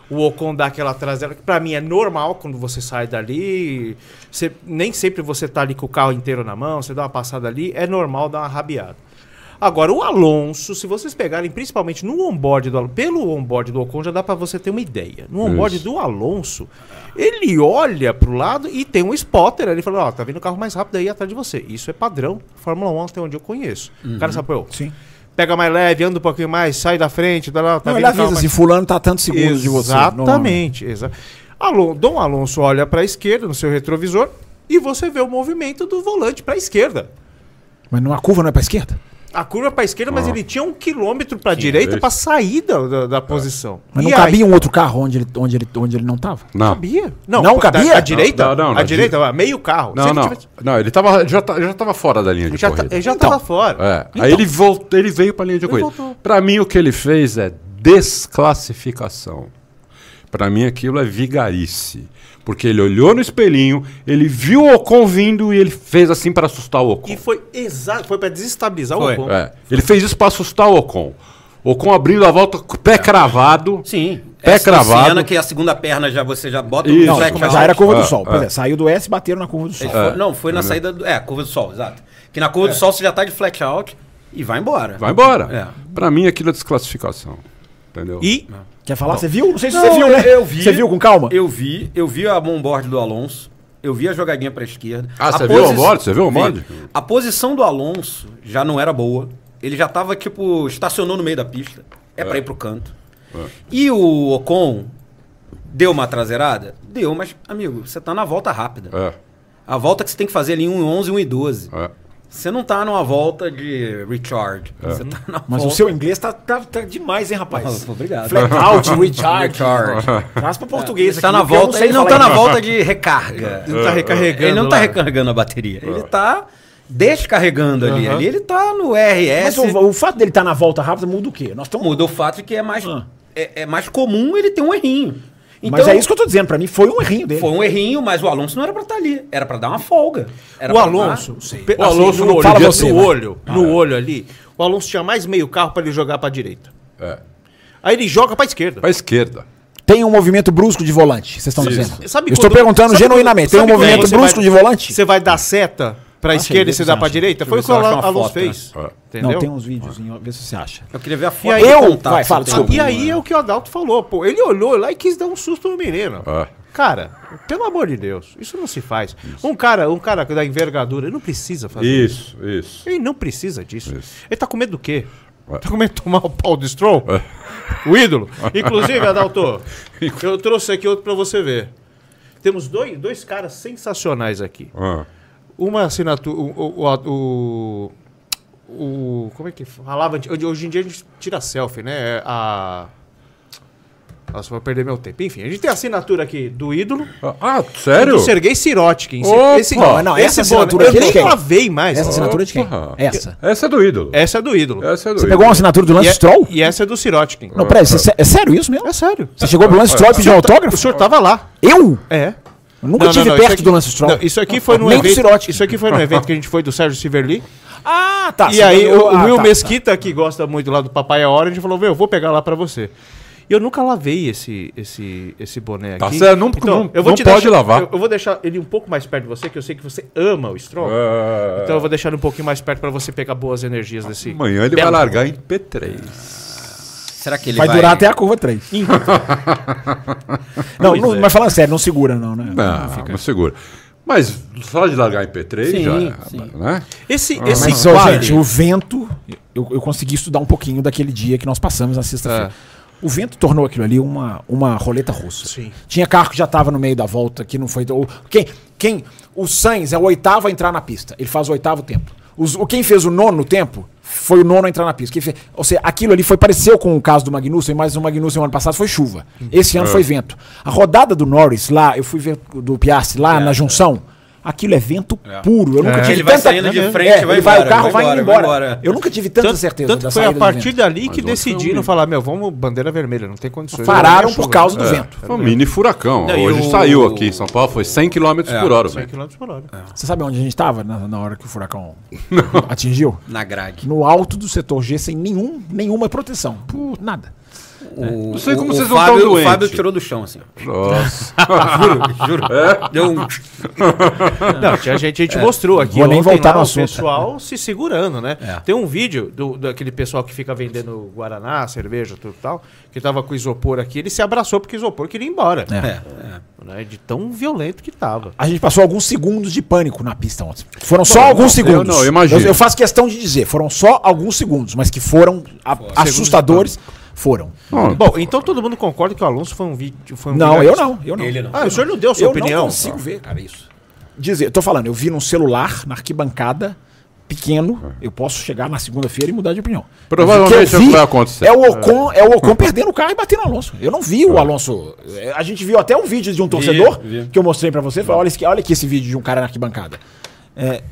S2: o Ocon dá aquela traseira, que pra mim é normal quando você sai dali, você- nem sempre você tá ali com o carro inteiro na mão, você dá uma passada ali, é normal dar uma rabiada. Agora, o Alonso, se vocês pegarem, principalmente no onboard do Alonso, pelo onboard do Ocon já dá pra você ter uma ideia. No onboard
S4: Isso.
S2: do Alonso, ele olha pro lado e tem um spotter ali falando: Ó, tá vindo o carro mais rápido aí atrás de você. Isso é padrão. Fórmula 1 até onde eu conheço. O cara sabe, pô,
S3: Sim.
S2: pega mais leve, anda um pouquinho mais, sai da frente, dá lá, tá
S3: Não,
S2: vindo o
S3: ele
S2: carro
S3: avisa
S2: mais-
S3: assim, fulano tá a tantos segundos de você. normalmente.
S2: Exatamente. Exa Alon- Dom Alonso olha para a esquerda no seu retrovisor e você vê o movimento do volante para a esquerda.
S3: Mas numa curva não é pra esquerda?
S2: A curva para a esquerda, mas
S4: Ah.
S2: ele tinha um quilômetro para a direita
S4: vez.
S2: para sair da, da- da posição.
S3: É. Mas
S2: E
S3: não cabia um outro carro onde ele, onde ele, onde ele não tava?
S4: Não.
S2: Cabia? Não,
S3: Não
S2: da-
S3: cabia?
S2: A direita?
S4: Não, não, não,
S2: a
S4: na
S2: direita, meio carro. Se
S4: Não,
S2: ele
S4: não.
S2: tivesse-
S4: Não, ele tava, ele já, tá, ele já tava fora da linha de
S2: Já, tá,
S4: corrida.
S2: ele já
S3: Então.
S2: tava fora.
S4: É. Aí ele, voltou, ele veio pra linha de corrida. Pra mim, o que ele fez é desclassificação. Pra mim, aquilo é vigarice. Porque ele olhou no espelhinho, ele viu o Ocon vindo e ele fez assim pra assustar o Ocon.
S2: E foi exato, foi para desestabilizar
S5: Foi.
S2: o Ocon.
S4: É. Ele fez isso pra assustar o Ocon. O Ocon abrindo a volta com o
S2: É.
S4: pé cravado.
S5: Sim.
S4: Pé
S5: Essa
S4: cravado.
S5: cena que é a segunda perna já você já bota
S4: Isso.
S3: Não,
S5: flat
S4: Black
S3: já
S5: out.
S3: era a curva
S4: É,
S3: do sol. Pois
S4: é.
S3: é, saiu do S e bateram na curva do sol.
S5: Ele foi- não, foi na saída do. É, curva do sol, exato. Que na curva do sol você já tá de flat out e vai embora.
S4: Vai embora.
S5: É.
S4: Pra mim, aquilo é desclassificação. Entendeu?
S2: E
S3: Quer falar? Você viu? Não sei se
S5: Não, é.
S3: você viu, né?
S5: eu- eu vi.
S3: Você viu com calma?
S5: Eu vi, eu vi a onboard do Alonso, eu vi a jogadinha pra esquerda.
S4: Ah,
S5: A
S4: você viu a
S5: posi-
S4: onboard? Você viu a onboard?
S5: Vi. A posição do Alonso já não era boa. Ele já tava, tipo, estacionou no meio da pista. É, pra ir pro canto.
S4: É.
S5: E o Ocon deu uma traseirada? Deu, mas, amigo, você tá na volta rápida.
S4: É.
S5: A volta que você tem que fazer ali em 1,11, 1,12.
S4: É.
S5: Você não tá numa volta de recharge. Você tá na
S3: Mas
S5: volta...
S3: o seu inglês tá, tá, tá demais, hein, rapaz?
S5: [LAUGHS] Ah, obrigado.
S3: Flat
S4: [LAUGHS]
S3: out, recharge.
S5: Recharge.
S3: Traz pra português.
S5: Ele tá
S3: aqui,
S5: na
S3: porque eu
S5: volta,
S3: sei
S5: ele não
S3: falar
S5: tá na
S3: inglês.
S5: volta de recarga.
S2: Ele não tá recarregando.
S5: Ele não tá
S2: lá.
S5: recarregando a bateria. Ele tá descarregando ali. Ali ele tá no
S3: Mas
S5: RS.
S3: o, o fato dele tá na volta rápida muda o quê? Nós estamos.
S5: Muda o fato de que é mais,
S3: Ah.
S5: é, é mais comum ele ter um errinho. Então,
S3: Mas é isso que eu tô dizendo. Pra mim foi um errinho dele.
S5: Foi um errinho, mas o Alonso não era pra estar ali. Era pra dar uma folga. Era
S2: o
S5: pra
S2: Alonso,
S5: dar-
S2: pe-
S4: O Alonso
S2: no
S4: não
S2: olho,
S3: fala
S2: no
S3: você,
S5: né?
S3: vai.
S2: olho, no olho ali, o Alonso tinha mais meio carro para ele jogar para direita.
S4: É.
S2: Aí ele joga para esquerda.
S4: Pra esquerda.
S3: Tem um movimento brusco de volante, vocês estão dizendo.
S2: Sabe
S3: eu estou
S2: quando-
S3: perguntando
S2: sabe
S3: genuinamente.
S2: quando-
S3: Tem um
S2: sabe quando
S3: movimento
S2: você
S3: brusco
S2: vai-
S3: de volante?
S2: Você vai dar seta para
S3: Acha aí,
S2: esquerda
S3: vê
S2: e
S3: se
S2: você dá
S3: acha.
S2: para direita?
S5: Deixa eu
S2: Foi
S5: ver
S2: o
S5: se
S2: que o
S5: eu acho uma
S2: Alonso
S5: foto, né?
S2: fez.
S4: É.
S2: Entendeu?
S3: Não, tem uns videozinhos, vê se você acha.
S5: Eu queria ver a
S2: E
S5: foto.
S2: aí-
S5: do
S3: Eu-
S5: contato
S3: vai, fala,
S5: que
S3: desculpa.
S5: tem. um
S2: E aí é o que o Adalto falou, pô. Ele olhou lá e quis dar um susto no menino.
S4: É.
S2: Cara, pelo amor de Deus, isso não se faz. Um cara, um cara da envergadura, ele não precisa fazer isso.
S4: Isso, isso.
S2: Ele não precisa disso.
S4: Isso.
S2: Ele tá com medo do quê?
S4: Ué.
S2: Tá com medo de tomar o pau do Stroll? O ídolo. Inclusive, Adalto, eu trouxe aqui outro pra você ver. Temos dois, dois caras sensacionais aqui.
S4: Ah.
S2: Uma assinatura. O, o, o, o- o- Como é que falava? antes? Hoje, hoje em dia a gente tira selfie, né? É A. Nossa, vou perder meu tempo. Enfim, a gente tem a assinatura aqui do ídolo.
S4: Ah, sério?
S2: Do Sergei Sirotkin.
S4: Opa!
S3: Não, mas não, essa assinatura
S2: eu
S3: aqui é de
S2: nem
S3: quem?
S2: lavei mais.
S3: Essa assinatura de quem?
S4: Opa.
S3: Essa.
S4: Essa é do ídolo.
S2: Essa é do ídolo.
S4: Essa é do
S3: Você
S4: ídolo.
S3: pegou uma assinatura do
S2: E,
S3: Lance
S2: é-
S3: Stroll?
S2: e essa é do Sirotkin.
S3: Não, peraí, você- é sério isso mesmo?
S2: É sério.
S3: Você chegou pro Lance Stroll e pediu um
S2: O
S3: autógrafo?
S2: senhor tava lá.
S3: Eu?
S2: É.
S3: Eu nunca estive
S2: isso
S3: perto
S2: aqui-
S3: do Lance Stroll.
S2: não, isso aqui foi num
S3: Nem do
S2: evento.
S3: Sirotkin.
S2: Isso aqui foi num evento que a gente foi do Sérgio Civerli.
S3: Ah, tá.
S2: E aí, o, o Will
S3: Mesquita.
S2: Mesquita, que gosta muito lá do Papai é Hora, a gente falou: Meu, eu vou pegar lá pra você. E eu nunca lavei esse, esse, esse boné
S4: Tá
S2: aqui. Então,
S4: certo, não- não- não pode
S2: deixar-
S4: lavar.
S2: Eu, eu vou deixar ele um pouco mais perto de você, que eu sei que você ama o Stroll.
S3: É.
S4: Ah,
S2: Então eu vou deixar ele um pouquinho mais perto pra você pegar boas energias desse.
S4: Amanhã ele vai
S2: belo-
S4: largar em P3.
S5: Será que ele
S3: Vai,
S5: vai,
S3: durar até a curva 3. não,
S2: é.
S3: não- mas falando sério, não segura, não, né?
S4: Não, não, Ah, segura. Mas só de largar em P3
S5: Sim,
S4: já.
S5: sim.
S4: Né?
S2: Esse, esse
S3: Ah. Mas, ó,
S2: quadro-
S3: gente, o vento. Eu, eu consegui estudar um pouquinho daquele dia que nós passamos na sexta-feira. O vento tornou aquilo ali uma, uma roleta russa.
S2: Sim.
S3: Tinha carro que já estava no meio da volta, que não foi. ou- Quem, quem, o Sainz é o oitavo a entrar na pista. Ele faz o oitavo tempo. Os- o, quem fez o nono tempo foi o nono a entrar na pista. Quem fez- ou seja, aquilo ali foi pareceu com o caso do Magnussen, mas o Magnussen ano passado foi chuva. Esse ano foi vento. A rodada do Norris lá, eu fui ver do Piastri lá na junção. Aquilo é vento puro. Eu nunca tive
S5: É. Ele vai
S3: tanta-
S5: saindo de frente,
S3: é,
S5: vai
S3: ele vai,
S5: embora,
S3: o carro
S5: vai
S3: vai indo
S5: embora,
S3: embora.
S5: vai embora.
S3: Eu nunca tive tanta
S2: tanto,
S3: certeza
S2: tanto que foi a
S3: saída do
S2: partir
S3: vento.
S2: dali
S4: Mas
S2: que
S4: hoje foi
S2: decidiram
S4: um-
S2: falar, meu, vamos bandeira vermelha, não tem condições.
S3: Pararam por
S2: Chuva,
S3: causa
S2: né?
S5: É.
S3: do vento.
S4: Foi um mini furacão.
S5: Não, e
S4: Hoje
S5: o-
S4: saiu aqui em São Paulo, foi 100 km por hora.
S2: Cem
S4: velho.
S2: É. quilômetros por hora.
S3: Você sabe onde a gente estava na, na hora que o furacão atingiu?
S5: na grade?
S3: No alto do setor G, sem nenhum, nenhuma proteção. Nada.
S5: Não
S4: sei como vocês não
S5: Fábio,
S4: tão
S5: O Fábio
S4: doente.
S5: tirou do chão, assim. [LAUGHS]
S4: Nossa.
S5: Deu um...
S2: Não,
S3: [LAUGHS]
S2: tinha gente, a gente mostrou aqui.
S3: é. Vou nem
S2: ontem
S3: voltar
S2: lá
S3: no
S2: o
S3: assunto.
S2: pessoal se segurando, né?
S5: É.
S2: Tem um vídeo do, daquele pessoal que fica vendendo Guaraná, cerveja, tudo e tal, que tava com isopor aqui, ele se abraçou porque o isopor queria ir embora.
S5: É, é.
S2: Né? De tão violento que tava.
S3: A gente passou alguns segundos de pânico na pista ontem. Foram só alguns
S4: eu
S3: segundos.
S4: não, eu imagino.
S3: Eu, eu faço questão de dizer, foram só alguns segundos, mas que foram a- assustadores. Foram.
S4: Bom,
S2: Bom, então todo mundo concorda que o Alonso foi um vídeo. Foi um
S3: Não, eu
S2: vigarista.
S3: não, eu não.
S5: Ele não.
S2: Ah, o senhor não deu a sua
S3: eu
S2: opinião.
S3: não consigo ver, cara, isso. Dizer, eu tô falando, eu vi num celular, na arquibancada, pequeno, eu posso chegar na segunda-feira e mudar de opinião.
S4: Provavelmente
S3: Mas o que eu
S4: é o que
S3: vi
S4: vai acontecer.
S3: É o Ocon, é o Ocon perdendo o carro e batendo no Alonso. Eu não vi o Alonso. é, A gente viu até um vídeo de um torcedor
S5: vi.
S3: que eu mostrei pra você, falei, olha, esse- olha aqui esse vídeo de um cara na arquibancada. É,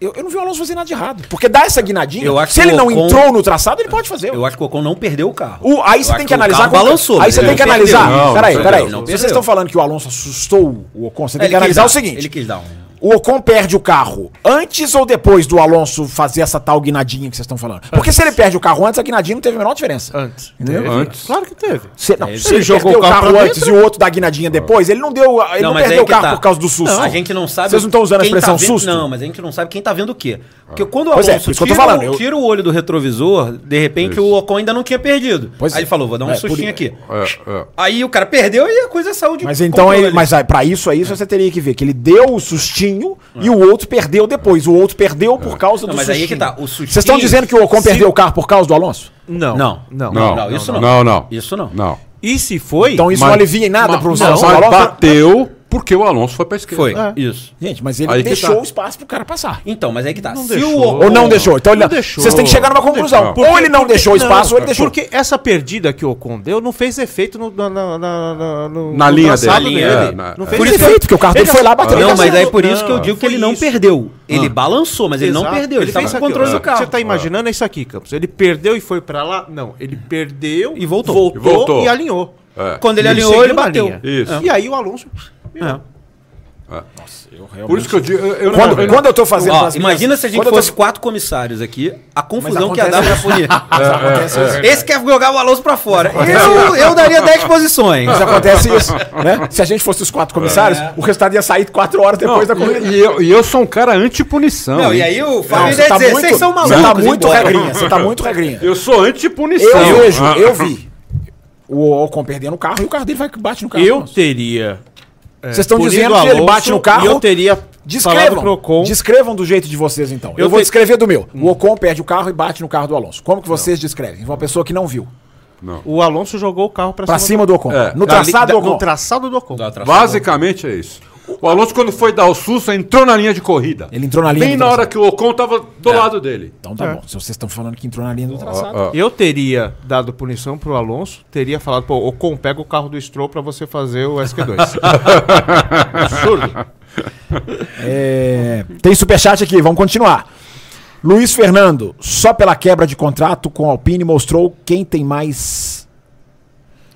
S3: eu, eu não vi o Alonso fazer nada de errado. Porque dá essa guinadinha,
S5: Eu acho
S3: se
S5: que
S3: ele
S5: o
S3: não
S5: Ocon-
S3: entrou no traçado, ele pode fazer.
S5: Eu acho que o Ocon não perdeu o carro.
S3: O- aí
S5: Eu
S3: você
S5: acho
S3: tem
S5: que
S3: que
S5: o
S3: analisar.
S5: carro
S3: como-
S5: balançou.
S3: Aí você
S5: ele
S3: tem que
S5: não
S3: analisar.
S5: perdeu. Não,
S3: peraí,
S5: não
S3: peraí.
S5: perdeu, não
S3: Se vocês
S5: perdeu.
S3: estão falando que o Alonso assustou o Ocon, você tem que
S5: Ele quis
S3: analisar
S5: dar-
S3: o seguinte:
S5: Ele quis dar um...
S3: o Ocon perde o carro antes ou depois do Alonso fazer essa tal guinadinha que vocês estão falando? Porque se ele perde o carro antes, a guinadinha não teve a menor diferença.
S2: Antes.
S3: Entendeu?
S4: Antes.
S2: Claro que teve.
S3: Se, não,
S5: Ele
S3: se ele
S2: jogou
S3: jogou o
S2: o carro
S3: carro,
S2: pra
S3: antes e o outro da guinadinha depois, ele não deu, ele não,
S5: mas aí
S3: perdeu o
S5: que
S3: carro
S5: tá.
S3: por causa do susto.
S5: Não, a gente não sabe.
S3: Vocês não estão usando a
S5: quem tá
S3: expressão
S5: vendo-
S3: susto?
S5: Não, mas a gente não sabe quem tá vendo o quê. Porque quando o
S3: Pois
S5: Alonso
S3: é, por isso que eu tô
S5: tira, o-
S3: falando, eu-
S5: tira o olho do retrovisor, de repente o Ocon ainda não tinha perdido.
S3: Pois
S5: aí
S3: é.
S5: ele falou, vou dar um
S3: É, por-
S5: sustinho aqui.
S4: é, é.
S5: Aí o cara perdeu e a coisa saiu de
S3: Mas então
S5: controle. É.
S3: ele, mas aí, pra isso aí você teria que ver que ele deu o sustinho e o outro perdeu depois. O outro perdeu por causa
S5: É. Não,
S3: do
S5: mas aí
S3: sustinho.
S5: que tá, o
S3: Vocês estão
S5: sustinho-
S3: dizendo que o Ocon
S2: se-
S3: perdeu o carro por causa do Alonso?
S2: Não.
S5: Não.
S2: Não.
S4: Não,
S5: não, isso não.
S4: Não, não.
S5: Isso não.
S4: Não.
S2: E se foi.
S3: Então isso
S4: Mas-
S3: não alivia em nada pro
S4: Mas,
S3: Alonso.
S4: mas
S3: Alonso-
S4: bateu porque o Alonso foi pra esquerda.
S5: Foi,
S3: É.
S5: isso.
S3: Gente, mas ele
S4: Aí que
S3: deixou
S4: tá.
S3: o espaço pro cara passar.
S5: Então, mas aí que tá. Se
S2: deixou.
S5: o Ocon...
S3: Ou não deixou. Então ele
S2: não
S3: não
S2: deixou.
S3: Vocês têm que chegar numa conclusão. Ou ele não deixou o espaço ou ele deixou.
S2: Porque essa perdida que o Ocon deu não fez efeito no, na, na, na, na, no-
S4: Na
S2: no
S4: linha
S2: traçado
S4: dele.
S2: dele.
S4: É, na-
S2: Não
S4: é.
S2: fez
S3: Por isso que- porque o carro dele foi lá, bateu
S5: Não,
S3: Ele
S5: mas aí
S3: acertou.
S5: por isso que eu digo que
S2: foi
S5: ele não
S2: isso.
S5: perdeu. Ele balançou, mas ele não
S2: Exato.
S5: perdeu. Ele,
S2: fez
S5: estava
S2: isso
S5: com o
S2: aqui,
S5: controle
S2: ó.
S5: do carro.
S2: Você tá imaginando é isso aqui, Campos. Ele perdeu e foi pra lá? Não, ele perdeu
S5: E voltou.
S2: voltou,
S4: E voltou.
S2: e alinhou.
S4: É.
S5: Quando ele
S2: Ele
S5: alinhou,
S2: seguiu
S5: ele
S2: na
S5: bateu.
S2: linha.
S4: Isso.
S2: E aí o Alonso.
S4: Por isso que eu digo. eu- eu não-
S3: Quando,
S4: eu-
S3: quando eu tô fazendo.
S5: Ó,
S3: pras minhas-
S5: imagina se a gente
S3: quando eu tô-
S5: fosse quatro comissários aqui, a confusão que ia dar pra
S3: acontece-
S5: punir.
S3: Acontece isso.
S5: Esse quer jogar o Alonso pra fora. Eu, eu daria 10 posições.
S3: Mas acontece isso, né? Se a gente fosse os quatro comissários, o resultado ia sair quatro horas
S4: Não,
S3: depois da corrida.
S4: e, e eu, e eu sou um cara anti-punição.
S5: Não, e
S4: hein?
S5: aí o
S3: Não,
S5: Fábio ia dizer, vocês são malucos. então."
S3: Você tá
S5: vamos
S3: muito
S5: embora."
S3: regrinha, você tá muito regrinha.
S4: Eu sou anti-punição.
S3: Eu vejo,
S4: Ah.
S3: eu vi. O Ocon perdendo o carro e o carro dele vai que bate no carro.
S2: Eu
S3: Nossa.
S2: teria. é,
S3: Vocês estão
S2: punido
S3: dizendo
S2: o
S3: que ele
S2: Alonso
S3: bate no carro?
S2: e Eu teria falado
S3: Descrevam,
S2: pro Ocon.
S3: descrevam do jeito de vocês então. Eu,
S2: Eu
S3: vou
S2: te-
S3: descrever do meu. O Ocon perde o carro e bate no carro do Alonso. Como que vocês descrevem? Uma pessoa que não viu.
S2: O Alonso jogou o carro pra,
S3: Pra cima do Ocon.
S4: É.
S3: No
S2: da li-
S3: traçado do
S2: da-
S3: Ocon.
S2: No traçado do Ocon.
S4: Ah, Basicamente é isso. O Alonso, quando foi dar o susto, entrou na linha de corrida.
S3: Ele entrou na linha
S4: Bem
S3: do
S4: na hora
S3: traçado.
S4: que o Ocon tava do lado dele.
S3: Então tá bom. Se vocês estão falando que entrou na linha do traçado.
S4: Ah, ah.
S2: Eu teria dado punição pro Alonso, teria falado, pô, Ocon, pega o carro do Stroll pra você fazer o SQ2. Absurdo.
S3: É, Tem superchat aqui, vamos continuar. Luiz Fernando, só pela quebra de contrato com a Alpine mostrou quem tem mais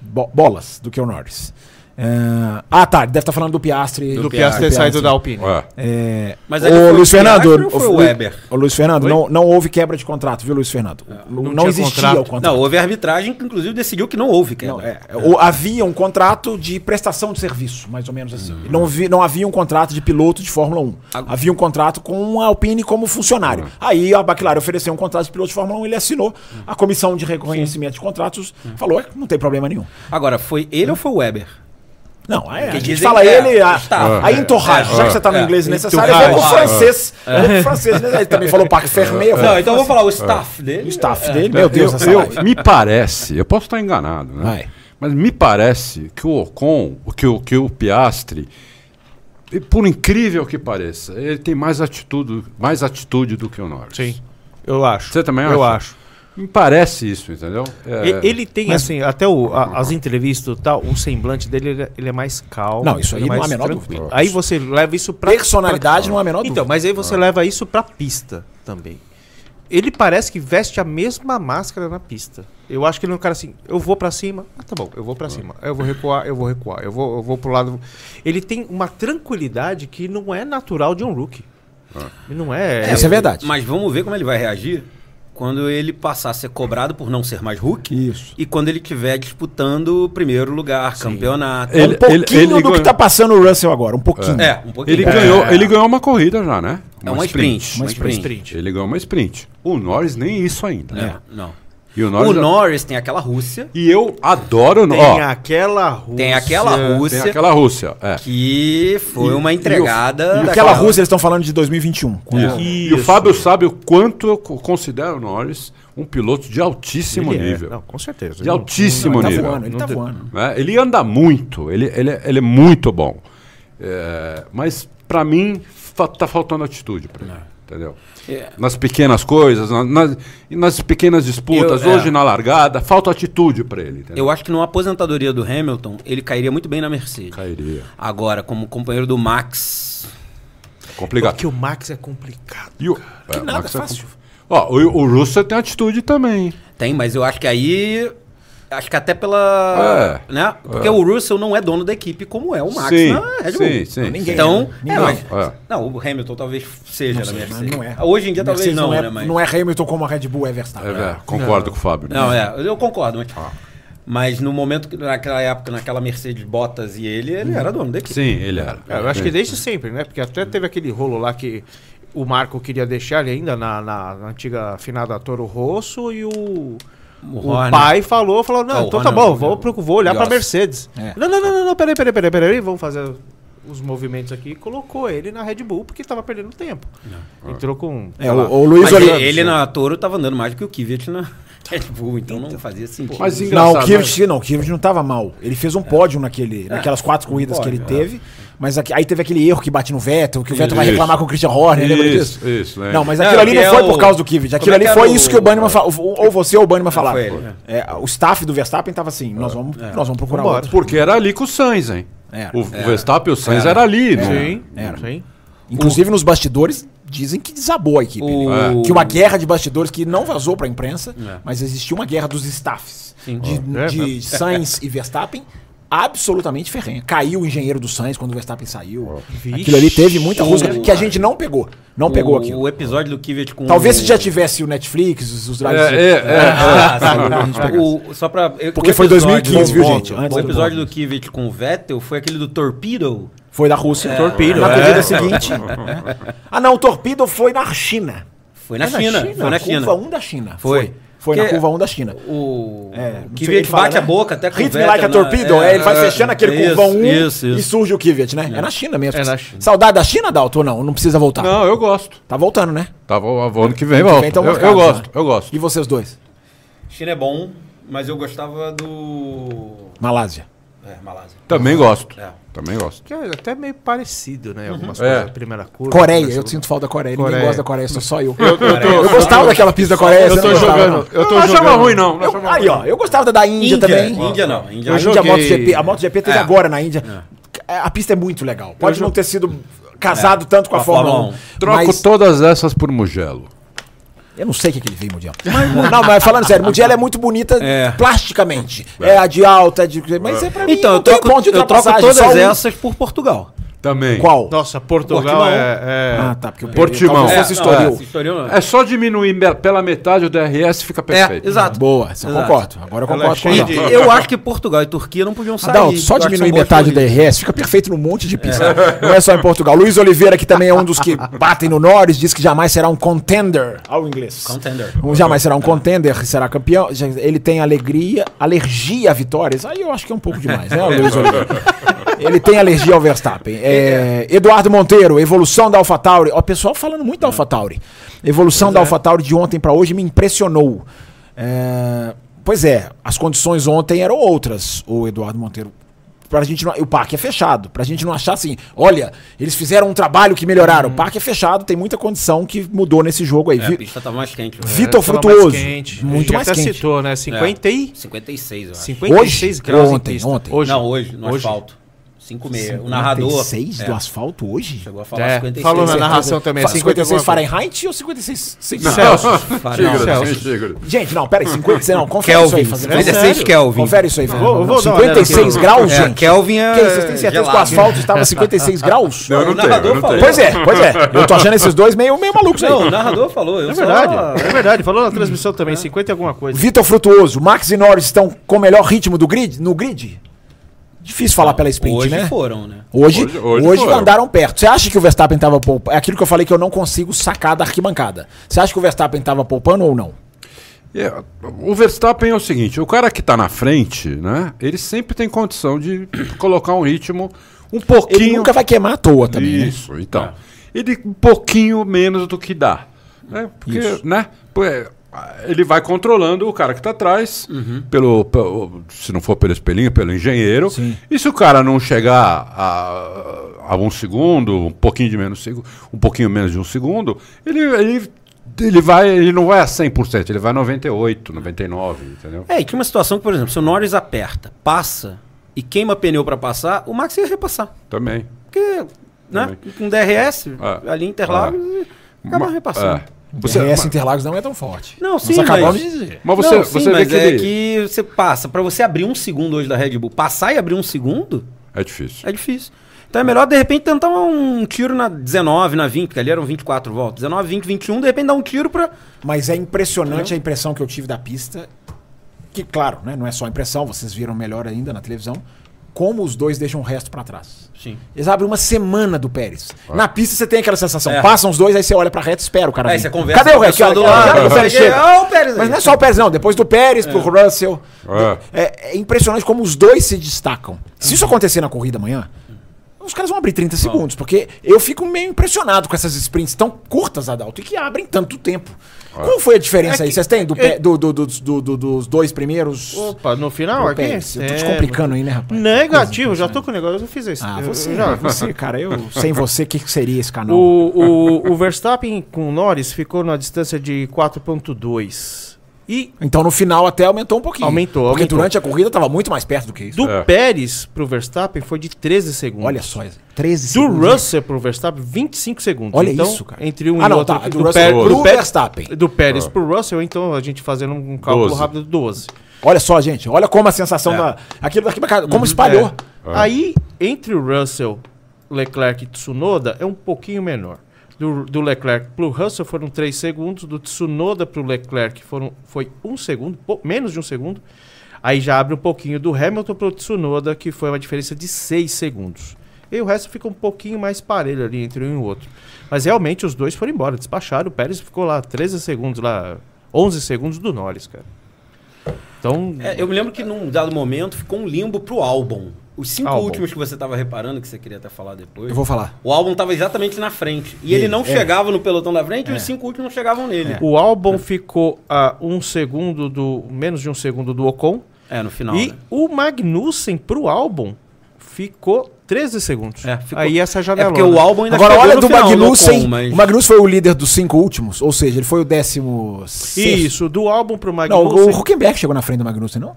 S3: bo- bolas do que o Norris. É, Ah, tá. ele Deve estar falando do Piastre.
S5: Do
S2: Do Piastri ter
S3: Piastri.
S2: saído da Alpine.
S4: Ué,
S3: É,
S5: Mas ali foi
S3: o
S5: o
S3: Luiz
S5: Piastri
S3: Fernando.
S5: ou foi o
S3: Lu-
S5: Weber?
S3: Ô, Luiz Fernando, não, não houve quebra de contrato, viu, Luiz Fernando? Não, não
S2: tinha
S3: existia
S2: contrato.
S3: o contrato.
S5: Não, houve arbitragem que inclusive decidiu que não houve, cara.
S3: Não, é, o- havia um contrato de prestação de serviço, mais ou menos assim.
S5: Hum.
S3: Não, vi- não havia um contrato de piloto de Fórmula 1. Havia um contrato com a Alpine como funcionário.
S5: Hum.
S3: Aí a McLaren ofereceu um contrato de piloto de Fórmula 1, ele assinou. A comissão de reconhecimento de contratos
S5: Hum.
S3: falou: "É, não tem problema nenhum.
S5: Agora, foi ele ou foi o Weber?
S3: Não, aí a
S5: Porque
S3: gente
S5: dizem
S3: fala
S5: que é,
S3: ele, a,
S5: está.
S3: a entorragem,
S5: É,
S3: já que você tá no
S5: é,
S3: inglês
S5: é,
S3: necessário,
S5: entorragem. É.
S3: eu vou pro francês. Eu vou pro francês, né? Ele também falou Parque Fermé, eu vou
S5: Não, então eu vou falar o staff dele.
S3: o staff dele. Meu Deus, essa
S4: eu-
S3: live.
S4: me parece, eu posso estar enganado, né?
S3: Vai.
S4: Mas me parece que o Ocon, o que o, que o Piastre, e por incrível que pareça, ele tem mais atitude, mais atitude do que o Norris.
S2: Sim. Eu acho.
S4: Você também
S2: Eu
S4: acha?
S2: acho.
S4: Me parece isso, entendeu? É,
S2: E- Ele tem, assim, até o- a- as entrevistas e tal, o semblante dele ele é- ele é mais calmo.
S3: Não, isso aí
S2: ele é
S3: não há
S2: mais
S3: a menor
S2: tranquilo.
S3: dúvida.
S2: Aí você leva isso pra.
S3: Personalidade não há a menor
S2: Então,
S3: dúvida. Ah.
S2: mas aí você leva isso pra pista também. Ele parece que veste a mesma máscara na pista. Eu acho que ele é um cara assim, eu vou pra cima, ah, tá bom, eu vou pra cima. Eu vou recuar, eu vou recuar, eu vou, eu vou pro lado. Ele tem uma tranquilidade que não é natural de um rookie. Não é.
S3: Essa Ah. é verdade.
S5: Mas vamos ver como ele vai reagir quando ele passar a ser cobrado por não ser mais Hulk.
S3: Isso.
S5: E quando ele estiver disputando o primeiro lugar, campeonato.
S4: Ele-
S3: um pouquinho do
S4: ganhou-
S3: que tá passando o Russell agora, um pouquinho.
S5: É, um pouquinho.
S4: ele
S5: é,
S4: ganhou, ele ganhou uma corrida já, né?
S5: É uma sprint. Uma
S3: sprint.
S5: sprint.
S4: Ele ganhou uma sprint. O Norris nem isso ainda. né?
S5: É, não.
S4: E o Norris.
S5: O Norris tem aquela Rússia.
S4: E eu adoro o
S2: Tem
S3: assim,
S4: Norris.
S2: aquela Rússia.
S5: Tem aquela
S4: Tem
S5: Rússia
S4: aquela Rússia. É.
S5: que foi
S4: E-
S5: uma entregada.
S3: Aquela
S5: daquela-
S3: Rússia, eles estão falando de 2021. quando-
S4: Isso. E o Fábio sabe o quanto eu co- considero o Norris um piloto de altíssimo
S2: Ele é,
S4: nível.
S2: Não, com certeza.
S4: de
S2: Não-
S4: altíssimo
S3: Ele tá
S4: nível.
S3: voando, ele
S4: Não
S3: tá
S4: tem-
S3: voando.
S4: né? Ele anda muito, ele, ele, é- ele é muito bom. É, mas, para mim, fa tá faltando atitude para ele. Entendeu? Nas pequenas coisas, na- nas, e nas pequenas disputas,
S5: Eu- é.
S4: hoje na largada, falta atitude para ele. Entendeu?
S5: Eu acho que numa aposentadoria do Hamilton, ele cairia muito bem na Mercedes.
S4: Cairia.
S5: Agora, como companheiro do Max.
S4: Complicado.
S2: Porque o Max é complicado.
S4: E o, é, Max é compl- Ó, o, o Russell tem atitude também.
S5: Tem, mas eu acho que aí. Acho que até pela.
S4: É,
S5: né? Porque o Russell não é dono da equipe como é o Max
S4: sim,
S5: na Red Bull.
S4: sim, sim.
S3: Ninguém.
S5: Então,
S3: né?
S5: é, mas-
S4: É.
S5: não, o Hamilton talvez
S3: Não
S5: seja na
S3: sei, mas
S5: Mercedes.
S3: não é.
S5: Hoje em dia
S3: Mercedes
S5: talvez não,
S3: é,
S5: né? Mas...
S3: não é Hamilton como a Red Bull é Verstappen.
S4: É, é, concordo com o Fábio. né?
S5: Não, é, eu concordo, mas.
S4: Ah.
S5: Mas no momento que naquela época, naquela Mercedes Bottas e ele, ele era dono da equipe.
S4: Sim, ele era.
S2: É, eu acho que
S4: Sim.
S2: desde sempre, né? Porque até teve aquele rolo lá que o Marco queria deixar ele ainda na, na- na antiga afinada Toro Rosso e o, o
S5: Horner.
S2: pai falou, falou, não,
S5: Ah, o
S2: então tá
S5: Horner
S2: bom,
S5: não,
S2: vou,
S5: não.
S2: procu- vou olhar pra
S5: Nossa.
S2: Mercedes.
S3: É.
S2: Não, não, não, não, não, peraí, peraí, peraí, peraí, vamos fazer os movimentos aqui. E colocou ele na Red Bull porque tava perdendo tempo. Entrou com...
S3: É, o, o Luiz
S5: Mas ele,
S3: Oliveira.
S5: ele na Toro tava andando mais do que o Kvyat na [LAUGHS] Red Bull, então não fazia sentido.
S4: Mas engraçado.
S3: Não, o
S4: né?
S3: Kivet, não, o Kivet não tava mal. Ele fez um pódio
S5: É.
S3: naquele, naquelas quatro
S5: Um
S3: corridas que ele teve. Mas aqui- aí teve aquele erro que bate no Vettel, que o Vettel vai
S4: Isso.
S3: reclamar com o Christian Horner, lembra
S4: Isso,
S3: disso?
S4: isso, né?
S3: Não, mas
S5: Não,
S3: aquilo ali
S5: que
S3: não
S5: é
S3: foi
S5: o-
S3: por causa do Kivet.
S5: Como
S3: Aquilo
S5: é
S3: ali
S5: que
S3: foi
S5: era
S3: isso
S5: o- é
S3: que o Banniman falou. Ou você ou o Banniman falaram.
S5: foi ele. É.
S3: É, o staff do Verstappen tava assim, nós vamos, nós vamos procurar
S2: Vambora.
S3: outro.
S4: Porque era ali com o Sainz, hein?
S3: Era.
S4: O, o Verstappen e o Sainz era, ali, né?
S2: Sim,
S3: Era.
S2: sim.
S3: Inclusive nos bastidores dizem que desabou a equipe.
S5: O-
S3: né? Que uma guerra de bastidores que não vazou pra imprensa, mas existia uma guerra dos staffs de,
S2: É,
S3: de Sainz e Verstappen absolutamente ferrenha. Caiu o engenheiro do Sainz quando o Verstappen saiu. Aquilo ali teve muita rusga
S5: O-
S3: que a gente não pegou.
S4: então
S3: Não pegou
S5: o,
S3: aquilo.
S5: O episódio do Kvyat com
S3: Talvez
S5: o...
S3: se já tivesse o Netflix, os, os drives.
S4: É, é, é.
S5: Ah,
S3: não,
S5: [LAUGHS] sim. O- só pra, eu-
S3: Porque
S5: o
S3: foi
S5: episódio-
S3: 2015, viu,
S5: o-
S3: gente?
S5: O,
S3: Antes do
S5: episódio do Kvyat com o Vettel foi aquele do Torpedo.
S3: Foi da Rússia.
S2: Torpedo,
S3: Na
S2: é.
S3: corrida seguinte. né? Ah, não, o torpedo foi na É China.
S5: Foi na, China, Foi na China.
S3: curva 1 da China.
S5: Foi.
S3: Foi na
S5: Porque-
S3: curva 1 da China.
S5: O,
S3: É,
S5: o
S3: não sei, ele
S5: Kvyat bate
S3: fala,
S5: a
S3: né?
S5: boca até com
S3: Hit
S5: o
S3: me
S5: Vettel
S3: like a
S5: na-
S3: torpedo. É, ele vai fechando aquele
S5: isso,
S3: curvão 1
S5: Isso,
S3: e
S5: isso.
S3: surge o Kvyat, né? É. na China mesmo.
S2: É na China.
S3: Saudade da China, Dalton? ou Não, não precisa voltar.
S4: Não, eu gosto.
S3: Tá voltando, né?
S4: Tava o ano que vem,
S3: Ano que
S4: volta.
S3: vem tão
S4: eu,
S3: marcado,
S4: eu gosto,
S3: né?
S4: eu gosto.
S3: E vocês dois?
S5: China é bom, mas eu gostava do...
S3: Malásia.
S5: É, Malásia.
S4: Também gosto.
S5: É.
S4: Também gosto.
S2: Que é até meio parecido, né? Algumas
S4: É.
S2: coisas. Primeira curva.
S3: Uhum. Coreia,
S2: primeira
S3: eu sinto falta da Coreia. Ninguém
S2: Coreia.
S3: gosta da Coreia, sou só eu. Eu, gostava daquela pista da Coreia, você
S6: Eu tô
S3: não gostava,
S6: jogando.
S3: não.
S6: Eu tô
S4: não achava
S6: jogando.
S4: ruim, não. não
S3: Eu-
S4: achava
S3: aí,
S4: ruim.
S3: ó, eu gostava da Índia, também.
S5: Índia não. Índia
S3: a
S5: não.
S3: Índia, é a
S2: joguei-
S3: MotoGP, a MotoGP teve
S5: É.
S3: agora na Índia. A pista é muito legal. Pode não ter sido casado tanto com a,
S5: É. Com a
S3: Fórmula
S5: Fórmula
S3: 1.
S4: Troco
S3: mas-
S4: todas essas por Mugello.
S3: Eu não sei o que, que ele veio, Mundial. não, mas falando sério, Mundial é muito bonita
S5: É.
S3: plasticamente. É. a de alta, é de. Mas é pra mim.
S5: Então,
S3: não
S5: eu
S3: tem
S5: troco,
S3: ponto de
S5: eu troco
S3: ultrapassagem,
S5: todas
S3: só um-
S5: essas por Portugal.
S4: Também.
S3: Qual?
S2: Nossa, Portugal,
S5: Portimão.
S2: é. é-
S3: Ah, tá, porque o
S4: Portimão.
S3: Talvez fosse
S4: É,
S3: Estoril.
S5: esse historial não.
S4: É só diminuir me- pela metade o DRS fica perfeito.
S5: exato.
S3: Boa, isso eu
S5: Exato.
S3: concordo. Agora eu
S2: Ela é
S3: concordo com
S2: cheia
S3: ela.
S5: E eu acho que Portugal e Turquia não podiam sair.
S3: Adalto, só
S5: Eu acho que
S3: diminuir
S5: são boas
S3: metade do
S5: corridas.
S3: DRS, fica perfeito num monte de pista. Não é só em Portugal. Luiz Oliveira, que também é um dos que batem no Norris, diz que jamais será um contender ao inglês.
S5: Contender.
S3: Um jamais será um contender, será campeão. Já- Ele tem alegria, alergia a vitórias. Aí eu acho que é um pouco demais, né, Luiz Oliveira? Ele tem alergia ao Verstappen. É, Eduardo Monteiro, evolução da AlphaTauri. Ó, O pessoal falando muito da AlphaTauri. Evolução da AlphaTauri de ontem pra hoje me impressionou. É, pois é, as condições ontem eram outras, o Eduardo Monteiro. Pra gente não, o parque é fechado. Pra gente não achar assim, olha, eles fizeram um trabalho que melhoraram. O parque é fechado, tem muita condição que mudou nesse jogo aí.
S5: É,
S3: Vi-
S5: a pista tava mais quente. né?
S3: Vitor
S2: tava
S3: Frutuoso.
S2: é um Mais quente. A
S3: Muito
S2: gente
S3: mais
S2: até
S3: quente.
S2: citou, né? 50 e.
S5: 56, eu acho.
S2: 56
S3: Hoje?
S2: graus
S3: Ontem,
S2: em pista.
S3: ontem.
S2: Hoje.
S5: Não, hoje, no
S2: Hoje.
S5: asfalto. 5,6. O narrador.
S3: 56
S5: é,
S3: do asfalto hoje?
S5: Chegou a falar
S2: É,
S5: 56.
S2: falou na
S5: certeza.
S2: narração também, é
S3: Fa-
S2: 50
S3: 56
S2: alguma
S3: Fahrenheit ou 56 Celsius?
S4: Celso. Tigres,
S2: Celso.
S4: sim, Tigres.
S3: Gente, não, peraí, 56 não, confere isso aí.
S5: Kelvin.
S3: Fazenda.
S5: 56
S2: É sério.
S5: Kelvin.
S3: Confere isso aí, Fazenda.
S2: vou-
S3: Não,
S2: vou dar uma olhada
S3: 56
S2: aqui.
S3: graus,
S5: É,
S3: gente?
S5: Kelvin é
S3: Que isso, vocês têm certeza que o
S5: gelado.
S3: asfalto estava 56 graus?
S4: Não, eu
S5: O
S4: não tenho, eu
S5: narrador
S4: não tenho.
S3: Pois é, pois é. Eu tô achando esses dois meio, meio malucos aí.
S5: Não, o narrador falou. Eu
S2: É verdade, é verdade. Falou na transmissão também, 50 e alguma coisa.
S3: Vitor Frutuoso, Max e Norris estão com o melhor ritmo do grid? No grid? Difícil falar pela sprint,
S5: hoje
S3: né?
S5: foram, né?
S3: Hoje, hoje,
S4: Hoje- hoje foram.
S3: andaram perto. Você acha que o Verstappen tava poupando? É aquilo que eu falei que eu não consigo sacar da arquibancada. Você acha que o Verstappen tava poupando ou não?
S4: É, o Verstappen é o seguinte, o cara que tá na frente, né? Ele sempre tem condição de colocar um ritmo um pouquinho...
S3: Ele nunca vai queimar à toa também. né?
S4: Isso, então. Ele um pouquinho menos do que dá. Né? Porque, né? Pô, é, Ele vai controlando o cara que está atrás, pelo, pelo- se não for pelo espelhinho, pelo engenheiro. E se o cara não chegar a, a um segundo, um pouquinho de menos segu- um pouquinho menos de um segundo, ele, ele, ele vai, ele não vai a 100%, ele vai a 98, 99, entendeu?
S5: É, e tinha uma situação que, por exemplo, se o Norris aperta, passa e queima pneu pra passar, o Max ia repassar.
S4: Também.
S5: Porque, né? Com DRS,
S4: É.
S5: ali em Interlagos, acaba repassando.
S4: É.
S3: Você, RS Interlagos não é tão forte.
S5: Não,
S3: Nós
S5: sim,
S3: acabamos
S5: mas-
S3: de dizer.
S4: Mas você,
S5: Não, sim,
S4: você vê
S5: mas
S4: que,
S5: é
S4: ele-
S5: que você passa. Pra você abrir um segundo hoje da Red Bull, passar e abrir um segundo,
S4: é difícil.
S5: é difícil. Então é melhor, de repente, tentar um tiro na 19, na 20, porque ali eram 24 voltas. 19, 20, 21, de repente dá um tiro pra...
S3: Mas é
S5: Uhum.
S3: impressionante a impressão que eu tive da pista. Que, claro, né, não é só a impressão, vocês viram melhor ainda na televisão. Como os dois deixam o resto pra trás.
S5: Sim. Ah.
S3: Eles abrem uma semana do Pérez. Na pista você tem aquela sensação.
S5: É.
S3: Passam os dois, aí você olha pra reta e espera o cara.
S5: Aí
S3: vir.
S5: você conversa
S3: Cadê
S5: com
S3: o
S5: o
S3: resto?
S5: pessoal do lado,
S3: Cadê o Pérez
S5: você chega,
S3: chega?
S5: "Ah, o Pérez aí."
S3: Mas não é só o Pérez, não. Depois do Pérez, pro Russell.
S4: É.
S3: É, é impressionante como os dois se destacam. Se isso acontecer na corrida amanhã, os caras vão abrir 30 segundos, porque eu fico meio impressionado com essas sprints tão curtas, Adalto, e que abrem tanto tempo. Qual foi a
S2: É
S3: diferença aí? Vocês têm do, pé- do- do- do- do- do- dos dois primeiros?
S2: Opa, no final
S3: do
S2: aqui?
S3: Pérez? Eu tô te
S2: É,
S3: complicando aí, né, rapaz?
S2: Negativo, já tô com o negócio, eu fiz isso.
S3: Ah,
S2: Eu-
S3: você,
S2: eu já-
S3: você,
S2: [LAUGHS]
S3: cara, eu sem você, o que, que seria esse canal?
S2: O, o, o Verstappen com o Norris ficou na distância de 4.2. E
S3: Então no final até aumentou um pouquinho.
S2: Aumentou,
S3: Porque
S2: aumentou.
S3: durante a corrida tava muito mais perto do que isso.
S2: do
S4: É.
S2: Pérez pro Verstappen foi de 13 segundos.
S3: Olha só, 13
S2: Do
S3: segundos.
S2: Russell pro Verstappen, 25 segundos.
S3: Olha
S2: então,
S3: isso, cara.
S2: Entre um
S3: Ah,
S2: e
S3: não,
S2: outro.
S3: tá, do Russell
S2: Pé-
S4: pro
S2: Pé-
S3: Verstappen.
S2: Do Pérez pro Russell, então a gente fazendo um cálculo
S4: 12.
S2: rápido, 12.
S3: Olha só, gente, olha como a sensação da. Aquilo da arquibancada, como espalhou.
S2: É. Aí, entre o Russell, Leclerc e Tsunoda, é um pouquinho menor. Do, do Leclerc pro Russell foram 3 segundos, do Tsunoda pro Leclerc foram, foi 1 segundo, pou- menos de 1 segundo. Aí já abre um pouquinho do Hamilton pro Tsunoda, que foi uma diferença de 6 segundos. E o resto fica um pouquinho mais parelho ali entre um e o outro. Mas realmente os dois foram embora, despacharam. O Pérez ficou lá 13 segundos, lá 11 segundos do Norris, cara. Então,
S5: É, eu me lembro que num dado momento ficou um limbo pro álbum. Os cinco
S2: Albon.
S5: últimos que você tava reparando, que você queria até falar depois.
S3: Eu vou falar.
S5: O álbum tava exatamente na frente. E ele não chegava no pelotão da frente e os cinco últimos não chegavam nele.
S2: O álbum ficou a um segundo do. menos de um segundo do Ocon.
S5: É, no final.
S2: e
S5: né?
S2: o Magnussen pro álbum ficou 13 segundos.
S5: É, ficou-
S2: Aí essa
S5: É
S2: janela.
S5: porque o álbum ainda
S3: Agora,
S5: chegou
S3: olha
S5: no
S3: do
S5: final, no
S3: Magnussen.
S5: Ocon, mas-
S3: O Magnussen foi o líder dos cinco últimos, ou seja, ele foi o décimo. sexto.
S2: Isso, do álbum pro
S3: Não,
S2: Magnussen.
S3: o Huckenberg chegou na frente do Magnussen, não?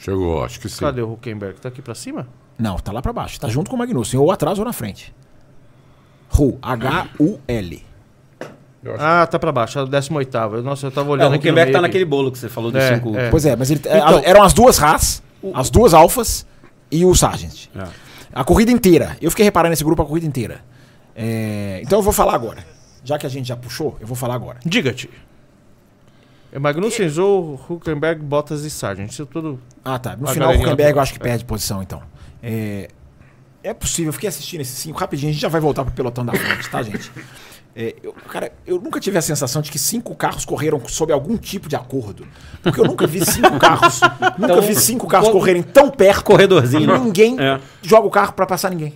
S4: Chegou, acho que sim.
S2: Cadê o Huckenberg? Tá aqui pra cima?
S3: Não, tá lá pra baixo. Tá junto com o Magnussen, ou atrás ou na frente. Hu, H-U-L.
S4: Eu acho
S2: Ah, tá pra baixo, a 18ª. Nossa, eu tava
S5: É,
S2: olhando
S5: o
S2: aqui no
S5: Huckenberg
S2: meio
S5: tá
S2: aqui.
S5: naquele bolo que você falou dos
S2: É,
S5: cinco.
S2: é.
S3: Pois é, mas ele-
S2: Então-
S3: a- eram as duas Haas, as duas Alfas e o Sargent.
S5: É.
S3: A corrida inteira. Eu fiquei reparando esse grupo a corrida inteira. É, então eu vou falar agora. Já que a gente já puxou, eu vou falar agora.
S2: Diga-te. É Magnussen, Zou, Huckenberg, Bottas e Sargent. Isso tudo.
S3: Ah, tá. No
S2: Agora
S3: final, o
S2: ele
S3: Huckenberg
S2: vai-
S3: eu acho que perde posição, então. É, é possível. Eu fiquei assistindo esses cinco rapidinho. A gente já vai voltar pro pelotão da frente, tá, gente? É, eu- cara, eu nunca tive a sensação de que cinco carros correram sob algum tipo de acordo. Porque eu nunca vi
S5: [LAUGHS]
S3: cinco carros. Nunca vi cinco carros correrem tão perto.
S5: Então, Corredorzinho.
S3: Ninguém
S5: É.
S3: joga o carro pra passar ninguém.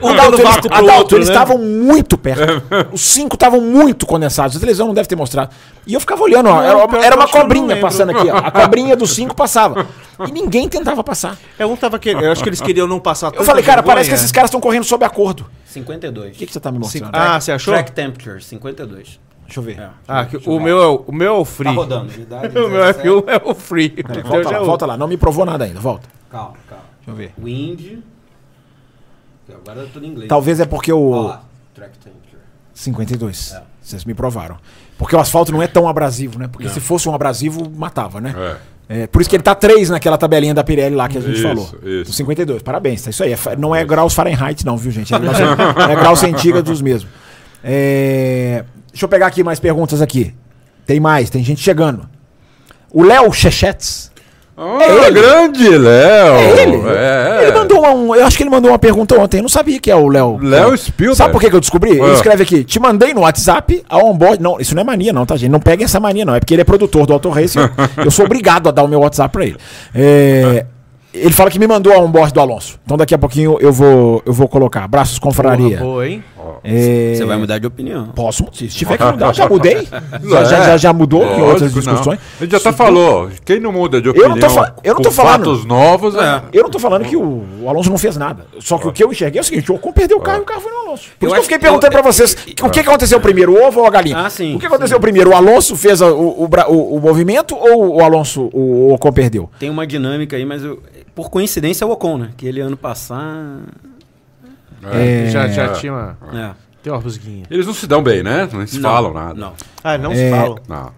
S5: Um
S3: Adalto,
S5: dando
S3: eles,
S5: vácuo pro
S3: Adalto,
S5: outro,
S3: eles
S5: né?
S3: estavam muito perto. Os cinco estavam muito condensados. A televisão não deve ter mostrado. E eu ficava olhando, ó, era,
S2: pior
S3: uma- era
S2: que eu
S3: uma
S2: acho que eu não
S3: cobrinha
S2: lembro.
S3: passando aqui, ó. A cobrinha dos cinco passava. E ninguém tentava passar.
S2: É, um tava querendo. Eu acho que eles queriam não passar
S3: Eu falei, cara, parece
S2: né?"
S3: que esses caras estão correndo sob acordo. O
S5: 52.
S3: que, que você tá me mostrando?
S2: Ah,
S5: né?
S2: você achou?
S5: Track temperature, 52.
S3: Deixa eu ver.
S5: É.
S2: Ah, que o, meu é o, o meu é o free.
S5: Tá rodando. [LAUGHS] Idade,
S2: O meu
S5: 17.
S2: F1 é o free.
S3: Volta,
S2: já é
S3: lá,
S2: o-
S3: volta lá, não me provou nada ainda, volta.
S5: Calma, calma.
S3: Deixa eu ver.
S5: Wind. Agora eu tô em inglês.
S3: Talvez é porque
S5: Olha
S3: o
S5: lá. Track temperature.
S3: 52.
S5: É.
S3: Vocês me provaram. Porque o asfalto não é tão abrasivo, né? Porque se fosse um abrasivo, matava, né?
S4: É.
S3: É, por isso que ele tá 3 naquela tabelinha da Pirelli lá que a gente
S4: Isso,
S3: falou.
S4: isso.
S3: O 52. Parabéns. Tá isso aí. É fa- não é graus Fahrenheit, não, viu, gente? É,
S4: [LAUGHS]
S3: graus, é graus centígrados mesmo. É, deixa eu pegar aqui mais perguntas aqui. Tem mais, tem gente chegando. O Léo Chechetes.
S4: Ah,
S3: É ele?
S4: grande Léo!
S3: Ele?
S4: É,
S3: Ele mandou um. Eu acho que ele mandou uma pergunta ontem. Eu não sabia que é o Léo.
S4: Léo Spielberg.
S3: Sabe por que que eu descobri? Ele
S4: Ah.
S3: escreve aqui: te mandei no WhatsApp a onboard. Não, isso não é mania, não, tá, gente? Não peguem essa mania, não. É porque ele é produtor do Auto Racing.
S4: [LAUGHS]
S3: eu sou obrigado a dar o meu WhatsApp pra ele. É, ele fala que me mandou a onboard do Alonso. Então daqui a pouquinho eu vou, eu vou colocar. Abraços, confraria.
S2: Boa, hein?
S3: É,
S5: Você vai mudar de opinião.
S3: Posso? Se tiver que mudar, eu
S4: [LAUGHS]
S3: já mudei. já, já,
S4: É.
S3: já- já mudou em outras
S4: Lógico,
S3: discussões.
S4: não. A gente já tá falou, quem não muda de opinião
S3: não tô fa- eu não
S4: com
S3: tô falando.
S4: fatos novos, é.
S3: Eu não tô falando que o, o Alonso não fez nada. Só que o que eu enxerguei é o seguinte: o Ocon perdeu o carro e o carro foi no Alonso. Por
S5: Eu
S3: isso que eu
S5: acho-
S3: fiquei perguntando
S5: eu-
S3: pra vocês: que- o que, que aconteceu primeiro, o ovo ou a galinha?
S5: Ah, sim,
S3: o que aconteceu primeiro? O Alonso fez a- o, o bra- o- o movimento ou o Alonso, o, o Ocon perdeu?
S5: Tem uma dinâmica aí, mas eu- por coincidência é o Ocon, né? Que ele ano passado.
S4: É.
S2: Já, já tinha uma.
S5: É.
S2: Tem uma rusguinha.
S4: Eles não se dão bem, né? Não se falam nada.
S5: Não.
S2: Ah, não se falam.
S4: Não.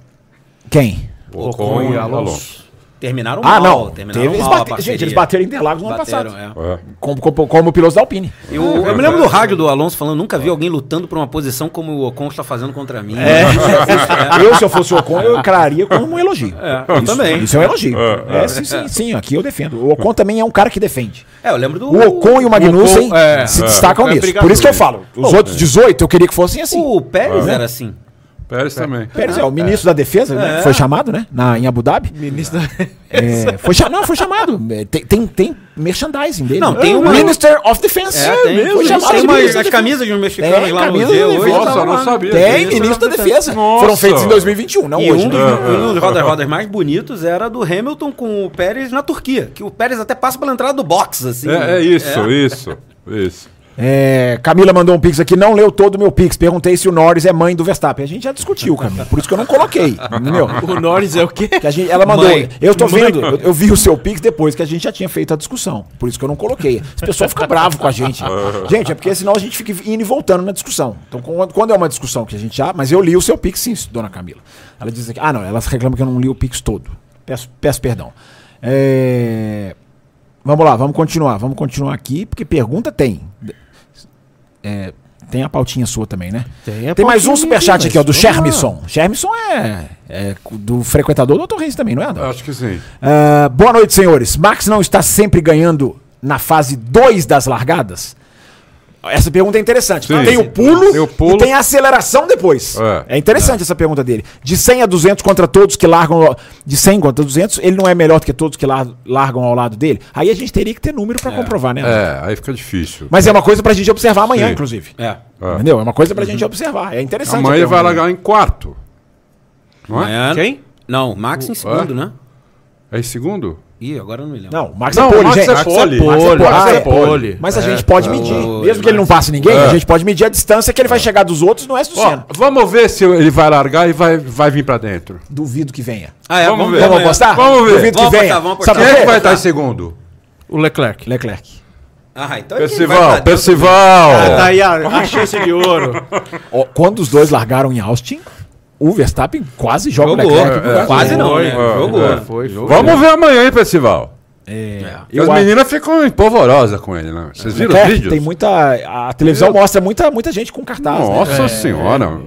S3: Quem?
S4: Ocon,
S2: Ocon e
S4: e
S2: Alonso.
S4: Alonso.
S5: Terminaram
S3: Ah,
S5: mal.
S3: não.
S5: Terminaram
S3: Teve- eles
S5: mal a
S3: bate-
S5: parceria.
S3: gente, eles bateram Interlagos no ano
S5: Bateram,
S3: passado.
S5: é.
S4: É.
S3: Como, como, como pilotos da
S5: [LAUGHS]
S3: Alpine.
S5: Eu, eu me lembro do rádio do Alonso falando, nunca vi alguém lutando por uma posição como o Ocon está fazendo contra mim.
S3: É. Eu, se eu fosse o Ocon, eu encararia como um elogio.
S5: É, eu também.
S3: Isso é um elogio.
S4: É,
S3: É, sim, sim, sim, aqui eu defendo. O Ocon também é um cara que defende.
S5: [LAUGHS] É, eu lembro do.
S3: O Ocon e o Magnussen
S2: Ocon, é,
S3: se
S2: é.
S3: destacam
S2: É
S3: nisso.
S2: brigador,
S3: Por isso que eu
S2: né?
S3: falo, os outros 18 eu queria que fossem assim.
S5: O Pérez era assim.
S4: Pérez também.
S3: Pérez é o ministro da defesa, né? Foi chamado, né? Na, em Abu Dhabi.
S2: Ministro da.
S3: É, foi cha- não, foi chamado. É, Tem, tem, tem merchandising dele.
S5: Não, tem uma-
S3: Minister of Defense.
S5: É, tem,
S3: Foi
S5: tem
S3: chamado de
S5: uma-
S3: ministro da
S5: as
S3: defesa.
S5: camisas de um
S3: Tem,
S5: mexicano lá no
S3: camisa da
S5: museu hoje.
S3: defesa,
S4: Nossa,
S3: tá
S4: eu não
S3: lá.
S4: sabia
S3: Tem,
S4: disso.
S3: ministro da defesa.
S4: Nossa.
S3: Foram feitos em 2021, não
S5: E
S3: hoje.
S5: um dos,
S3: né?
S5: um dos rodas, rodas mais bonitos era do Hamilton com o Pérez na Turquia. Que o Pérez até passa pela entrada do box, assim.
S4: É, é isso, isso, isso.
S3: É, Camila mandou um pix aqui, não leu todo o meu pix. Perguntei se o Norris é mãe do Verstappen. A gente já discutiu, Camila. Por isso que eu não coloquei. Entendeu?
S2: O Norris é o [LAUGHS] quê?
S3: Que a gente, ela mandou.
S5: Mãe.
S3: Eu tô vendo, eu, eu vi o seu Pix depois que a gente já tinha feito a discussão. Por isso que eu não coloquei. As pessoas ficam bravas com a gente. gente, é porque senão a gente fica indo e voltando na discussão. Então, quando, quando é uma discussão que a gente já. Mas eu li o seu Pix, sim, dona Camila. Ela diz aqui. Ah, não, ela reclama que eu não li o Pix todo. Peço, peço perdão. É, Vamos lá, vamos continuar. Vamos continuar aqui, porque pergunta tem. É, Tem a pautinha sua também, né?
S2: Tem a
S3: mais um
S2: pautinha
S3: superchat
S2: aqui,
S3: aqui, ó, do
S2: mas vamos lá.
S3: Shermison. Shermison é, é do frequentador do Auto Race também, não é, Adão?
S4: Acho que sim.
S3: Ah, boa noite, senhores. Max não está sempre ganhando na fase 2 das largadas? Essa pergunta é interessante.
S4: Sim.
S3: Tem o pulo,
S4: Tem o pulo.
S3: e tem a aceleração depois. É,
S4: É.
S3: interessante essa pergunta dele. De 100 a 200 contra todos que largam... De 100 contra 200, ele não é melhor do que todos que lar- largam ao lado dele? Aí a gente teria que ter número para comprovar, né? Adão?
S4: É, aí fica difícil.
S3: Mas é uma coisa pra gente observar amanhã,
S4: Sim.
S3: inclusive.
S5: É.
S4: É.
S3: Entendeu? É uma coisa pra gente observar. É interessante.
S4: A
S3: a
S4: mãe ele vai
S3: pergunta dele.
S4: largar em quarto. Não é?
S5: Amanhã-
S2: Quem?
S5: Não, Max em segundo, né?
S4: É em segundo?
S5: Ih, agora eu não me lembro.
S3: Não, o Max é
S4: Não, o
S3: pole,
S4: Max
S3: gente.
S4: é pole.
S3: Max é pole.
S4: Max
S3: Ah,
S4: é Ah.
S3: é.
S4: pole.
S3: Mas a gente pode medir. Mesmo que ele não passe ninguém, a gente pode medir a distância que ele vai chegar dos outros no S do
S4: é Ó,
S3: Senna.
S4: vamos ver se ele vai largar e vai, vai vir pra dentro.
S3: Duvido que venha.
S5: Ah, é,
S4: Vamos ver.
S3: Vamos
S5: amanhã.
S3: apostar?
S4: Vamos ver.
S3: Duvido que
S5: Vamos
S3: venha.
S4: é
S5: apostar, vamos
S3: Sabe
S5: apostar.
S4: Quem
S3: por
S4: é
S3: quê?
S4: que vai estar em segundo?
S2: O Leclerc.
S3: Leclerc.
S5: Ah, então ele vai pra
S4: Percival, Ah,
S5: dentro.
S4: Percival!
S2: Tá aí a, [LAUGHS] a chance de ouro.
S3: Ó, Quando os dois largaram em Austin, o Verstappen quase joga o
S5: Jogou,
S3: Leclerc.
S5: é, quase não, né?
S4: é,
S5: Jogou.
S4: é.
S2: Foi, foi.
S4: Vamos ver amanhã, hein, Percival?
S3: É. Eu
S4: as
S3: acho-
S4: meninas ficam empolvorosas com ele, né? Vocês É. viram os
S3: Leclerc
S4: vídeos?
S3: Tem muita. A televisão
S4: Eu-
S3: mostra muita, muita gente com cartaz. né?
S4: Nossa senhora!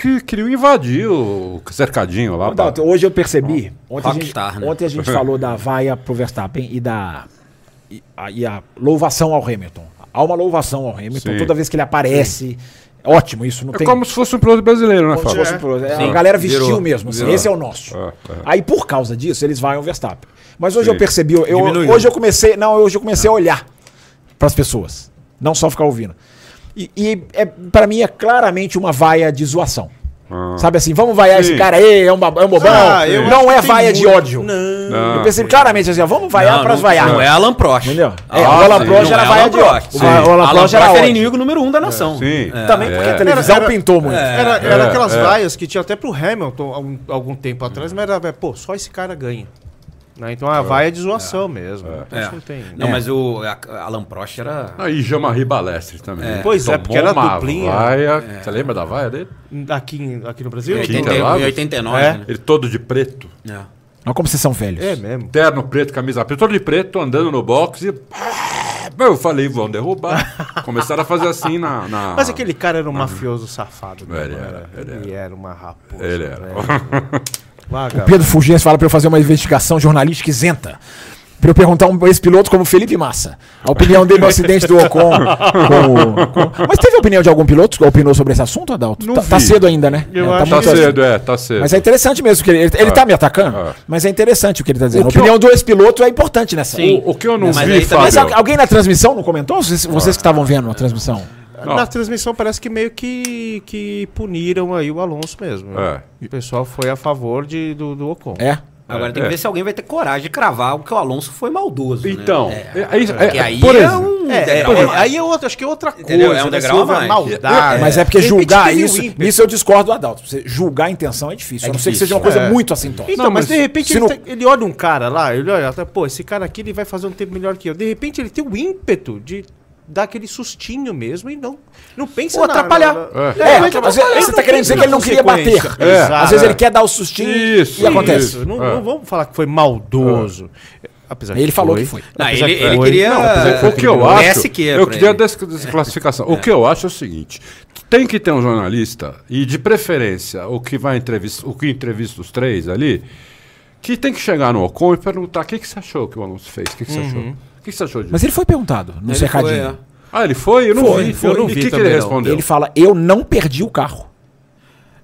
S4: Que queriam invadir o cercadinho lá.
S3: Então,
S4: pra-
S3: hoje eu percebi. Ontem, a gente,
S5: Rockstar, né?
S3: ontem a gente falou da vaia pro Verstappen e da. E a, e a louvação ao Hamilton. Há uma louvação ao Hamilton
S4: Sim.
S3: toda vez que ele aparece. Ótimo, isso não
S4: É
S3: tem.
S4: como se fosse um piloto brasileiro, né,
S3: como se
S4: Fábio?
S3: fosse um pro- é,
S5: Sim.
S3: A galera vestiu
S5: Virou,
S3: mesmo. assim,
S5: virou.
S3: esse é o nosso.
S4: É, é.
S3: Aí por causa disso, eles vão ao Verstappen. Mas hoje
S4: Sim.
S3: eu percebi, eu,
S5: Diminuiu.
S3: hoje eu comecei. Não, hoje eu comecei a olhar para as pessoas. Não só ficar ouvindo. E, e é, para mim é claramente uma vaia de zoação. Sabe assim, vamos vaiar esse
S4: Sim.
S3: cara aí, é um, bab- é um bobão.
S2: Ah, eu acho
S3: não
S2: que
S3: é
S2: tem
S3: vaia de
S2: muito-
S3: ódio.
S4: Não.
S3: Eu percebi claramente assim, ó, vamos vaiar
S5: Não,
S3: pra
S5: não-
S3: vaiar.
S5: Não é Alan Prost.
S3: Entendeu?
S5: Ah,
S3: É, o Alan
S5: sim,
S3: Prost
S5: não
S3: era
S5: é
S3: vaia
S5: Alan
S3: de ódio.
S5: Prost.
S3: O va-
S5: Sim.
S3: o Alan Prost era ódio.
S5: inimigo número um da nação.
S4: Sim.
S3: Também porque a televisão
S2: Era- era-
S3: pintou muito.
S2: Era, era
S4: é,
S2: aquelas
S4: é.
S2: vaias que tinha até pro Hamilton há um- algum tempo atrás, mas era, é, pô, só esse cara ganha. Né? Então a vaia é de zoação mesmo. Então,
S5: É.
S2: isso Não tem.
S5: Não, mas o a- Alan Prost era...
S4: Aí Jean-Marie Balestre também.
S2: Pois é, porque era
S4: uma
S2: duplinha.
S4: Vaia. Você lembra da vaia dele?
S2: Aqui, É. em- aqui no Brasil?
S5: Em
S4: Quinta
S5: 80 e-
S4: Lagos?
S5: em 89,
S2: É.
S5: né?
S4: Ele todo de preto.
S5: É.
S3: Olha como vocês são velhos.
S2: É mesmo.
S4: Terno preto, camisa preta, todo de preto, andando no box e. Eu falei, vão derrubar. Começaram a fazer assim na. na-
S2: Mas aquele cara era um mafioso safado. né,
S4: Uhum. Ele
S2: mano?
S4: era, ele
S2: Ele era uma raposa.
S4: Ele era. [LAUGHS]
S2: né? Vaga-
S3: Pedro Fulgêncio fala pra eu fazer uma investigação jornalística isenta. Pra eu perguntar a um ex-piloto como Felipe Massa. A opinião dele no acidente do Ocon. com o- com- Mas teve a opinião de algum piloto que opinou sobre esse assunto, Adalto?
S4: Não
S3: Tá, tá
S4: vi.
S3: cedo ainda, né?
S2: Eu
S3: É,
S2: acho
S4: Tá
S3: muito
S4: cedo, é, tá cedo.
S3: Mas é interessante mesmo que ele, ele, ele tá me atacando,
S4: Ah.
S3: mas é interessante o que ele tá dizendo.
S4: O
S3: A
S4: que eu-
S3: opinião do ex-piloto é importante nessa.
S4: O, o que eu não
S5: Mas
S4: vi,
S5: aí também-
S3: Mas
S4: Fábio.
S3: al- alguém na transmissão não comentou? Vocês, vocês que estavam vendo a transmissão.
S2: Na transmissão parece que meio que, que puniram aí o Alonso mesmo. né?
S4: É.
S2: O pessoal foi a favor de, do, do Ocon.
S3: É?
S5: Agora tem que
S4: É.
S5: ver se alguém vai ter coragem de cravar que o Alonso foi maldoso. né?
S4: Então,
S5: É.
S4: é, é isso- é-
S5: Porque aí
S4: por
S5: é
S4: exemplo,
S5: um
S2: É,
S5: degrau
S2: é,
S5: a mais.
S2: aí é outra, acho que é outra coisa.
S5: Entendeu? É
S2: né?
S5: um degrau
S2: Se houver
S5: a mais.
S2: maldade.
S3: Mas é porque
S2: Ah, De repente
S3: julgar
S2: teve um
S3: isso.
S2: ímpeto.
S3: Nisso eu discordo do Adalto. Você julgar a intenção é difícil.
S5: É
S3: a não ser que
S5: difícil,
S3: seja uma coisa
S2: é.
S3: muito assintosa.
S2: Então,
S4: Não,
S2: mas,
S4: mas
S2: de repente
S3: se
S2: ele,
S3: não-
S2: tá- ele olha um cara lá, ele olha, tá, pô, esse cara aqui ele vai fazer um tempo melhor que eu. De repente ele tem o ímpeto de dar aquele sustinho mesmo e não, não pensa
S5: Ou atrapalhar.
S4: É.
S3: É,
S2: mas
S3: às
S2: atrapalhar,
S3: vezes-
S2: não
S3: você tá
S2: tem
S3: querendo dizer que ele não queria bater.
S2: consequência.
S4: É.
S2: Exato.
S3: Às vezes ele quer dar o sustinho
S4: Isso,
S3: e acontece.
S4: isso.
S2: Não,
S4: É.
S2: não vamos falar que foi maldoso. Apesar
S3: É. Ele falou que foi.
S5: Não,
S2: Apesar
S5: ele,
S2: que
S5: ele
S2: foi.
S5: queria. um
S2: Não,
S4: é, o que eu acho.
S5: SQ
S4: eu
S5: é pra
S4: queria
S5: ele.
S4: des- desclassificação. O que eu acho é o seguinte: tem que ter um jornalista, e de preferência, o que vai entrevistar, o que entrevista os três ali, que tem que chegar no Ocon e perguntar o que, que você achou que o Alonso fez? O que, que você achou?
S5: Uhum.
S4: O que, que você achou disso?
S3: Mas ele foi perguntado no
S5: Ele
S3: um cercadinho.
S5: foi, é.
S4: Ah, ele foi? Eu não
S3: Foi,
S4: vi.
S3: foi.
S4: eu não vi. O que, que ele
S2: também não.
S4: respondeu?
S3: Ele fala, eu não perdi o carro.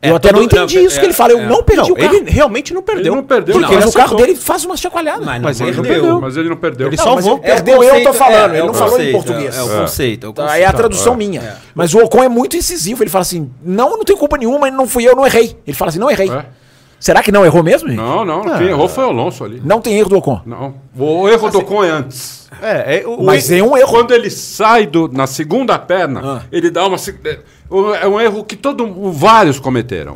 S5: É,
S3: eu até não
S5: todo-
S3: entendi
S5: não,
S3: isso
S5: é,
S3: que ele fala, eu
S5: é.
S3: não perdi
S2: Não,
S3: o carro.
S2: ele realmente não perdeu.
S4: Ele não perdeu,
S3: Porque
S4: não.
S3: o carro dele faz uma chacoalhada.
S5: Mas não
S2: Mas ele não
S5: perdeu. É
S4: Não, Mas ele não perdeu.
S2: Ele
S3: Não, mas
S2: salvou.
S3: ele perdeu, eu tô
S5: conceito,
S3: falando.
S5: é,
S3: ele
S5: é
S3: não
S5: o
S3: falou em
S5: conceito,
S3: português.
S5: É, é o conceito. É o
S3: Tá,
S5: conceito.
S3: Aí é a tradução minha. Mas o Ocon é muito incisivo. Ele fala assim: não, eu não tenho culpa nenhuma, não fui eu, não errei. Ele fala assim: não errei.
S4: É.
S3: Será que não errou mesmo? gente?
S4: Não, não. Quem errou foi o Alonso ali.
S3: Não tem erro do Ocon.
S4: Não. O erro do Ocon é antes.
S2: É, é, o,
S3: Mas é um erro.
S4: Quando ele sai do, na segunda perna,
S3: Ah.
S4: ele dá uma. se- é, o- É um erro que todo, o- vários cometeram.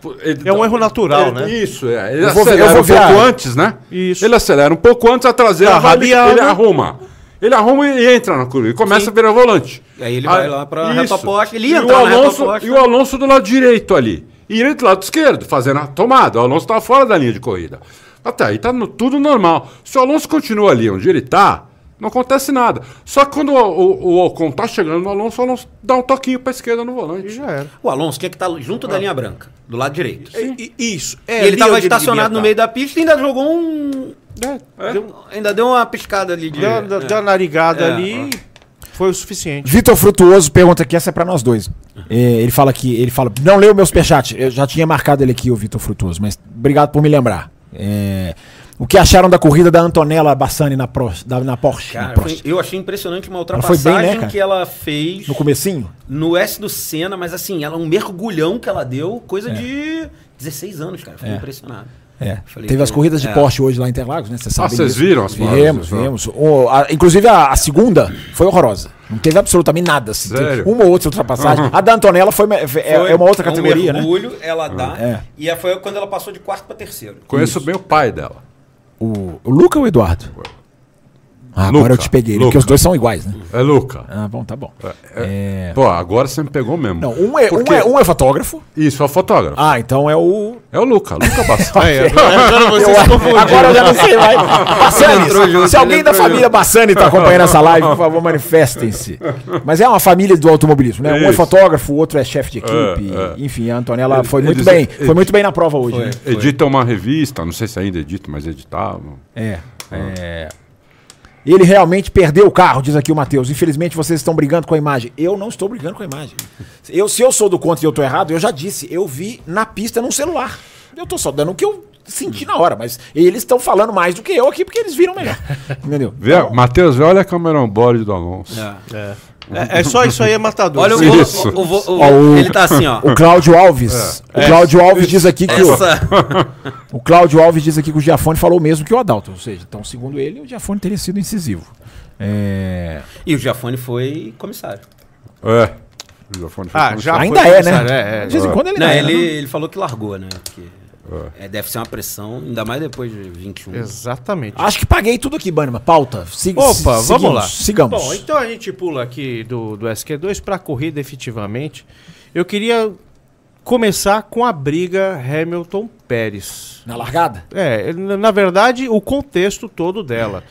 S4: Pô, ele
S2: É um
S4: dá-
S2: erro natural,
S4: ele-
S2: né?
S4: Isso, é. Ele
S3: Eu vou ver-
S4: acelera
S3: eu vou
S4: um
S3: ver a-
S4: pouco antes, né?
S2: Isso.
S4: Ele acelera um pouco antes, a traseira
S2: Tá
S4: vai, ele,
S2: rabiando.
S4: ele arruma. Ele arruma e entra na curva. E começa a virar volante. Ah,
S5: E aí ele vai lá pra reta oposta, ele ia
S4: e o
S5: entrar na reta
S4: Alonso,
S5: oposta.
S4: E o Alonso do lado direito ali. E ele do lado esquerdo, fazendo a tomada. O Alonso estava fora da linha de corrida. Até aí tá no- tudo normal. Se o Alonso continua ali onde ele tá, não acontece nada. Só que quando o, o, o Ocon tá chegando no Alonso, o Alonso dá um toquinho pra esquerda no volante.
S2: Já era.
S5: O Alonso tinha que estar junto da linha branca, do lado direito.
S2: E- e- isso.
S5: E
S2: É
S5: ele
S2: ali
S5: tava
S2: onde
S5: estacionado
S2: devia
S5: no
S2: tá.
S5: meio da pista e ainda jogou um.
S4: É.
S5: Ainda deu uma piscada ali de.
S2: Deu, deu- deu uma narigada
S5: É.
S2: ali foi o suficiente.
S3: Vitor Frutuoso pergunta aqui, essa é pra nós dois. É, ele fala que ele fala, não leu meu superchat. Eu já tinha marcado ele aqui, o Vitor Frutuoso, mas obrigado por me lembrar. É, o que acharam da corrida da Antonella Bassani na, Pro- da- na Porsche? na
S5: Cara,
S3: Prost?
S5: foi- eu achei impressionante uma
S3: foi bem, né,
S5: ultrapassagem
S3: cara?
S5: que ela fez
S3: No comecinho?
S5: no S do Senna, mas assim, ela um mergulhão que ela deu, coisa de 16 anos, cara. Fiquei impressionado.
S3: É.
S5: Falei
S3: Teve
S5: que-
S3: as corridas de
S5: é.
S3: Porsche hoje lá em Interlagos, né? Vocês
S4: Ah,
S3: sabem
S4: vocês
S3: disso.
S4: viram as corridas,
S3: Vimos,
S4: né?
S3: vimos. O- a- inclusive a, a segunda foi horrorosa. Não teve absolutamente nada. assim. Teve
S4: Sério?
S3: uma ou outra ultrapassagem. A da Antonella foi, me- é-
S5: Foi
S3: é, uma outra
S5: um
S3: categoria, né?
S5: mergulho, ela dá.
S3: É.
S5: E aí foi quando ela passou de quarto pra terceiro.
S4: Conheço bem o pai dela.
S3: O, o Luca ou o Eduardo? Ah,
S4: Luca,
S3: agora eu te peguei,
S4: Luca.
S3: porque os dois são iguais, né?
S4: É Luca.
S3: Ah, bom, tá bom.
S4: É, Pô, agora você me pegou mesmo.
S3: Não, um é, um
S4: Porque-
S3: é, um é fotógrafo.
S4: Isso, é o fotógrafo.
S3: Ah, então é o.
S4: É o
S2: [LAUGHS]
S4: Luca, Luca Bassani.
S2: Aí, agora vocês se confundiram.
S3: Agora eu já não sei mais. Bassani,
S5: entrou junto,
S3: se
S5: ele
S3: alguém da
S5: entrou
S3: família Bassani tá acompanhando essa live, por favor, manifestem-se. Mas é uma família do automobilismo, né? Um é
S4: Isso.
S3: fotógrafo, o outro é chefe de equipe.
S4: É,
S3: Enfim, a Antonella foi
S4: Eles-
S3: muito bem.
S4: eles-
S3: Foi muito bem na prova hoje.
S2: é,
S3: né?
S4: Edita uma revista, não sei se ainda edita, mas editava.
S3: É.
S2: Ah.
S3: é. Ele realmente perdeu o carro, diz aqui o Matheus. Infelizmente vocês estão brigando com a imagem. Eu não estou brigando com a imagem. Eu, se eu sou do contra e eu tô errado, eu já disse, eu vi na pista num celular. Eu tô só dando o que eu senti na hora, mas eles estão falando mais do que eu aqui porque eles
S2: [LAUGHS]
S3: viram melhor. Entendeu?
S4: Vê, Matheus, vê, olha a câmera on board do Alonso.
S2: É, é só isso aí, é matador.
S5: Olha o
S2: Sim.
S5: vo-
S4: Isso.
S5: o vo- o-
S3: Ó, o-
S5: Ele tá
S2: Ah.
S5: assim, ó.
S3: O Cláudio Alves.
S2: É.
S3: O Cláudio Alves diz aqui que o,
S5: Essa...
S3: o Cláudio Alves diz aqui que o Giafone falou o mesmo que o Adalto, ou seja, então segundo ele, o Giafone teria sido incisivo. É...
S5: E o Giafone foi comissário.
S4: É. O microfone foi
S2: Ah,
S4: com-
S2: já
S3: Ainda
S2: foi
S3: é,
S2: comissário,
S3: né?
S2: é, é.
S3: De vez em quando ele
S5: Não,
S3: não é,
S5: ele,
S3: né?
S5: ele falou que largou, né? Porque é, deve ser uma pressão, ainda mais depois de 21.
S2: Exatamente.
S3: Acho que paguei tudo aqui, Banima. Pauta. Sig-
S2: Opa,
S3: si-
S2: vamos
S3: seguimos,
S2: lá.
S3: Sigamos.
S2: Bom, então a gente pula aqui do, do SQ2 para a corrida efetivamente. Eu queria começar com a briga Hamilton-Pérez.
S3: Na largada?
S2: É, na na verdade, o contexto todo dela.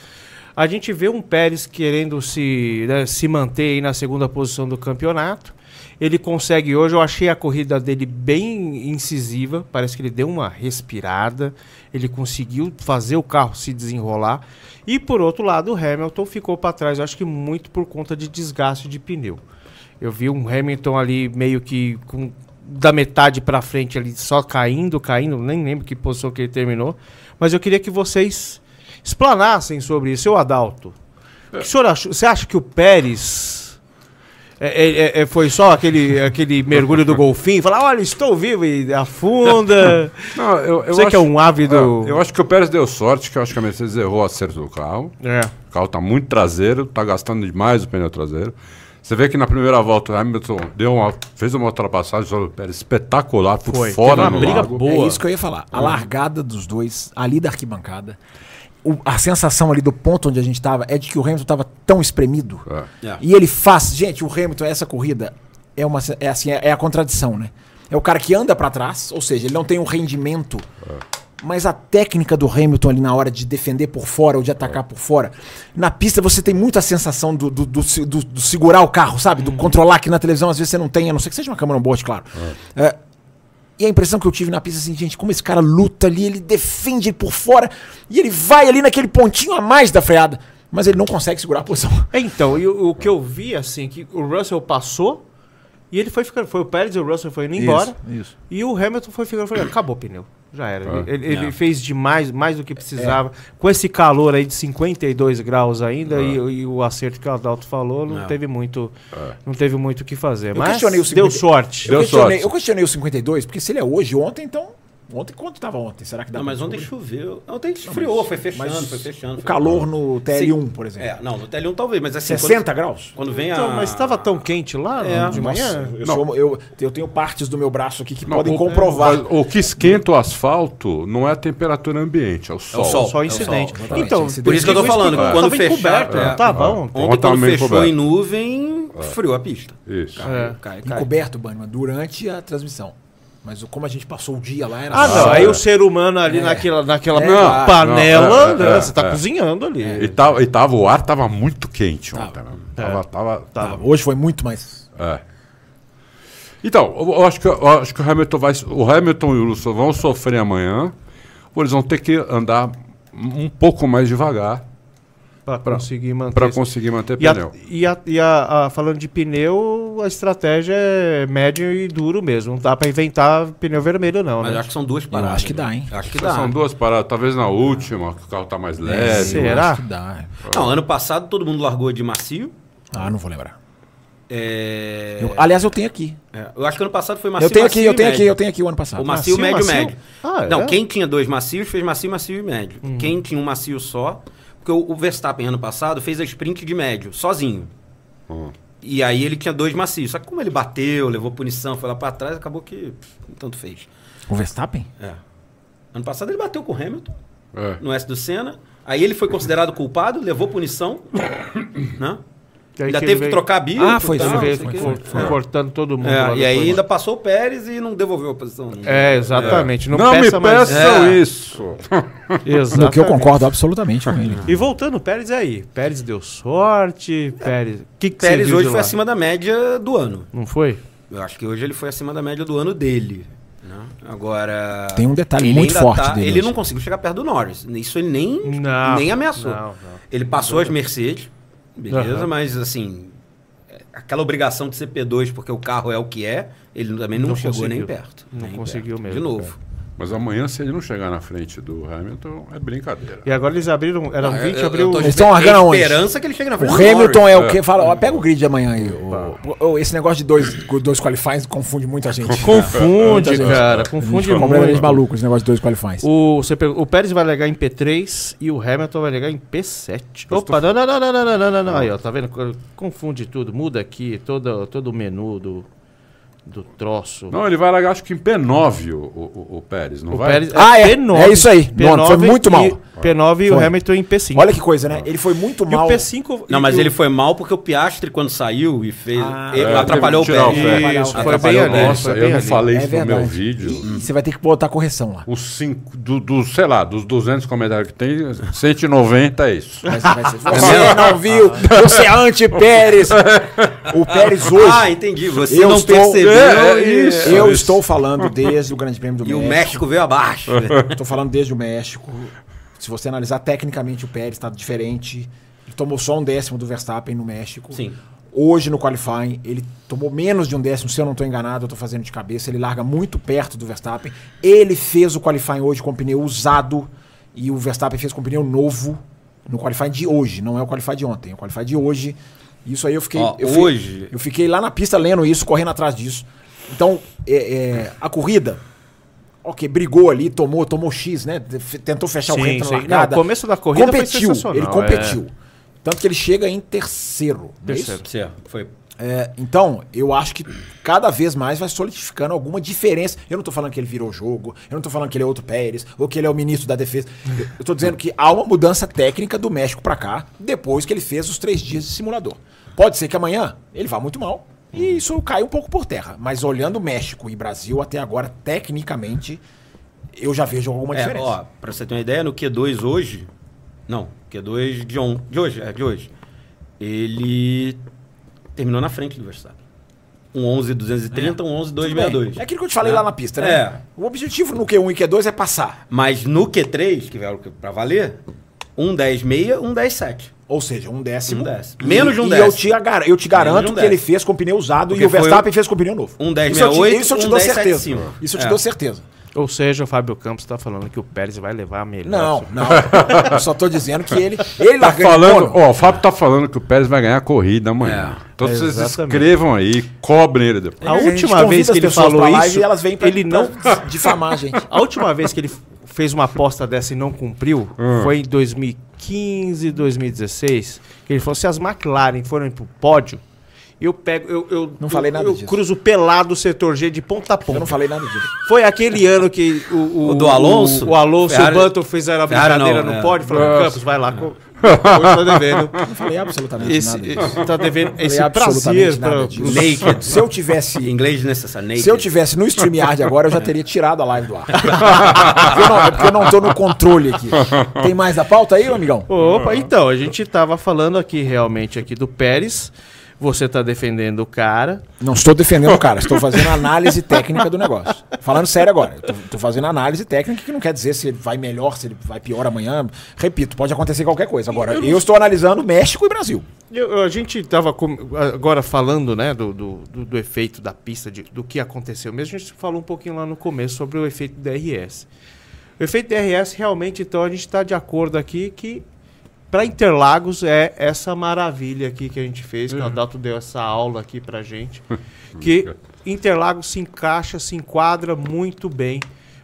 S2: A gente vê um Pérez querendo se, né, se manter aí na segunda posição do campeonato. Ele consegue hoje, eu achei a corrida dele bem incisiva, parece que ele deu uma respirada, ele conseguiu fazer o carro se desenrolar. E por outro lado, o Hamilton ficou para trás, eu acho que muito por conta de desgaste de pneu. Eu vi um Hamilton ali meio que com- da metade pra frente ali só caindo, caindo, nem lembro que posição que ele terminou, mas eu queria que vocês explanassem sobre isso, eu Adalto. O que o senhor achou- você acha que o Pérez é- é- é- foi só aquele, aquele mergulho do golfinho, falar, olha, estou vivo e afunda.
S4: Não, [LAUGHS] eu, eu
S2: Você que é
S4: acho-
S2: um ávido.
S4: É, eu acho que o Pérez deu sorte, que eu acho que a Mercedes errou o acerto do carro.
S2: É.
S4: O carro tá muito traseiro, tá gastando demais o pneu traseiro. Você vê que na primeira volta o Hamilton deu uma, fez uma ultrapassagem sobre o Pérez espetacular por
S2: Foi.
S4: fora
S2: Teve uma
S4: no
S2: briga
S4: lago.
S2: boa.
S3: É isso que eu ia falar. A largada dos dois, ali da arquibancada, o- a sensação ali do ponto onde a gente tava é de que o Hamilton tava tão espremido.
S4: É.
S5: É.
S3: E ele faz. Gente, o Hamilton, essa corrida é uma se- é assim, é, é a contradição, né? É o cara que anda pra trás, ou seja, ele não tem um rendimento. Mas a técnica do Hamilton ali na hora de defender por fora ou de atacar por fora, na pista você tem muita sensação do, do, do se- do- do segurar o carro, sabe? Do controlar que na televisão às vezes você não tem, a não ser que seja uma câmera on board, claro. É, e a impressão que eu tive na pista assim, gente, como esse cara luta ali, ele defende por fora e ele vai ali naquele pontinho a mais da freada, mas ele não consegue segurar a posição.
S2: Então, e o, o que eu vi, assim, que o Russell passou e ele foi ficando. Foi o Pérez e o Russell foi indo embora.
S3: isso. Ah,
S2: E o Hamilton foi ficando. Foi, acabou o pneu. Já era. Ele- Ele,
S3: é.
S2: ele fez demais, mais do que precisava. Com esse calor aí de 52 graus ainda
S3: Ah.
S2: e, e o acerto que o Adalto falou, não, teve muito não teve muito o que fazer. Mas
S3: questionei o
S2: deu
S3: 50
S2: sorte.
S4: Deu
S3: eu, questionei,
S4: sorte.
S3: eu questionei o 52, porque se ele é hoje, ontem, então. Ontem, quanto tava ontem? Será que dá
S5: Não,
S3: pra
S5: mas ontem
S3: descobrir?
S5: choveu. Ontem esfriou, foi fechando, foi fechando.
S3: O
S5: foi
S3: calor no TL1, por
S5: fechando.
S3: exemplo.
S5: É, não, no Tele1 talvez, mas assim.
S3: 60
S5: quando,
S3: graus?
S5: Quando vem
S2: Então,
S5: a.
S2: mas estava tão quente lá
S5: É,
S2: de
S3: Nossa,
S2: manhã.
S3: eu,
S4: Não.
S3: sou- um- eu- eu tenho partes do meu braço aqui que
S4: Não,
S3: podem
S4: o-
S5: é
S3: comprovar.
S5: um-
S4: mas O que esquenta o asfalto não é a temperatura ambiente, é o sol.
S5: sol.
S2: Só
S5: É o
S2: incidente.
S5: sol,
S3: exatamente,
S2: então,
S3: é incidente.
S5: Por isso que eu tô
S2: digo
S5: falando,
S2: porque
S5: quando
S2: tava
S5: fechar,
S2: encoberto,
S5: é.
S2: não tava um-
S4: É.
S3: Ah.
S2: ontem.
S5: Ontem,
S4: Ontem
S5: quando
S4: meio
S5: fechou
S4: coberto.
S5: em nuvem, friou a pista.
S4: Isso.
S2: É.
S5: Caiu, caiu, caiu.
S3: Encoberto, Banima, durante a transmissão. Mas o- como a gente passou o dia lá, era
S5: Tá
S2: Ah, não.
S3: sol.
S2: Aí o ser humano ali naquela, naquela
S3: É, claro.
S2: panela,
S4: Não, Ah, é,
S2: né,
S4: é,
S2: você tá
S4: é.
S2: cozinhando ali.
S4: E, tava, e tava, o ar tava muito quente ontem. né?
S2: É.
S4: Tava, tava,
S3: Tá, hoje foi muito mais.
S4: É. Então, eu eu acho que, eu acho que o Hamilton vai. O Hamilton e o Russell vão sofrer amanhã. ou Eles vão ter que andar um pouco mais devagar
S2: Pra conseguir manter.
S4: para
S2: esse-
S4: conseguir manter
S2: e a,
S4: pneu.
S2: e a- e a- a- falando de pneu, a estratégia é médio e duro mesmo. Não dá pra inventar pneu vermelho, não,
S5: Mas eu
S2: né?
S5: acho que são duas paradas.
S3: acho que dá, hein?
S5: Eu Acho que
S4: Essas
S5: dá.
S4: São duas paradas, talvez na última, que o carro tá mais leve.
S2: sim. Será?
S3: Acho que dá.
S5: Não, ano passado todo mundo largou de macio.
S3: Ah, não vou lembrar.
S5: É,
S3: Eu- aliás, eu tenho aqui.
S5: é, eu acho que ano passado foi macio.
S3: Eu tenho
S5: macio
S3: aqui, eu
S5: e
S3: tenho
S5: médio.
S3: aqui, eu tenho aqui o ano passado.
S5: O macio,
S2: Macio,
S5: médio,
S2: macio?
S5: médio.
S2: Ah,
S5: não,
S2: é? Hum.
S5: quem tinha dois macios fez macio, macio e médio. Quem tinha um macio só, porque o, o Verstappen ano passado fez a sprint de médio, sozinho. E aí ele tinha dois macios. Só que como ele bateu, levou punição, foi lá pra trás, acabou que pff, tanto fez.
S3: O Verstappen?
S5: É. Ano passado ele bateu com o Hamilton
S4: É.
S5: no S do Senna. Aí ele foi considerado culpado, levou punição,
S2: [COUGHS]
S5: né?
S2: aí
S5: Ainda
S2: que
S5: teve
S2: veio-
S5: que trocar bio.
S3: Ah, foi
S5: tal,
S3: isso,
S5: não
S3: foi,
S5: sei o
S3: foi,
S5: quê.
S3: foi,
S2: Foi cortando todo mundo.
S5: É,
S2: lá
S5: e
S2: depois.
S5: aí ainda passou o Pérez e não devolveu a posição.
S2: É, exatamente. Não,
S4: Não, me
S2: peça mais. [LAUGHS]
S4: peçam
S5: É.
S4: isso. [LAUGHS]
S2: Exatamente.
S3: No que eu concordo absolutamente com ele.
S2: E voltando, Pérez aí. Pérez deu sorte. Pérez. O que, que você
S5: Pérez
S2: viu
S5: hoje
S2: de
S5: foi
S2: lá?
S5: acima da média do ano.
S2: Não foi?
S5: Eu acho que hoje ele foi acima da média do ano dele. né? Agora.
S3: Tem um detalhe
S5: ele
S3: muito
S5: ainda tá,
S3: forte dele
S5: Ele
S3: hoje.
S5: não conseguiu chegar perto do Norris. Isso ele nem,
S2: Não,
S5: nem ameaçou.
S2: não, não.
S5: Ele passou as Mercedes, beleza,
S2: Aham.
S5: mas assim. é, Aquela obrigação de ser P2 porque o carro é o que é, ele também não,
S2: Não
S5: chegou nem
S2: conseguiu.
S5: perto.
S2: Não
S5: nem
S2: conseguiu
S5: perto.
S2: mesmo,
S5: De novo.
S4: Mas amanhã, se ele não chegar na frente do Hamilton, é brincadeira.
S2: E agora eles abriram. Eram
S5: Ah,
S2: 20,
S5: eu- eu
S2: abriu.
S5: tô
S3: Eles estão
S5: esperando-
S3: largando aonde?
S5: É esperança que ele chegue na
S3: O
S5: frente. do
S3: Hamilton
S5: Norris.
S3: é o que fala, ó, pega o grid de amanhã aí. ô. Ô, esse negócio de dois, dois qualifies confunde muita gente. É um
S2: Confunde, cara. Confunde
S3: Completamente
S2: muito.
S3: maluco esse negócio de dois qualifies.
S2: O, você pergunta- o Pérez vai alegar em P3 e o Hamilton vai alegar em P7. Opa, não, não, não, não, não, não, não, não, não. Aí, ó, tá vendo? Confunde tudo, muda aqui todo, todo o menu do, do troço.
S4: Não, ele vai largar, acho que em P9 o, o, o Pérez, não
S2: O
S4: vai?
S2: Pérez é
S3: Ah, é.
S2: P9.
S3: É isso aí.
S2: P9
S3: Nono, foi muito
S2: e-
S3: mal.
S2: P9 e o
S3: Foi.
S2: Hamilton em P5.
S3: Olha que coisa, né? Ele foi muito
S2: E o
S3: mal.
S2: P5.
S5: Não,
S2: e
S5: mas
S2: o-
S5: ele foi mal porque o Piastri, quando saiu e fez.
S3: Ah,
S5: ele
S4: é,
S5: atrapalhou o
S4: teve que tirar o
S5: Pérez.
S4: Pérez.
S2: Isso, foi bem
S5: Atrapalhou o
S2: ali.
S5: Pérez.
S4: Nossa,
S2: foi
S4: eu
S2: bem
S4: não
S2: ali.
S4: falei
S3: É
S4: isso no meu
S3: verdade.
S4: vídeo.
S3: E você vai ter que botar correção lá.
S4: Os cinco, do, do, sei lá, dos 200 comentários que tem, 190 é isso.
S3: Vai ser- vai ser- Você não viu, você é anti-Pérez. O Pérez hoje.
S5: Ah, entendi. Você
S3: Eu
S5: não
S3: estou-
S5: percebeu.
S4: É, é
S5: e-
S4: isso.
S3: eu estou falando desde o Grande Prêmio do
S5: E o
S3: México.
S5: México veio abaixo.
S3: [LAUGHS] Estou falando desde o México. Se você analisar tecnicamente, o Pérez está diferente. Ele tomou só um décimo do Verstappen no México.
S5: Sim.
S3: Hoje no qualifying, ele tomou menos de um décimo, se eu não estou enganado, eu estou fazendo de cabeça. Ele larga muito perto do Verstappen. Ele fez o qualifying hoje com pneu usado e o Verstappen fez com pneu novo no qualifying de hoje, não é o qualifying de ontem, é o qualifying de hoje. Isso aí eu fiquei.
S5: Ó,
S3: eu fui-
S5: hoje-
S3: eu fiquei lá na pista lendo isso, correndo atrás disso. Então, é, é, a corrida, ok, brigou ali, tomou, tomou X, né? F- Tentou fechar o
S2: Sim,
S3: reto
S2: sim.
S3: na largada.
S2: Não, o começo da corrida foi
S3: competiu,
S2: sensacional, é.
S3: Ele competiu. Tanto que ele chega em terceiro. não é isso?
S2: Terceiro.
S5: Certo, foi.
S3: É, então, eu acho que cada vez mais vai solidificando alguma diferença. Eu não tô falando que ele virou o jogo, eu não tô falando que ele é outro Pérez, ou que ele é o ministro da defesa. Eu- Eu tô dizendo que há uma mudança técnica do México pra cá, depois que ele fez os três dias de simulador. Pode ser que amanhã ele vá muito mal e isso caia um pouco por terra. Mas olhando México e Brasil até agora, tecnicamente, eu já vejo alguma
S5: É,
S3: diferença.
S5: ó, pra você ter uma ideia, no Q2 hoje. Não, Q2 de, on, de hoje, é de hoje. Ele terminou na frente do Verstappen. Um 11,230, um
S3: Tudo bem.
S5: 11,262.
S3: É aquilo que eu te falei
S5: É.
S3: lá na pista, né?
S5: É.
S3: O objetivo no Q1 e Q2 é passar.
S5: Mas no Q3, que é pra valer, um 10,6, um 10,7.
S3: Ou seja, um décimo.
S5: Um décimo. Menos de um
S3: e
S5: décimo.
S3: Eu te, agar- eu te garanto
S5: Menos de um
S3: que ele
S5: décimo.
S3: fez com pneu usado
S5: Porque
S3: e o
S5: foi
S3: Verstappen
S5: um-
S3: fez com pneu novo.
S5: um 10,68,
S3: isso eu te, isso eu te
S5: um
S3: dou certeza.
S5: 10,75.
S3: Isso eu te
S5: É.
S3: dou certeza.
S2: Ou seja, o Fábio Campos tá falando que o Pérez vai levar a melhor.
S3: Não, não. eu só tô dizendo que ele. Ele
S4: Tá
S3: largando
S4: falando,
S3: nono.
S4: ó, o Fábio tá falando que o Pérez vai ganhar a corrida amanhã. então vocês
S2: exatamente.
S4: escrevam aí, cobrem ele depois.
S2: A
S3: gente
S2: última
S3: convida
S2: vez
S3: as
S2: que ele
S3: pessoas
S2: falou
S3: pra live
S2: isso,
S3: e elas vêm pra,
S2: ele não
S3: pra difamar a gente.
S2: A última vez que ele fez uma aposta dessa e não cumpriu
S5: Hum.
S2: foi em 2015, 2016. Que ele falou: se as McLaren forem pro pódio, eu pego, eu, eu-
S3: Não falei
S2: eu-
S3: nada
S2: eu
S3: disso.
S2: cruzo pelado o setor G de ponta a ponta.
S3: Eu não falei nada disso.
S2: Foi aquele ano que o, o,
S5: O do Alonso?
S2: o, o Alonso,
S5: Ferrari-
S2: o Button fizeram a
S5: Ferrari
S2: brincadeira
S5: não,
S2: no
S5: é.
S2: pódio, falando: Campos, vai lá. co- [LAUGHS] Hoje tá devendo.
S3: É. Não falei absolutamente
S2: Esse,
S3: nada disso.
S2: tá devendo
S3: Falei
S2: esse
S3: absolutamente
S2: prazer
S3: nada
S2: pra,
S3: disso.
S5: Naked.
S3: Se eu tivesse
S5: Em inglês desnecessário, naked.
S3: Se eu tivesse no StreamYard agora, eu já teria tirado a live do
S5: [LAUGHS]
S3: ar. Porque eu não, é porque eu não tô no controle aqui. Tem mais da pauta aí, ô amigão?
S2: Opa, então, a gente tava falando aqui realmente aqui do Pérez. Você tá defendendo o cara.
S3: Não estou defendendo o cara, estou fazendo análise técnica do negócio. Falando sério agora, eu tô, tô fazendo análise técnica que não quer dizer se ele vai melhor, se ele vai pior amanhã. Repito, pode acontecer qualquer coisa. Agora, eu, estou analisando México e Brasil.
S2: Eu- eu- a gente tava com- agora falando, né, do, do, do- do efeito da pista, de- do que aconteceu mesmo. A gente falou um pouquinho lá no começo sobre o efeito DRS. O efeito DRS, realmente, então, a gente está de acordo aqui que para Interlagos é essa maravilha aqui que a gente fez, que o Adalto deu essa aula aqui pra gente, que Interlagos se encaixa, se enquadra muito bem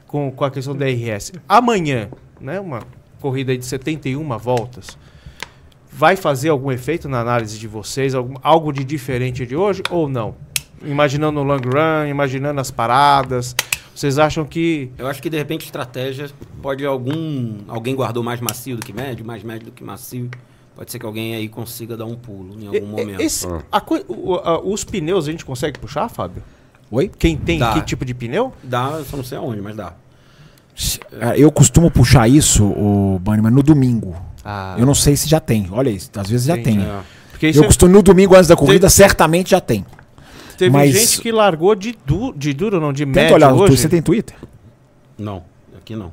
S2: com, com a questão da RS. Amanhã, né, uma corrida aí de 71 voltas, vai fazer algum efeito na análise de vocês, algum- algo de diferente de hoje ou não? Imaginando o long run, imaginando as paradas, Vocês acham que.
S5: Eu acho que de repente estratégia pode algum alguém guardou mais macio do que médio, mais médio do que macio. Pode ser que alguém aí consiga dar um pulo em algum
S2: E- e-
S5: momento.
S2: esse-
S4: Ah.
S2: a coi- o- a- os pneus a gente consegue puxar, Fábio?
S3: Oi?
S2: Quem tem
S5: Dá.
S2: que tipo de pneu?
S5: Dá, eu só não sei aonde, mas dá.
S3: Ah, Eu costumo puxar isso, o Bunny, mas no domingo.
S2: Ah.
S3: Eu não sei se já tem. Olha isso, às vezes já tem.
S5: É.
S2: Porque isso
S3: Eu
S2: é-
S3: costumo no domingo antes da corrida, certamente já tem.
S2: teve
S3: mas-
S2: gente que largou de, du, de duro, não, de
S3: Tenta
S2: médio
S3: olhar,
S2: hoje.
S3: você tem Twitter?
S5: Não, aqui não.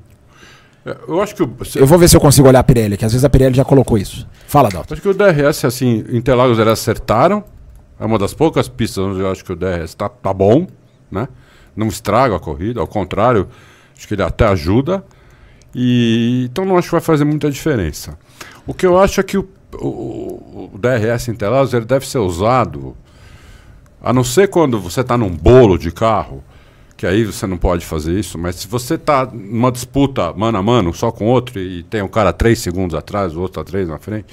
S4: É, Eu acho que o, se-
S3: Eu vou ver se eu consigo olhar a Pirelli, que às vezes a Pirelli já colocou isso. Fala, Dalton.
S4: acho que o DRS, assim, Interlagos eles acertaram. É uma das poucas pistas onde eu acho que o DRS tá, tá bom, né? Não estraga a corrida, ao contrário, acho que ele até ajuda. E, então não acho que vai fazer muita diferença. O que eu acho é que o, o, o DRS Interlagos ele deve ser usado A não ser quando você está num bolo de carro, que aí você não pode fazer isso, mas se você está numa disputa mano a mano, só com outro, e tem um cara três segundos atrás, o outro a três na frente,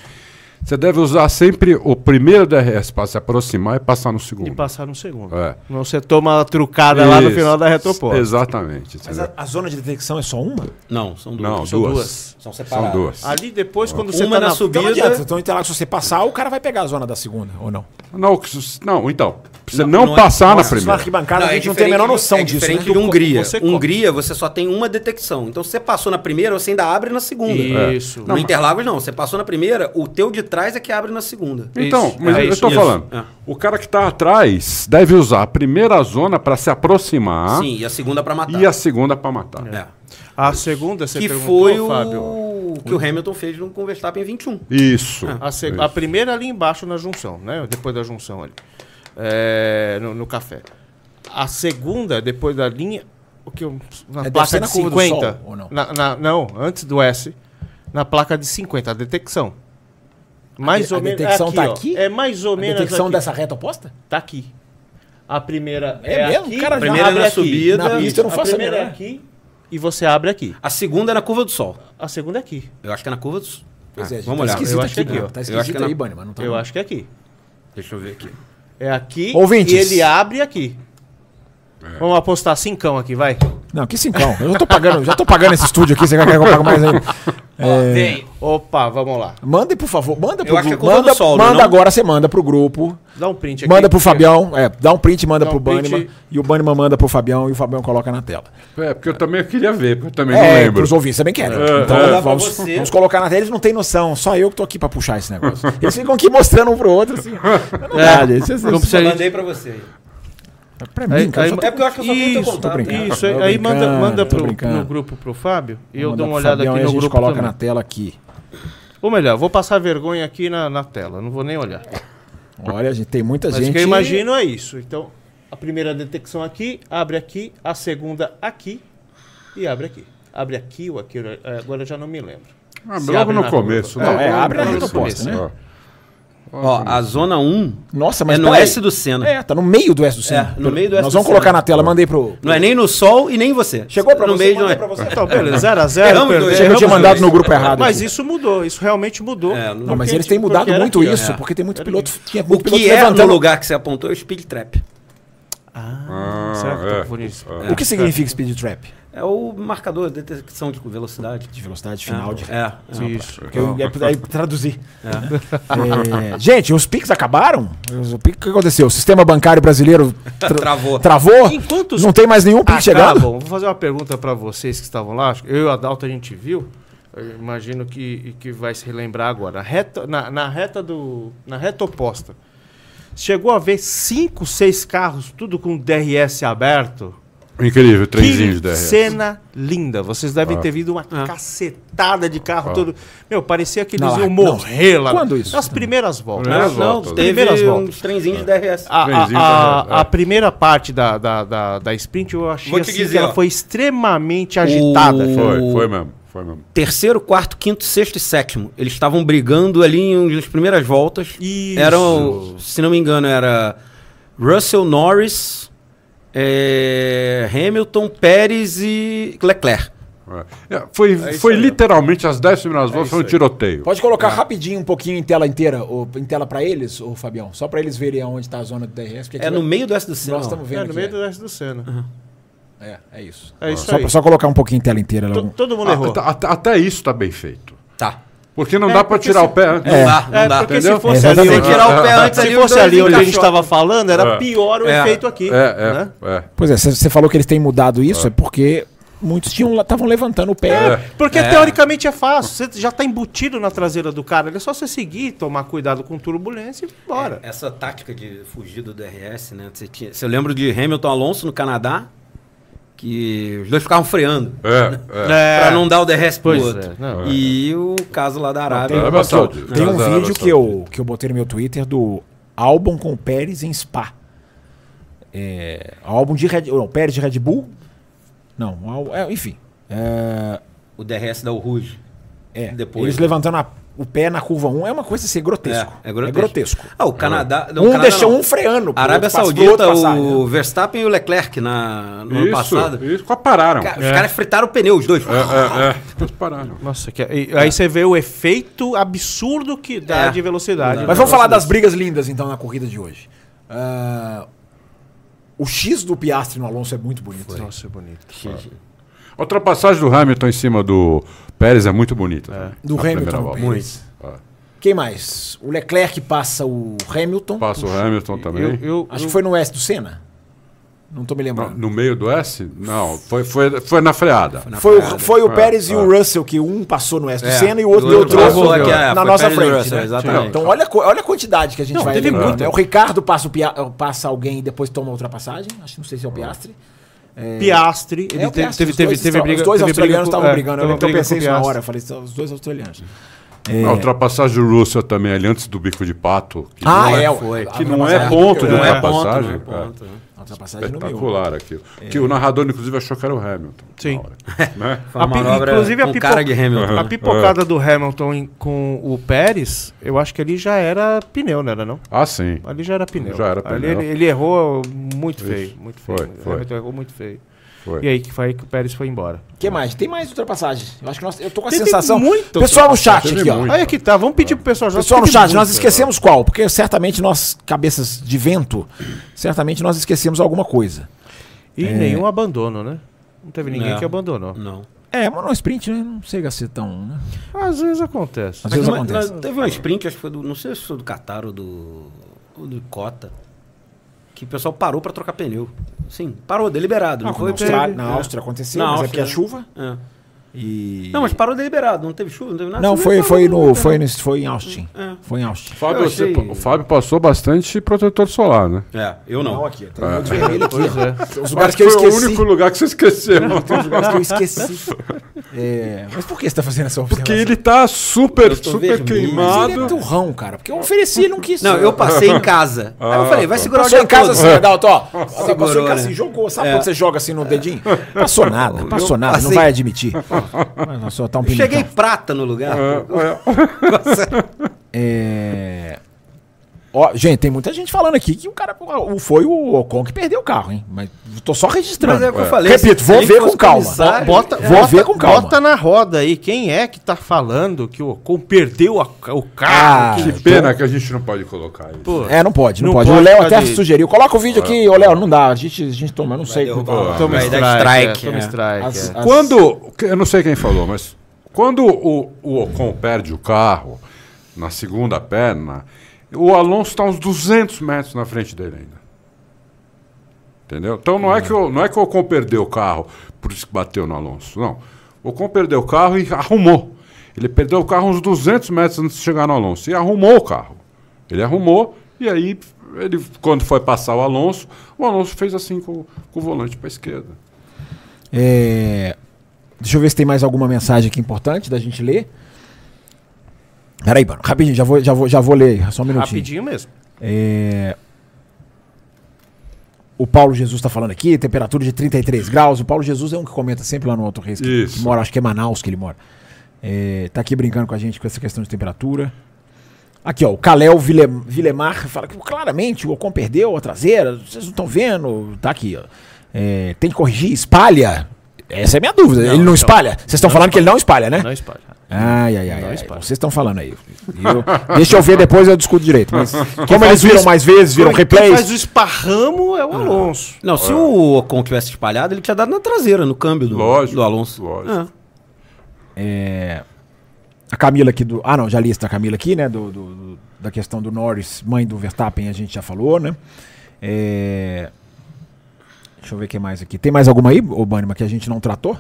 S4: você deve usar sempre o primeiro DRS para se aproximar e passar no
S2: E
S4: segundo.
S2: passar no segundo.
S4: É.
S2: Não você toma a trucada lá no
S4: Isso.
S2: final da retropó.
S4: Exatamente. entendeu?
S3: zona de detecção é só uma?
S5: Não, são duas.
S4: Não,
S5: são
S4: duas. São
S5: São separadas.
S4: duas.
S2: Ali depois, quando você
S5: Ah. Uma
S2: tá
S5: na
S2: na
S5: subida.
S3: Então não adianta. Então, Interlagos, se você passar, o cara vai pegar a zona da segunda, ou não?
S4: Não, que su- não, então, você não,
S5: Não, não é-
S4: passar na
S3: Nossa, isso na
S4: primeira.
S3: arquibancada, a gente não tem a
S5: diferente
S3: menor
S5: do-
S3: noção
S5: é
S3: disso.
S5: diferente
S3: né?
S5: de Hungria.
S2: você corre.
S5: Hungria, você só tem uma detecção. Então, se você passou na primeira, você ainda abre na segunda.
S4: É.
S2: Isso.
S5: No Interlagos, não. Você passou na primeira, o teu de trás é que abre na segunda.
S4: Então,
S2: Isso,
S4: mas
S2: é
S4: eu
S2: isso,
S4: estou
S5: isso.
S4: falando,
S5: É.
S4: o cara que está atrás deve usar a primeira zona para se aproximar
S5: Sim, e a segunda pra matar.
S4: Ah. e a segunda para matar.
S5: Ah, tá. É.
S2: A segunda, você
S5: Que
S2: perguntou,
S5: foi o
S2: Fábio.
S5: que o Hamilton fez no com o Verstappen em 21.
S4: Isso.
S2: Ah, A, seg- a primeira ali embaixo na junção, né? Depois da junção ali. É, no, no café. A segunda, depois da linha. O que eu, na
S3: É, deve
S2: placa
S3: ser na
S2: de
S3: curva do
S2: 50.
S3: Sol, ou não?
S2: Na- na- não, antes do S. Na placa de 50, a detecção. Mais
S3: de-
S2: ou
S3: a
S2: menos.
S3: detecção tá
S2: ó.
S3: aqui?
S2: É mais ou
S3: A
S2: menos.
S3: detecção
S2: aqui.
S3: dessa reta oposta?
S2: Tá aqui. A primeira.
S3: É mesmo?
S2: Aqui,
S3: Cara, já
S2: primeira
S5: abre
S2: é na
S5: aqui.
S2: subida.
S3: Na pista eu não faço a
S2: a primeira é
S3: menor.
S2: aqui e você abre aqui.
S5: A segunda é na curva do sol.
S2: A segunda é aqui.
S5: Eu acho que é na curva do sol.
S3: Pois
S5: Ah,
S3: é, gente,
S5: vamos olhar.
S3: Tá esquisito
S2: Eu acho
S3: aqui,
S2: que
S3: né?
S2: aqui, ó.
S3: Tá
S5: Eu acho
S3: esquisito
S5: que
S3: aí,
S5: não.
S3: Bunny, mas não tá.
S2: Eu
S3: não.
S2: acho que é aqui.
S5: Deixa eu ver aqui.
S2: É aqui
S3: Ouvintes.
S2: e ele abre aqui. Vamos apostar cincão aqui, vai.
S3: Não, que cincão. Eu já tô pagando, já tô pagando esse estúdio aqui, você quer que eu pague
S5: [LAUGHS]
S3: mais ainda? É.
S2: Vem. Opa, vamos lá.
S3: Manda, por favor, manda pro
S5: acho que é
S3: grupo.
S5: culpa do
S3: Manda,
S5: Saulo,
S3: manda
S5: não?
S3: agora, você manda pro grupo.
S2: Dá um print aqui.
S3: Manda pro Fabião, é, dá um print e manda
S2: Dá
S3: pro
S2: um print.
S3: Banima. E o Banima manda pro Fabião e o Fabião coloca na tela.
S4: É, porque eu também queria ver, porque eu também não
S3: É,
S4: lembro.
S3: pros ouvintes também querem. então
S5: é.
S3: vamos,
S5: Pra você.
S3: vamos colocar na tela. Eles não têm noção, só eu que tô aqui pra puxar esse negócio. Eles ficam aqui mostrando um pro outro, assim.
S2: É,
S3: Verdade, isso é-
S2: não precisa
S5: Eu
S2: de...
S5: mandei pra você. aí.
S3: Pra mim, cara,
S2: aí-
S3: só
S5: É porque eu acho que eu só tenho teu
S2: Isso,
S3: tô
S5: contato.
S3: brincando.
S2: Isso, aí,
S3: Tô
S2: aí manda,
S3: brincando,
S2: manda
S3: tô
S2: pro,
S3: brincando.
S2: no grupo pro Fábio e eu
S3: manda
S2: dou uma
S3: pro
S2: olhada
S3: Fabião
S2: aqui
S3: e
S2: no
S3: a gente
S2: grupo
S3: coloca
S2: também.
S3: na tela aqui.
S2: Ou melhor, vou passar vergonha aqui na, na tela, não vou nem olhar.
S3: Olha, gente, tem muita
S2: Mas
S3: gente.
S2: o que eu imagino é isso. Então, a primeira detecção aqui, abre aqui, a segunda aqui e abre aqui. Abre aqui ou aqui, eu- é, agora eu já não me lembro.
S4: Ah,
S2: Se
S4: logo
S2: abre
S4: no
S2: na
S4: começo. né?
S2: curva.
S4: logo
S3: É,
S4: no
S3: abre na
S4: começo,
S3: proposta, né?
S4: ó.
S5: Ó, a zona 1
S3: Nossa, mas
S5: é no
S3: peraí.
S5: S do Senna.
S3: É, tá no meio do S do Senna.
S5: no meio do S
S3: Nós
S5: do
S3: vamos
S5: Senna.
S3: colocar na tela, mandei pro.
S5: Não é nem no sol e nem você.
S3: Chegou pra
S5: no
S3: você,
S5: meio, não
S3: mandei
S5: é.
S3: pra você.
S2: Então, beleza, 0 a 0
S5: Erramos dois.
S3: Achei que eu tinha
S5: Erramos
S3: mandado
S5: dois.
S3: no grupo errado.
S2: Mas
S3: aqui.
S2: isso mudou, isso realmente mudou.
S5: É, não-
S3: Não, mas
S2: Porque,
S3: eles têm
S2: tipo,
S3: mudado
S2: porque era
S3: muito
S2: aqui, ó.
S3: isso,
S5: É.
S3: porque tem muito
S2: Era
S3: piloto. Tinha
S5: O
S3: muito piloto
S5: que é no
S3: levantando.
S5: lugar que você apontou é o speed trap.
S4: Ah,
S2: Será que tá eu tô
S4: é.
S3: tá
S2: confundindo?
S3: O que significa speed trap?
S5: É o marcador de detecção de velocidade.
S3: De velocidade final de.
S5: É. é.
S2: Isso.
S3: Que eu [LAUGHS] ia aí traduzir. É, gente, os PIX acabaram? Os- O PIX, o que aconteceu? O sistema bancário brasileiro tra-
S5: Travou.
S3: travou?
S2: Enquanto os
S3: Não tem mais nenhum PIX
S2: Acabam.
S3: chegando?
S2: tá Vou fazer uma pergunta pra vocês que estavam lá. Acho que Eu e a Dalton a gente viu. Eu imagino que, que vai se relembrar agora. A reta- na, na reta do, na reta oposta. Chegou a ver cinco, seis carros, tudo com DRS aberto.
S4: Incrível,
S2: Que
S4: trenzinho de DRS.
S2: cena linda. Vocês
S4: Ah.
S2: devem ter visto uma cacetada de carro todo. Meu, parecia que eles
S3: Na
S2: iam
S3: larga- Ah. não.
S2: morrer lá.
S3: Quando isso? É.
S2: Nas primeiras voltas.
S4: Primeiras
S2: Nas
S4: voltas.
S5: Não,
S4: volta.
S5: teve
S2: Primeiras voltas.
S5: uns trenzinhos de DRS.
S2: A,
S4: Trenzinho
S2: a-
S4: da-
S5: né?
S2: a-
S4: é.
S2: a primeira parte da, da, da, da sprint eu achei
S5: Vou te
S2: assim
S5: dizer,
S2: que ela
S5: ó.
S2: foi extremamente agitada.
S5: O-
S4: Foi, foi mesmo, foi mesmo.
S5: Terceiro, quarto, quinto, sexto e sétimo. Eles estavam brigando ali em- nas primeiras voltas.
S2: Isso.
S5: Eram, se não me engano, era Russell Norris, é, Hamilton, Pérez e Leclerc.
S4: É. É, foi foi literalmente as 10 primeiras voltas, foi um tiroteio.
S3: Pode
S5: É.
S3: colocar rapidinho um pouquinho em tela inteira, ou em tela pra eles, ô Fabião, só pra eles verem aonde tá a zona do DRS. porque aqui
S5: É no
S3: vai-
S5: meio do S do C.
S3: Nós estamos vendo.
S2: É, no
S3: aqui,
S2: meio
S3: é.
S2: do resto do Senna.
S3: É, é isso.
S2: É isso
S3: Só,
S2: aí.
S3: só colocar um pouquinho tela inteira.
S2: To-
S3: logo.
S2: Todo mundo
S4: Ah,
S2: errou.
S4: tá- at- até isso tá bem feito.
S5: Tá.
S4: Porque não dá pra
S2: porque
S4: tirar
S2: se-
S4: o pé. né?
S5: Não dá, não
S2: É,
S5: dá.
S2: porque
S4: entendeu?
S2: se fosse
S3: É,
S2: ali,
S3: exatamente.
S5: Tirar o pé
S2: [LAUGHS]
S5: antes
S2: se
S5: ali,
S2: fosse
S5: os dois
S2: ali onde a gente
S5: encaixou.
S2: estava falando, era
S4: É.
S2: pior o
S5: É.
S2: efeito aqui.
S4: É, é,
S2: né?
S4: é.
S3: Pois é, você falou que eles têm mudado isso, é, porque muitos estavam levantando o pé.
S4: É.
S2: Porque teoricamente é fácil, você já tá embutido na traseira do cara, é só você seguir, tomar cuidado com turbulência e bora.
S5: Essa tática de fugir do DRS, né? Você tinha... Você lembra de Hamilton Alonso no Canadá? Que os dois ficavam freando.
S4: É, é.
S5: Pra não dar o DRS pro
S2: Pois
S5: outro.
S2: é, não.
S5: E o caso lá da Arábia.
S4: Arábia Saudita.
S3: Tem um
S4: Mas era
S3: vídeo que eu, que eu botei no meu Twitter do álbum com o Pérez em Spa. É, álbum de Red Não, Pérez de Red Bull? Não, al- é, enfim. É,
S5: O DRS da Urruge.
S3: é,
S5: Depois,
S3: eles
S5: né?
S3: levantando a- o pé na curva 1 é uma coisa assim, grotesco.
S5: É, é grotesco.
S3: grotesco.
S5: Ah, o Canadá. não, o
S3: um
S5: Canadá
S3: deixou
S5: não.
S3: um freando. pro
S5: Arábia
S3: outro pass- pro
S5: Saudita,
S3: outro passar, né?
S5: o Verstappen e o Leclerc na, no ano
S4: Isso,
S5: passado.
S4: isso. Quase pararam.
S5: Ca- Os caras fritaram o pneu, os dois.
S4: É, é, é. Quase pararam.
S2: Nossa, que- é, e- aí você vê o efeito absurdo que dá
S5: É.
S2: de velocidade.
S5: Não dá.
S3: Mas vamos falar das brigas lindas, então, na corrida de hoje. Ah, o X do Piastri no Alonso é muito bonito. né?
S2: Nossa, é bonito.
S4: A ultrapassagem do Hamilton em cima do Pérez é muito bonita. também,
S3: Do
S4: na primeira
S3: Hamilton no
S4: volta.
S3: Pérez.
S4: Ah.
S3: Quem mais? O Leclerc passa o Hamilton.
S4: Passa o Hamilton também.
S2: Eu, eu-
S3: Acho
S2: eu-
S3: que foi no S do Senna. Não tô me
S4: Não,
S3: lembrando.
S4: no meio do S? Não, foi, foi, foi na freada.
S3: Foi, o, foi o
S4: É,
S3: Pérez e
S4: é.
S3: o Russell, que um passou no S do
S5: É,
S3: Senna e o outro
S5: e o
S3: deu o
S5: outro
S3: troco
S5: passou aqui, é,
S3: na
S5: foi
S3: nossa
S5: Pérez e
S3: frente.
S5: Russell,
S3: né?
S5: exatamente.
S3: Então, olha, a co- olha a quantidade que a gente
S2: Não,
S3: vai
S2: teve
S3: lembrando,
S2: muita.
S3: né? O Ricardo passa, o Pia- passa alguém e depois toma a ultrapassagem. Acho que não sei se é o Piastri.
S2: Piastre, ele
S3: É, o
S2: teve,
S3: Piastri,
S2: teve, teve,
S3: os dois
S2: teve
S3: austra-
S2: briga.
S3: Os dois
S2: teve briga
S3: australianos
S2: com-
S3: estavam
S2: é,
S3: brigando.
S2: teve
S3: Eu, então
S2: briga
S3: pensei
S2: com
S3: isso na
S2: Piastri.
S3: hora. Falei, "São os dois australianos.
S4: A ultrapassagem do Russell também, ali antes do bico de pato. Que
S3: Ah,
S4: não
S3: é.
S4: é,
S3: o-
S5: foi.
S3: a
S4: que não
S3: ultrapassagem-
S4: é ponto de
S5: Não é ponto, não
S4: ultrapassagem.
S5: é ponto. né?
S3: a Ultrapassagem no meio.
S4: Espetacular aquilo. Que o narrador, inclusive, achou que era o Hamilton. na
S2: Sim.
S4: hora, né?
S5: Foi uma
S2: A pi-
S5: manobra
S2: inclusive a
S5: com
S2: pipoca-
S5: cara de Hamilton.
S4: Uhum.
S2: A pipocada do Hamilton em- com o Pérez, eu acho que ali já era pneu, não era não?
S4: Ah, sim.
S2: Ali já era pneu.
S4: Já era
S2: ali
S4: pneu.
S2: ele, ele errou muito feio, muito feio.
S4: Foi, foi.
S2: O Hamilton errou muito feio.
S4: Foi.
S2: E aí que foi que o Pérez foi embora.
S3: que mais? Tem mais ultrapassagem. Eu acho que nós, eu tô com a
S2: Teve
S3: sensação.
S2: muita
S3: Pessoal no chat
S4: Teve
S3: aqui, ó.
S4: muito.
S2: Aí é que tá, vamos pedir pro pessoal já
S3: Pessoal no
S2: porque
S3: chat,
S2: tem
S3: nós
S2: muito.
S3: esquecemos qual, porque certamente nós, cabeças de vento, certamente nós esquecemos alguma coisa.
S2: E nenhum abandono, né? Não teve ninguém
S5: Não.
S2: que abandonou.
S5: Não.
S3: É, mas no sprint, né? Não chega a ser tão. Né?
S2: Às vezes acontece.
S3: Às vezes
S5: Mas-
S3: acontece.
S5: mas teve um sprint, acho que foi do. Não sei se foi do Qatar ou do. ou do Cota. Que o pessoal parou pra trocar pneu. Sim, parou, deliberado. Não,
S3: Não,
S5: foi
S3: na, Austrália,
S5: teve-
S3: na
S5: é.
S3: Áustria aconteceu,
S5: Na
S3: mas é
S5: Áustria,
S3: porque a
S5: né?
S3: chuva.
S5: É.
S3: E...
S5: Não, mas parou deliberado, não teve chuva, não teve nada.
S3: Não,
S5: Sim,
S3: foi,
S5: mas
S3: foi,
S5: parou né?
S3: no,
S5: deliberado.
S3: foi, no, foi em Austin.
S5: É.
S3: Foi em Austin.
S4: Fábio,
S5: Eu
S4: você-
S5: achei-
S4: o Fábio passou bastante protetor solar, né?
S5: É, eu não.
S3: Não, aqui, tem um monte de vermelho aqui.
S2: é.
S3: ó. Os lugares
S4: Acho
S3: que
S4: que
S3: eu
S4: foi o
S3: esqueci.
S4: único lugar que você esqueceu.
S3: Os lugares que eu [LAUGHS] esqueci. É, mas por que você tá fazendo essa observação?
S4: Porque ele tá super,
S5: Eu tô
S4: super
S5: vermelho.
S3: Mas ele é
S4: queimado.
S3: turrão, cara. Porque eu ofereci e ele não quis. É.
S5: Não, eu passei em casa. Aí eu falei, vai segurar o
S3: Passou
S5: dia
S3: em casa
S5: todo.
S3: assim, Adalto, ó. Ela passou em
S5: Segurou,
S3: casa
S5: né?
S3: assim, jogou. Sabe quando você joga assim no dedinho? Passou nada, passou nada. Não
S5: passei-
S3: vai admitir. Mas nós só tá um
S5: Eu Cheguei
S3: pimentão.
S5: prata no lugar.
S4: Ah,
S3: É... Ó, gente, tem muita gente falando aqui que o cara o- foi o Ocon que perdeu o carro, hein? Mas tô só registrando.
S5: Mas é o que eu falei,
S3: Repito,
S5: se
S3: vou
S5: ele
S3: ver
S5: fosse
S3: com calma.
S5: comissário-
S2: Bota, é.
S3: vou
S2: bota,
S3: ver com calma.
S2: bota na roda aí. Quem é que tá falando que o Ocon perdeu a- o
S3: Ah,
S2: carro?
S4: Que pena que a gente não pode colocar isso.
S2: Pô,
S3: É, não pode, não,
S2: Não
S3: pode. O
S2: pode
S3: Léo
S2: ficar
S3: até
S2: de-
S3: sugeriu. Coloca o vídeo aqui, ô Léo, não dá. A gente, a gente toma, eu não sei. como-
S5: derrubar.
S2: toma
S5: Vai dar
S2: strike.
S5: strike,
S2: é, Toma
S5: é.
S2: strike.
S3: né? As-
S2: é.
S3: as-
S4: Quando. Eu não sei quem falou, mas. Quando o, o Ocon perde o carro na segunda perna, o Alonso está uns 200 metros na frente dele ainda. Entendeu? Então não é, que o, não é que o Ocon perdeu o carro, por isso que bateu no Alonso. Não. O Ocon perdeu o carro e arrumou. Ele perdeu o carro uns 200 metros antes de chegar no Alonso. E arrumou o carro. Ele arrumou e aí, ele, quando foi passar o Alonso, o Alonso fez assim com, com o volante para a esquerda.
S3: É, Deixa eu ver se tem mais alguma mensagem aqui importante da gente ler. Peraí, mano, rapidinho, já vou, já vou, já vou ler, só um minutinho.
S2: Rapidinho mesmo.
S3: É, O Paulo Jesus está falando aqui, temperatura de 33 graus. O Paulo Jesus é um que comenta sempre lá no Alto Reis, que,
S4: Isso.
S3: que mora, acho que é Manaus que ele mora. É, tá aqui brincando com a gente com essa questão de temperatura. Aqui, ó, o Calel Vile- Vilemar fala que claramente o Ocon perdeu a traseira, vocês não estão vendo, tá aqui, ó. É, tem que corrigir, então. espalha? Essa é a minha dúvida, ele não espalha. Vocês estão falando que ele não espalha, né?
S2: Não espalha.
S3: Ai, ai, ai. ai. Vocês estão falando aí. Eu- deixa eu ver depois, eu discuto
S2: [LAUGHS]
S3: direito. Mas como eles viram mais vezes, viram
S2: Quem é faz
S3: replays.
S2: Então,
S3: Ah.
S2: o esparramo é o Alonso.
S5: Não, se o Ocon tivesse espalhado, ele tinha dado na traseira, no câmbio do,
S4: Lógico,
S5: do Alonso.
S4: lógico.
S5: É.
S3: é, A Camila aqui do. Ah, não, já li essa da Camila aqui, né? Do, do- do- da questão do Norris, mãe do Verstappen, a gente já falou, né? É, Deixa eu ver o que mais aqui. Tem mais alguma aí, ô Bânima, que a gente não tratou?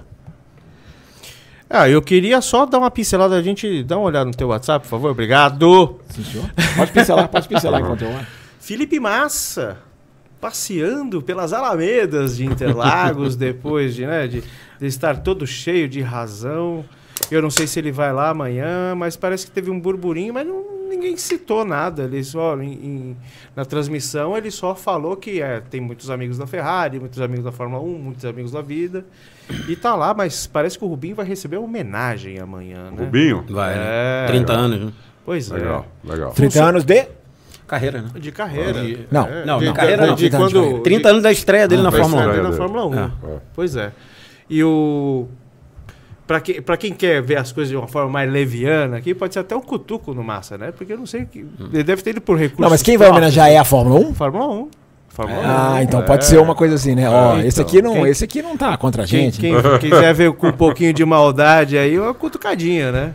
S2: Ah, eu queria só dar uma pincelada, a gente dá uma olhada no teu WhatsApp, por favor, obrigado.
S3: Sim, senhor. Pode pincelar, pode pincelar enquanto eu olho.
S2: Felipe Massa passeando pelas alamedas de Interlagos depois de, né, de, de estar todo cheio de razão. Eu não sei se ele vai lá amanhã, mas parece que teve um burburinho, mas não- ninguém citou nada. Ele só em- em- na transmissão ele só falou que é, tem muitos amigos da Ferrari, muitos amigos da Fórmula 1, muitos amigos da vida. E tá lá, mas parece que o Rubinho vai receber uma homenagem amanhã, né?
S4: Rubinho?
S5: Vai, né?
S2: É.
S5: 30 anos, né?
S2: Pois é.
S4: Legal, legal.
S3: 30 anos de.
S5: Carreira, né?
S2: De carreira.
S3: Não,
S2: É,
S5: não,
S2: de,
S5: não, carreira
S2: de-
S5: não.
S2: de
S3: 30 anos de
S2: quando,
S3: carreira.
S5: 30 anos da estreia dele na
S4: Vai
S3: um.
S5: Fórmula 1.
S4: estrear.
S2: na
S4: dele.
S2: Fórmula 1.
S4: É.
S2: Pois é. E o. Pra, que, pra quem quer ver as coisas de uma forma mais leviana aqui, pode ser até um cutuco no Massa, né? Porque eu não sei. Que, Ele deve ter ido por recursos.
S3: Não, mas quem vai
S2: próprios.
S3: homenagear é a Fórmula 1?
S2: Fórmula 1. Fórmula 1.
S3: Ah, então
S2: É. então.
S3: pode ser uma coisa assim, né? Ó, esse aqui não,
S2: Quem-
S3: esse aqui não tá contra a
S2: Quem,
S3: gente.
S2: quem quiser ver com um pouquinho de maldade aí, é uma cutucadinha, né?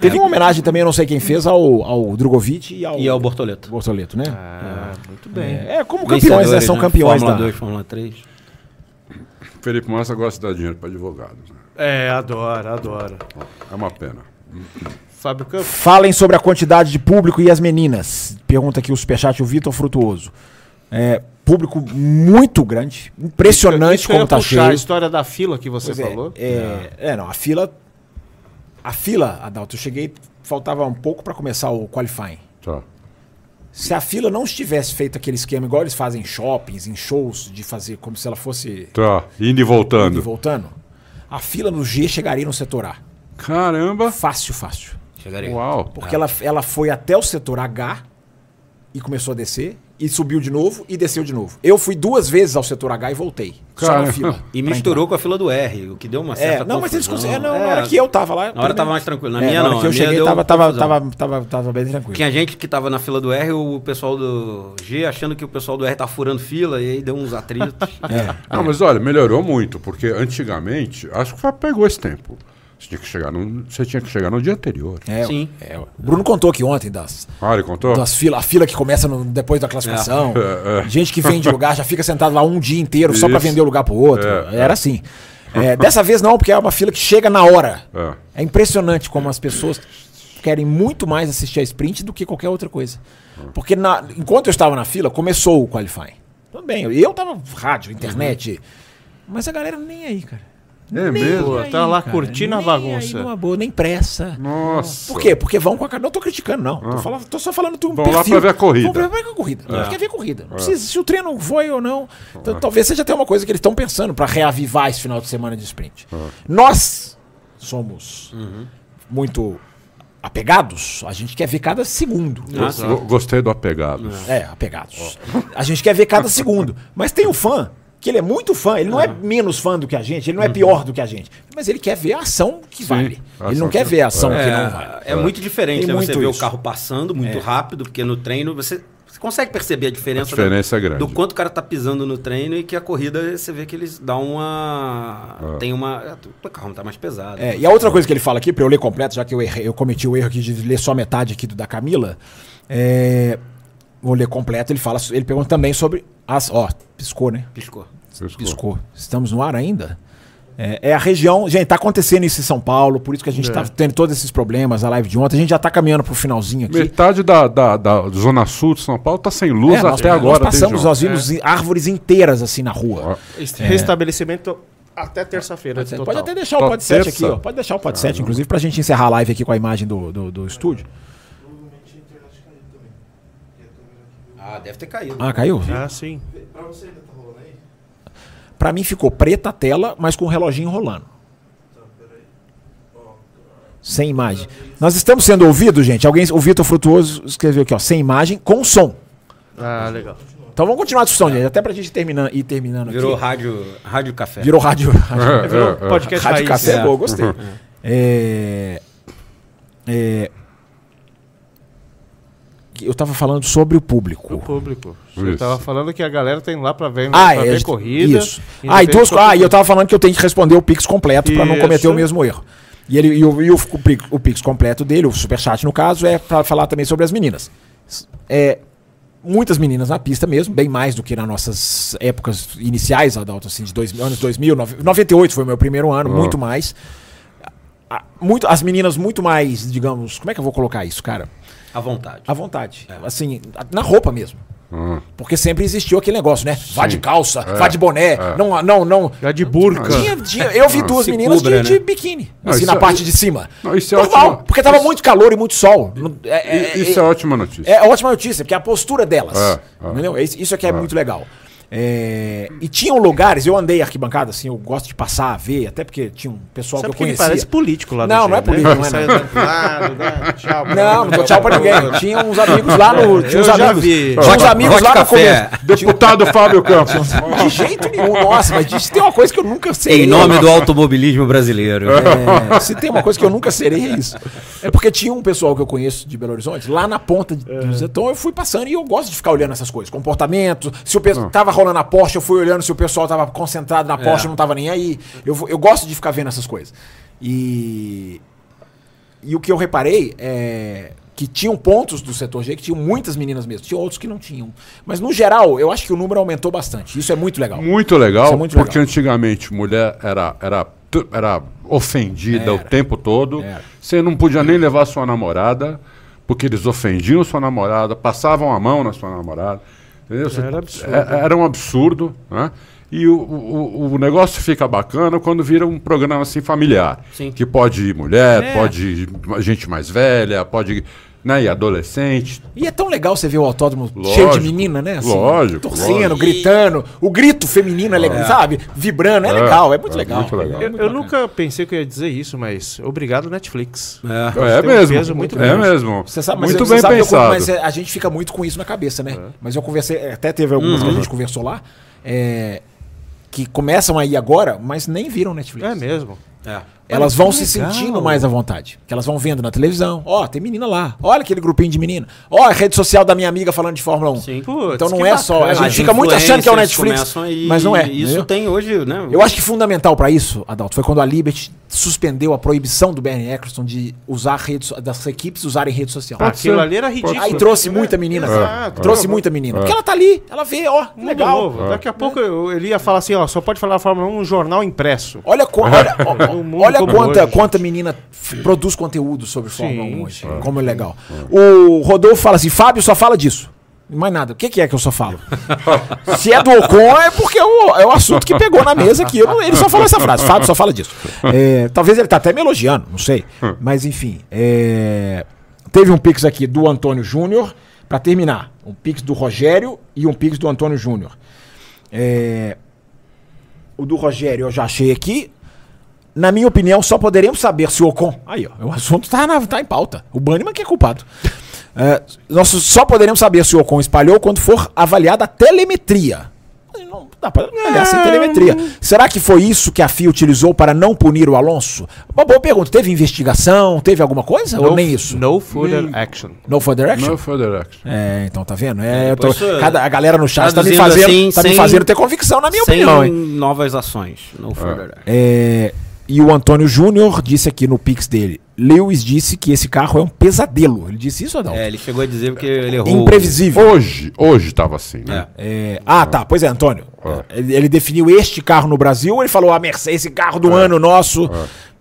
S3: Teve uma homenagem também, eu não sei quem fez, ao, ao Drogovic e ao,
S5: E é o Bortoleto.
S3: Bortoleto, né?
S2: Ah, muito bem.
S3: É, é como campeões, né?
S5: Vencedores,
S3: São campeões
S5: Fórmula
S3: da...
S5: 2, Fórmula 3.
S4: Felipe Massa gosta de dar dinheiro para advogado. né?
S2: É, adora, adora.
S4: É uma pena.
S2: Fábio Campos.
S3: Falem sobre a quantidade de público e as meninas. Pergunta aqui o superchat, o Vitor Frutuoso. É, público muito grande, impressionante
S2: Isso que eu
S3: como
S2: ia
S3: tá
S2: puxar, A
S3: cheio.
S2: história da fila que você
S3: Pois é,
S2: falou.
S3: É, é, não, a fila... A fila, Adalto, eu cheguei, faltava um pouco pra começar o qualifying.
S4: Tá.
S3: Se a fila não estivesse feito aquele esquema igual eles fazem em shoppings, em shows, de fazer como se ela fosse
S4: Tá. Indo e
S3: indo e
S4: voltando.
S3: voltando, a fila no G chegaria no setor A.
S4: Caramba.
S3: Fácil, fácil.
S5: Chegaria.
S4: Uau.
S3: Porque ela, ela foi até o setor H e começou a descer, e subiu de novo e desceu de novo. Eu fui duas vezes ao setor H e voltei. Só na
S4: Cara. [LAUGHS]
S3: fila.
S5: E misturou com a fila do R, o que deu uma certa
S3: Tá então. É, não, mas eles
S5: confusão.
S3: conseguiram. Não,
S5: É,
S3: na hora que eu tava lá.
S5: Na hora tava mais tranquilo. Na
S3: É,
S5: minha
S3: na hora
S5: não.
S3: que
S5: a
S3: eu
S5: minha
S3: cheguei,
S5: deu
S3: tava, tava,
S5: confusão.
S3: tava, tava, tava bem tranquilo.
S5: Tinha gente que tava na fila do R, o pessoal do G achando que o pessoal do R tá furando fila e aí deu
S3: [LAUGHS]
S5: uns atritos.
S3: É.
S4: Não, mas olha, melhorou muito, porque antigamente, acho que só pegou esse tempo. Você tinha que chegar no, você tinha que chegar no dia anterior.
S3: É,
S5: Sim.
S3: é, o Bruno contou aqui ontem das,
S4: Ah, ele contou?
S3: das fila, a fila que começa no- depois da classificação.
S2: É.
S3: Gente que vende lugar, já fica sentado lá um dia inteiro só pra
S4: É, Isso.
S3: vender o lugar pro outro.
S4: É,
S3: Era assim. É, dessa vez não, porque é uma fila que chega na hora.
S4: É.
S3: É impressionante como as pessoas querem muito mais assistir a sprint do que qualquer outra coisa. Porque na- enquanto eu estava na fila, começou o qualifying. Tudo bem, eu- eu tava rádio, internet. Mas a galera nem aí, cara.
S4: É mesmo?
S2: Pô, tá lá curtindo a
S3: nem
S2: bagunça.
S3: Aí numa boa, nem pressa.
S4: Nossa.
S3: Por quê? Porque vão com a cara. Não tô criticando, não. Tô, falando- tô só falando do
S4: Ah. Vão lá pra ver a corrida.
S3: Vão
S4: É.
S3: pra ver a corrida. Não quer ver a corrida. Não precisa se o treino foi ou não. Então, Talvez seja até uma coisa que eles estão pensando pra reavivar esse final de semana de sprint. Nós somos
S4: Uhum.
S3: muito apegados. A gente quer ver cada segundo.
S4: Go- Gostei do apegado.
S3: É, apegados. A gente quer ver
S4: [LAUGHS]
S3: cada segundo. Mas tem o fã, que ele é muito fã, ele não é menos fã do que a gente, ele não é pior do que a gente. Mas ele quer ver a ação que vale.
S4: Uhum. a
S3: Ele
S4: ação
S3: não quer
S4: que-
S3: ver a ação que não vale.
S5: É, é muito diferente,
S3: Tem
S5: né? Você
S3: muito
S5: vê o
S3: isso. É.
S5: carro passando muito rápido, porque no treino você, você consegue perceber a diferença,
S4: A diferença
S5: do,
S4: é grande.
S5: do quanto o cara tá pisando no treino e que a corrida você vê que eles dão uma.
S4: Ah.
S5: Tem uma. é, O carro não tá mais pesado.
S3: É, e a outra coisa que ele fala aqui, pra eu ler completo, já que eu, errei- eu cometi o erro aqui de ler só metade aqui do da Camila, é, vou ler completo, ele fala, ele pergunta também sobre as. Ó, piscou, né?
S5: Piscou.
S3: Piscou. Estamos no ar ainda? É, é a região. Gente, tá acontecendo isso em São Paulo, por isso que a
S4: É.
S3: gente tá tendo todos esses problemas, a live de ontem. A gente já tá caminhando pro finalzinho aqui.
S4: Metade da, da, da zona sul de São Paulo tá sem luz
S3: É, nós,
S4: até
S3: nós
S4: agora. É. desde
S3: passamos,
S4: ontem.
S3: nós vimos árvores inteiras assim na rua.
S2: Este Restabelecimento até terça-feira.
S3: Você
S2: total.
S3: pode até deixar o
S4: Total.
S3: pod 7 aqui,
S4: Terça. Ah,
S3: ó. Pode deixar o pod 7, inclusive, pra gente encerrar a live aqui com a imagem do, do, do estúdio.
S5: Ah, deve ter caído.
S3: Ah, caiu?
S4: É.
S2: Ah, sim.
S3: Pra mim ficou preta a tela, mas com o reloginho rolando. Sem imagem. Nós estamos sendo ouvidos, gente. Alguém, o Vitor Frutuoso escreveu aqui, ó, sem imagem, com som.
S2: Ah, legal.
S3: Então vamos continuar a discussão, gente. Até pra gente terminar, ir terminando
S5: Virou
S3: aqui.
S5: rádio, rádio café.
S3: Virou rádio. rádio,
S4: É, Uhum. é, é.
S2: Podcast
S3: rádio
S4: [LAUGHS]
S2: Raiz.
S3: café,
S5: é.
S3: boa, gostei. É, É, eu tava falando sobre o público.
S2: O é, público.
S4: Isso.
S2: Eu tava falando que a galera tem lá pra ver,
S3: Ah,
S2: pra
S3: é,
S2: ver corrida.
S3: Isso. Ah, e, duas, co- ah, e eu tava falando que eu tenho que responder o Pix completo pra não cometer
S2: Isso.
S3: o mesmo erro. E, ele, e, o, e o, o Pix- o Pix completo dele, o superchat no caso, é pra falar também sobre as meninas. S- É, muitas meninas na pista mesmo, bem mais do que nas nossas épocas iniciais, Adalto, assim, de dois, anos 2000, nove- 98 foi o meu primeiro ano,
S4: Ah.
S3: muito mais. A- a- muito, as meninas muito mais, digamos, como é que eu vou colocar isso, cara?
S5: À vontade.
S3: À vontade. Assim, a- na roupa mesmo.
S4: Hum.
S3: Porque sempre existiu aquele negócio, né? Vá de
S4: Sim.
S3: calça,
S4: É,
S3: vá de boné,
S4: é.
S3: não, não, não.
S2: Já de burca.
S3: Tinha- tinha- eu
S4: Ah,
S3: vi duas
S5: se
S3: meninas de-
S5: cubra,
S3: de,
S5: né?
S3: biquíni,
S4: Não,
S3: assim,
S4: isso
S3: na
S4: é-
S3: parte de cima.
S4: Não, isso é
S3: Normal,
S4: ótimo.
S3: porque tava
S4: Isso-
S3: muito calor e muito sol. Não-
S4: E-
S3: é- é-
S4: Isso é ótima notícia.
S3: é ótima notícia, porque é a postura delas.
S4: É, é.
S3: Entendeu? Isso isso aqui é, muito legal. É, e tinham lugares, eu andei arquibancada, assim, eu gosto de passar a ver, até porque tinha um pessoal
S2: Sabe
S3: que eu
S2: porque ele
S3: conhecia.
S2: parece político lá né?
S3: Não, não é político, não é
S2: Sai
S3: nada.
S2: danado,
S3: [LAUGHS]
S2: dá né? Tchau.
S3: Não, não dou tchau pra ninguém. Tinha uns amigos lá no. Tinha uns
S2: Eu já
S3: amigos,
S2: vi.
S3: Tinha uns
S5: Rock-
S3: amigos
S5: Rock
S3: lá no
S5: Café.
S3: começo. um-
S4: Deputado Fábio Campos.
S3: De jeito nenhum, nossa, mas diz- tem uma coisa que eu nunca serei.
S5: Em nome do automobilismo brasileiro.
S3: É, se tem uma coisa que eu nunca serei, é isso. É porque tinha um pessoal que eu conheço de Belo Horizonte, lá na ponta de, do Zetão, eu fui passando e eu gosto de ficar olhando essas coisas. Comportamento, se o pessoal tava rolando a Porsche, eu fui olhando se o pessoal tava concentrado na Porsche, não tava nem aí. Eu, vou- eu gosto de ficar vendo essas coisas. E. E o que eu reparei é que tinham pontos do setor G que tinham muitas meninas mesmo, tinha outros que não tinham. Mas no geral, eu acho que o número aumentou bastante. Isso é muito legal.
S4: Muito legal,
S3: Isso é muito
S4: porque
S3: legal.
S4: antigamente mulher era, era, tu- era ofendida o
S3: Era.
S4: tempo todo.
S3: Era.
S4: Você não podia nem levar sua namorada, porque eles ofendiam sua namorada, passavam a mão na sua namorada. Entendeu? Você-
S2: Era absurdo.
S4: é- era um absurdo, né? E o, o, o negócio fica bacana quando vira um programa assim familiar.
S5: Sim.
S4: Que pode ir mulher,
S3: É.
S4: pode ir gente mais velha, pode ir né, e adolescente.
S3: E é tão legal você ver o autódromo cheio de
S4: Lógico,
S3: menina, né?
S4: lógico,
S3: Torcendo,
S4: lógico.
S3: gritando. O grito feminino é legal, sabe? Vibrando, é, legal, é muito
S4: é
S3: legal.
S4: muito legal.
S2: Eu, eu nunca pensei que eu ia dizer isso, mas obrigado, Netflix.
S5: É.
S4: É
S2: tem um
S4: mesmo.
S2: peso muito
S4: é
S2: grande.
S4: mesmo.
S3: Você sabe, mas
S4: muito
S3: eu-
S4: bem
S3: você sabe que eu-
S4: pensado. É.
S3: mas é, a gente fica muito com isso na cabeça, né? Mas eu conversei, até teve algumas
S4: Uhum.
S3: que a gente conversou lá, é, que começam aí agora, mas nem viram Netflix.
S2: É mesmo.
S5: É.
S3: Elas vão se
S2: legal.
S3: sentindo mais à vontade. Que elas vão vendo na televisão. Ó, tem menina lá. Olha aquele grupinho de menina. Ó, a rede social da minha amiga falando de Fórmula 1.
S5: Sim.
S2: Putz,
S3: então não
S2: que
S3: é só. A
S2: bacana.
S3: gente
S5: As
S3: fica muito achando que é o
S5: influências
S3: Netflix.
S5: começam e-
S3: Mas não é.
S5: Isso
S3: entendeu?
S5: tem hoje, né?
S3: Eu acho que fundamental para isso, Adalto, foi quando a Liberty suspendeu a proibição do Bernie Eccleston de usar redes so- das equipes usarem rede social.
S4: Pode
S2: Aquilo
S4: ser.
S2: ali era ridículo. É,
S3: Aí trouxe muita menina, cara.
S2: Exato. É.
S3: trouxe muita menina. Porque ela tá ali, ela vê, ó,
S2: Mundo
S3: legal. É.
S2: novo. Daqui a pouco eu- ele ia falar assim, ó, só pode falar a Fórmula 1 um jornal impresso.
S3: Olha, co- olha, ó,
S2: O mundo
S3: olha
S2: como
S3: quanta,
S2: hoje,
S3: quanta menina f- produz conteúdo sobre Fórmula
S2: Sim,
S3: 1 hoje. Como é legal. O Rodolfo fala assim: Fábio só fala disso. Mais nada. O que, que é que eu
S2: [LAUGHS]
S3: só falo? Se é do Ocon, é porque é o, é o assunto que pegou na mesa aqui. Eu não- ele só falou essa frase. Fábio só fala disso. É, talvez ele tá até me elogiando, não sei.
S2: Hum.
S3: Mas enfim. é, teve um pix aqui do Antônio Júnior, pra terminar. Um pix do Rogério e um pix do Antônio Júnior. É, o do Rogério eu já achei aqui. Na minha opinião, só poderemos saber se o Ocon. Aí, ó, o assunto tá, na- tá em pauta. O Banniman que é culpado. É, nós só poderemos saber se o Ocon espalhou quando for avaliada a telemetria. Não dá pra avaliar sem telemetria. Será que foi isso que a FIA utilizou para não punir o Alonso? Uma boa pergunta. Teve investigação? Teve alguma coisa? Ou nem isso?
S2: No further action.
S3: No further action?
S4: No further action.
S3: É, então tá vendo? É, eu tô-
S5: Depois, eh,
S3: cada, a galera no chat tá me
S5: traduzindo
S3: fazendo,
S5: assim,
S3: tá me
S5: sem-
S3: fazendo ter convicção, na minha
S5: Sem
S3: opinião, hein?
S5: novas ações.
S3: Ah.
S5: No further action.
S3: É, e o Antônio Júnior disse aqui no Pix dele: Lewis disse que esse carro é um pesadelo. Ele disse isso, Adalto?
S5: É, ele chegou a dizer porque ele errou.
S3: Imprevisível.
S4: Hoje, hoje tava assim, né?
S5: É.
S3: É, ah, tá. Pois é, Antônio.
S5: Ah.
S3: Ele, ele definiu este carro no Brasil, ele falou: a Mercedes, esse carro do
S5: Ah.
S3: ano nosso.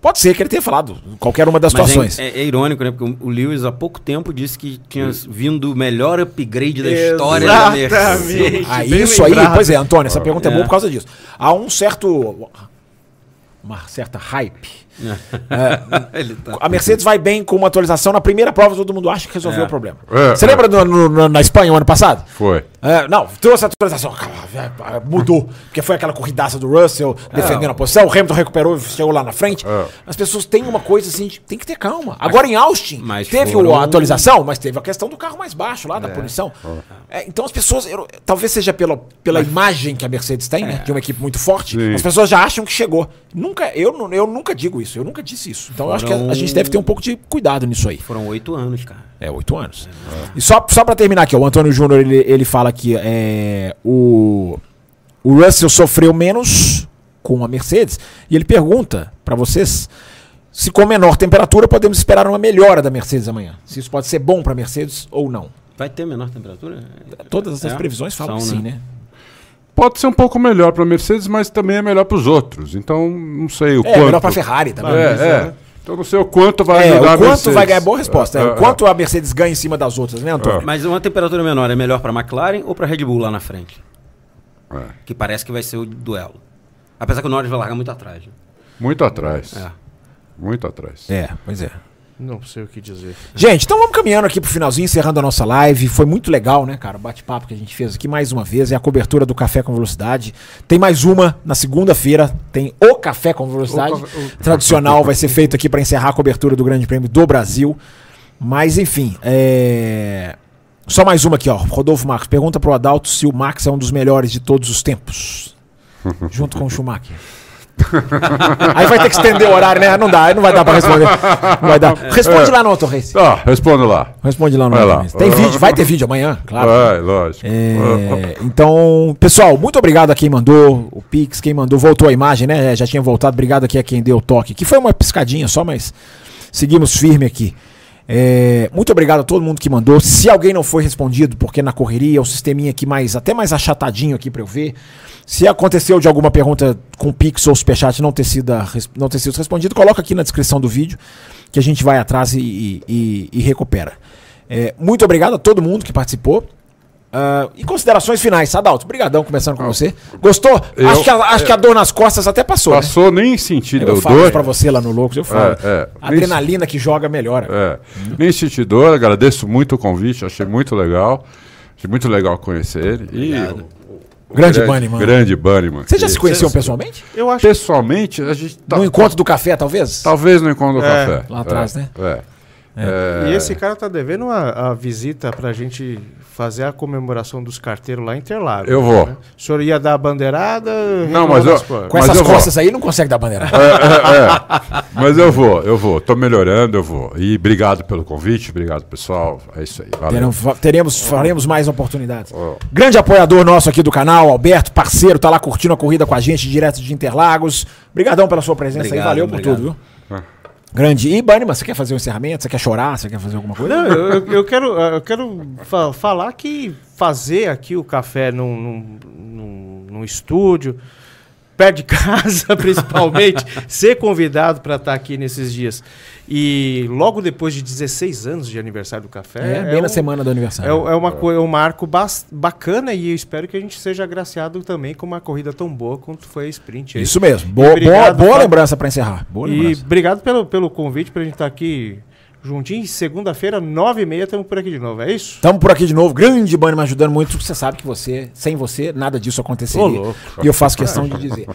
S3: Pode ser que ele tenha falado qualquer uma das situações.
S5: Mas é, é- é irônico, né? Porque o Lewis há pouco tempo disse que tinha vindo o melhor upgrade da história da Mercedes.
S3: Ah, isso aí, pois é, Antônio,
S5: Ah,
S3: essa pergunta é. boa por causa disso. Há um certo. Uma certa hype.
S5: Ele tá-
S3: A Mercedes vai bem com uma atualização. Na primeira prova, todo mundo acha que resolveu
S5: É.
S3: o problema.
S4: É,
S3: Você
S4: é.
S3: lembra do- no- no- na Espanha o ano passado?
S4: Foi.
S3: É, não, trouxe a atualização. Ah, Mudou. Porque foi aquela corridaça do Russell defendendo a posição. O Hamilton recuperou e chegou lá na frente.
S4: É.
S3: As pessoas têm uma coisa assim, de- tem que ter calma. Agora em Austin,
S5: mas
S3: teve
S5: foram-
S3: a atualização, mas teve a questão do carro mais baixo lá, da punição. É, então as pessoas, eu- talvez seja pela, pela imagem que a Mercedes tem, né? De uma equipe muito forte.
S4: Sim.
S3: As pessoas já acham que chegou. Nunca, eu, nu- eu nunca digo isso. isso. Eu nunca disse isso. Então eu acho que a, a gente deve ter um pouco de cuidado nisso aí.
S5: Foram oito anos, cara.
S3: É, oito anos. E só, só para terminar aqui, ó, o Antônio Júnior ele, ele fala que é, o, o Russell sofreu menos com a Mercedes. E ele pergunta para vocês se com menor temperatura podemos esperar uma melhora da Mercedes amanhã. Se isso pode ser bom para Mercedes ou não.
S5: Vai ter menor temperatura?
S3: Todas as
S5: É,
S3: previsões falam
S5: são,
S3: que sim, né?
S4: Pode ser um pouco melhor para a Mercedes, mas também é melhor para os outros. Então, não sei o
S3: É,
S4: quanto.
S3: melhor para Ferrari também.
S4: É, é. Então, não sei o quanto vai
S3: É, o
S4: ajudar a
S3: quanto
S4: Mercedes.
S3: vai ganhar boa resposta. é,
S4: É,
S3: o
S4: é,
S3: quanto a Mercedes ganha em cima das outras, né, Antônio?
S5: Mas uma temperatura menor é melhor pra McLaren ou pra Red Bull lá na frente?
S4: é.
S5: Que parece que vai ser o duelo. Apesar que o Norris vai largar muito atrás. né?
S4: Muito atrás.
S5: É.
S4: Muito atrás.
S3: É, pois é.
S2: Não sei o que dizer.
S3: Gente, então vamos caminhando aqui pro finalzinho, encerrando a nossa live. Foi muito legal, né, cara? O bate-papo que a gente fez aqui mais uma vez. É a cobertura do Café com Velocidade. Tem mais uma na segunda-feira. Tem o Café com Velocidade. Tradicional, vai ser feito aqui para encerrar a cobertura do Grande Prêmio do Brasil. Mas, enfim, é. Só mais uma aqui, ó. Rodolfo Marcos pergunta pro Adalto se o Max é um dos melhores de todos os [LAUGHS] tempos. Junto com o Schumacher. Aí vai ter que estender o horário, né? Não dá, aí não vai dar pra responder. Não vai dar. Responde lá no Torres.
S4: Tá, respondo lá.
S3: Responde lá no
S4: Vai lá.
S3: Instagram. Tem vídeo, vai ter vídeo amanhã, claro.
S4: Vai, lógico.
S3: É, então, pessoal, muito obrigado a quem mandou o Pix, quem mandou, voltou a imagem, né? É, Já tinha voltado, obrigado aqui a quem deu o toque, que foi uma piscadinha só, mas seguimos firme aqui. É, muito obrigado a todo mundo que mandou. Se alguém não foi respondido, porque na correria, o sisteminha aqui mais, até mais achatadinho aqui pra eu ver. Se aconteceu de alguma pergunta com Pix ou Superchat não ter sido, a res- não ter sido respondido, coloca aqui na descrição do vídeo que a gente vai atrás e- e- e- e recupera. É, muito obrigado a todo mundo que participou. Ah, e considerações finais, Adalto. Obrigadão começando com você. Gostou?
S4: Eu-
S3: acho que, a, acho que a dor nas costas até passou. né?
S4: Passou, nem senti
S3: Eu
S4: deu
S3: falo
S4: dor.
S3: pra você lá no Loucos, eu falo.
S4: É, é.
S3: A adrenalina que joga melhora.
S4: É. Nem senti dor, agradeço muito o convite, achei muito legal. Achei muito legal conhecer ele. E o
S3: Grande Bunnyman.
S4: Grande Bunnyman.
S3: Vocês já se
S4: E-
S3: conheciam pessoalmente?
S2: Eu acho
S4: Pessoalmente, a gente tá,
S3: No encontro do café, talvez?
S4: talvez no encontro do café.
S3: Lá
S4: É,
S3: atrás, né?
S4: É.
S2: E esse cara tá devendo uma, a visita pra gente fazer a comemoração dos carteiros lá em Interlagos.
S4: Eu vou.
S2: né? O senhor ia dar a bandeirada?
S4: Não, mas eu-
S3: Com
S4: Mas
S3: essas
S4: eu vou. É.
S3: costas aí, não consegue dar bandeira.
S4: Mas eu vou, eu vou. Tô melhorando, eu vou. E obrigado pelo convite, obrigado pessoal. É isso aí. Valeu.
S3: Terão- fa- teremos, faremos mais oportunidades.
S4: Ó.
S3: Grande apoiador nosso aqui do canal, Alberto, parceiro, tá lá curtindo a corrida com a gente, direto de Interlagos. Obrigadão pela sua presença aí,
S5: Obrigado,
S3: valeu por
S5: obrigado.
S3: tudo, viu?
S4: É.
S3: Grande. E, Banima, você quer fazer um encerramento? Você quer chorar? Você quer fazer alguma coisa?
S2: Não, eu, eu- eu quero, eu quero fa- falar que fazer aqui o café num, num, num- num estúdio, perto de [LAUGHS] casa, principalmente, ser convidado para estar aqui nesses dias. E logo depois de 16 anos de aniversário do café.
S3: É, bem na
S2: um-
S3: semana do aniversário.
S2: É, é uma coisa, um marco bas- bacana e eu espero que a gente seja agraciado também com uma corrida tão boa quanto foi a sprint. aí.
S3: Isso é mesmo. Boa, boa,
S2: Obrigado,
S4: tá?
S3: boa
S2: Fábio.
S3: lembrança pra encerrar. Boa
S2: E
S3: lembrança.
S2: obrigado pelo, pelo convite pra gente estar aqui juntinho. E Segunda-feira, nove e meia, estamos por aqui de novo, é isso?
S3: Tamo por aqui de novo. Grande Banima ajudando muito. Você sabe que você, sem você, nada disso aconteceria.
S2: Ô, louco.
S3: E eu faço questão de dizer.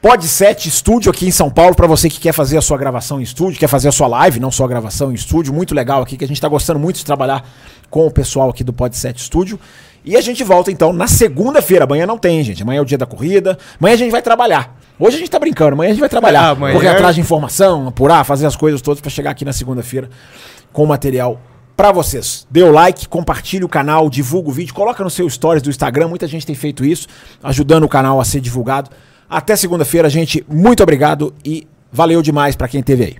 S3: Pod 7 Estúdio aqui em São Paulo, pra você que quer fazer a sua gravação em estúdio, quer fazer a sua live, não só a gravação em estúdio, muito legal aqui, que a gente tá gostando muito de trabalhar com o pessoal aqui do Pod 7 Estúdio. E a gente volta então na segunda-feira. Amanhã não tem, gente. Amanhã é o dia da corrida. Amanhã a gente vai trabalhar. Hoje a gente tá brincando, amanhã a gente vai trabalhar.
S2: Ah, amanhã
S3: Correr
S2: é-
S3: atrás de informação, apurar, fazer as coisas todas pra chegar aqui na segunda-feira com material pra vocês. Dê o like, compartilhe o canal, divulga o vídeo, coloca no seu stories do Instagram. Muita gente tem feito isso, ajudando o canal a ser divulgado. Até segunda-feira, gente. Muito obrigado e valeu demais pra quem teve aí.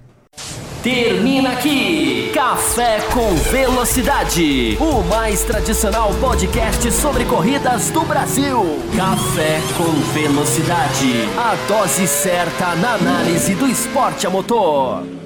S1: Termina aqui Café com Velocidade, o mais tradicional podcast sobre corridas do Brasil. Café com Velocidade, a dose certa na análise do esporte a motor.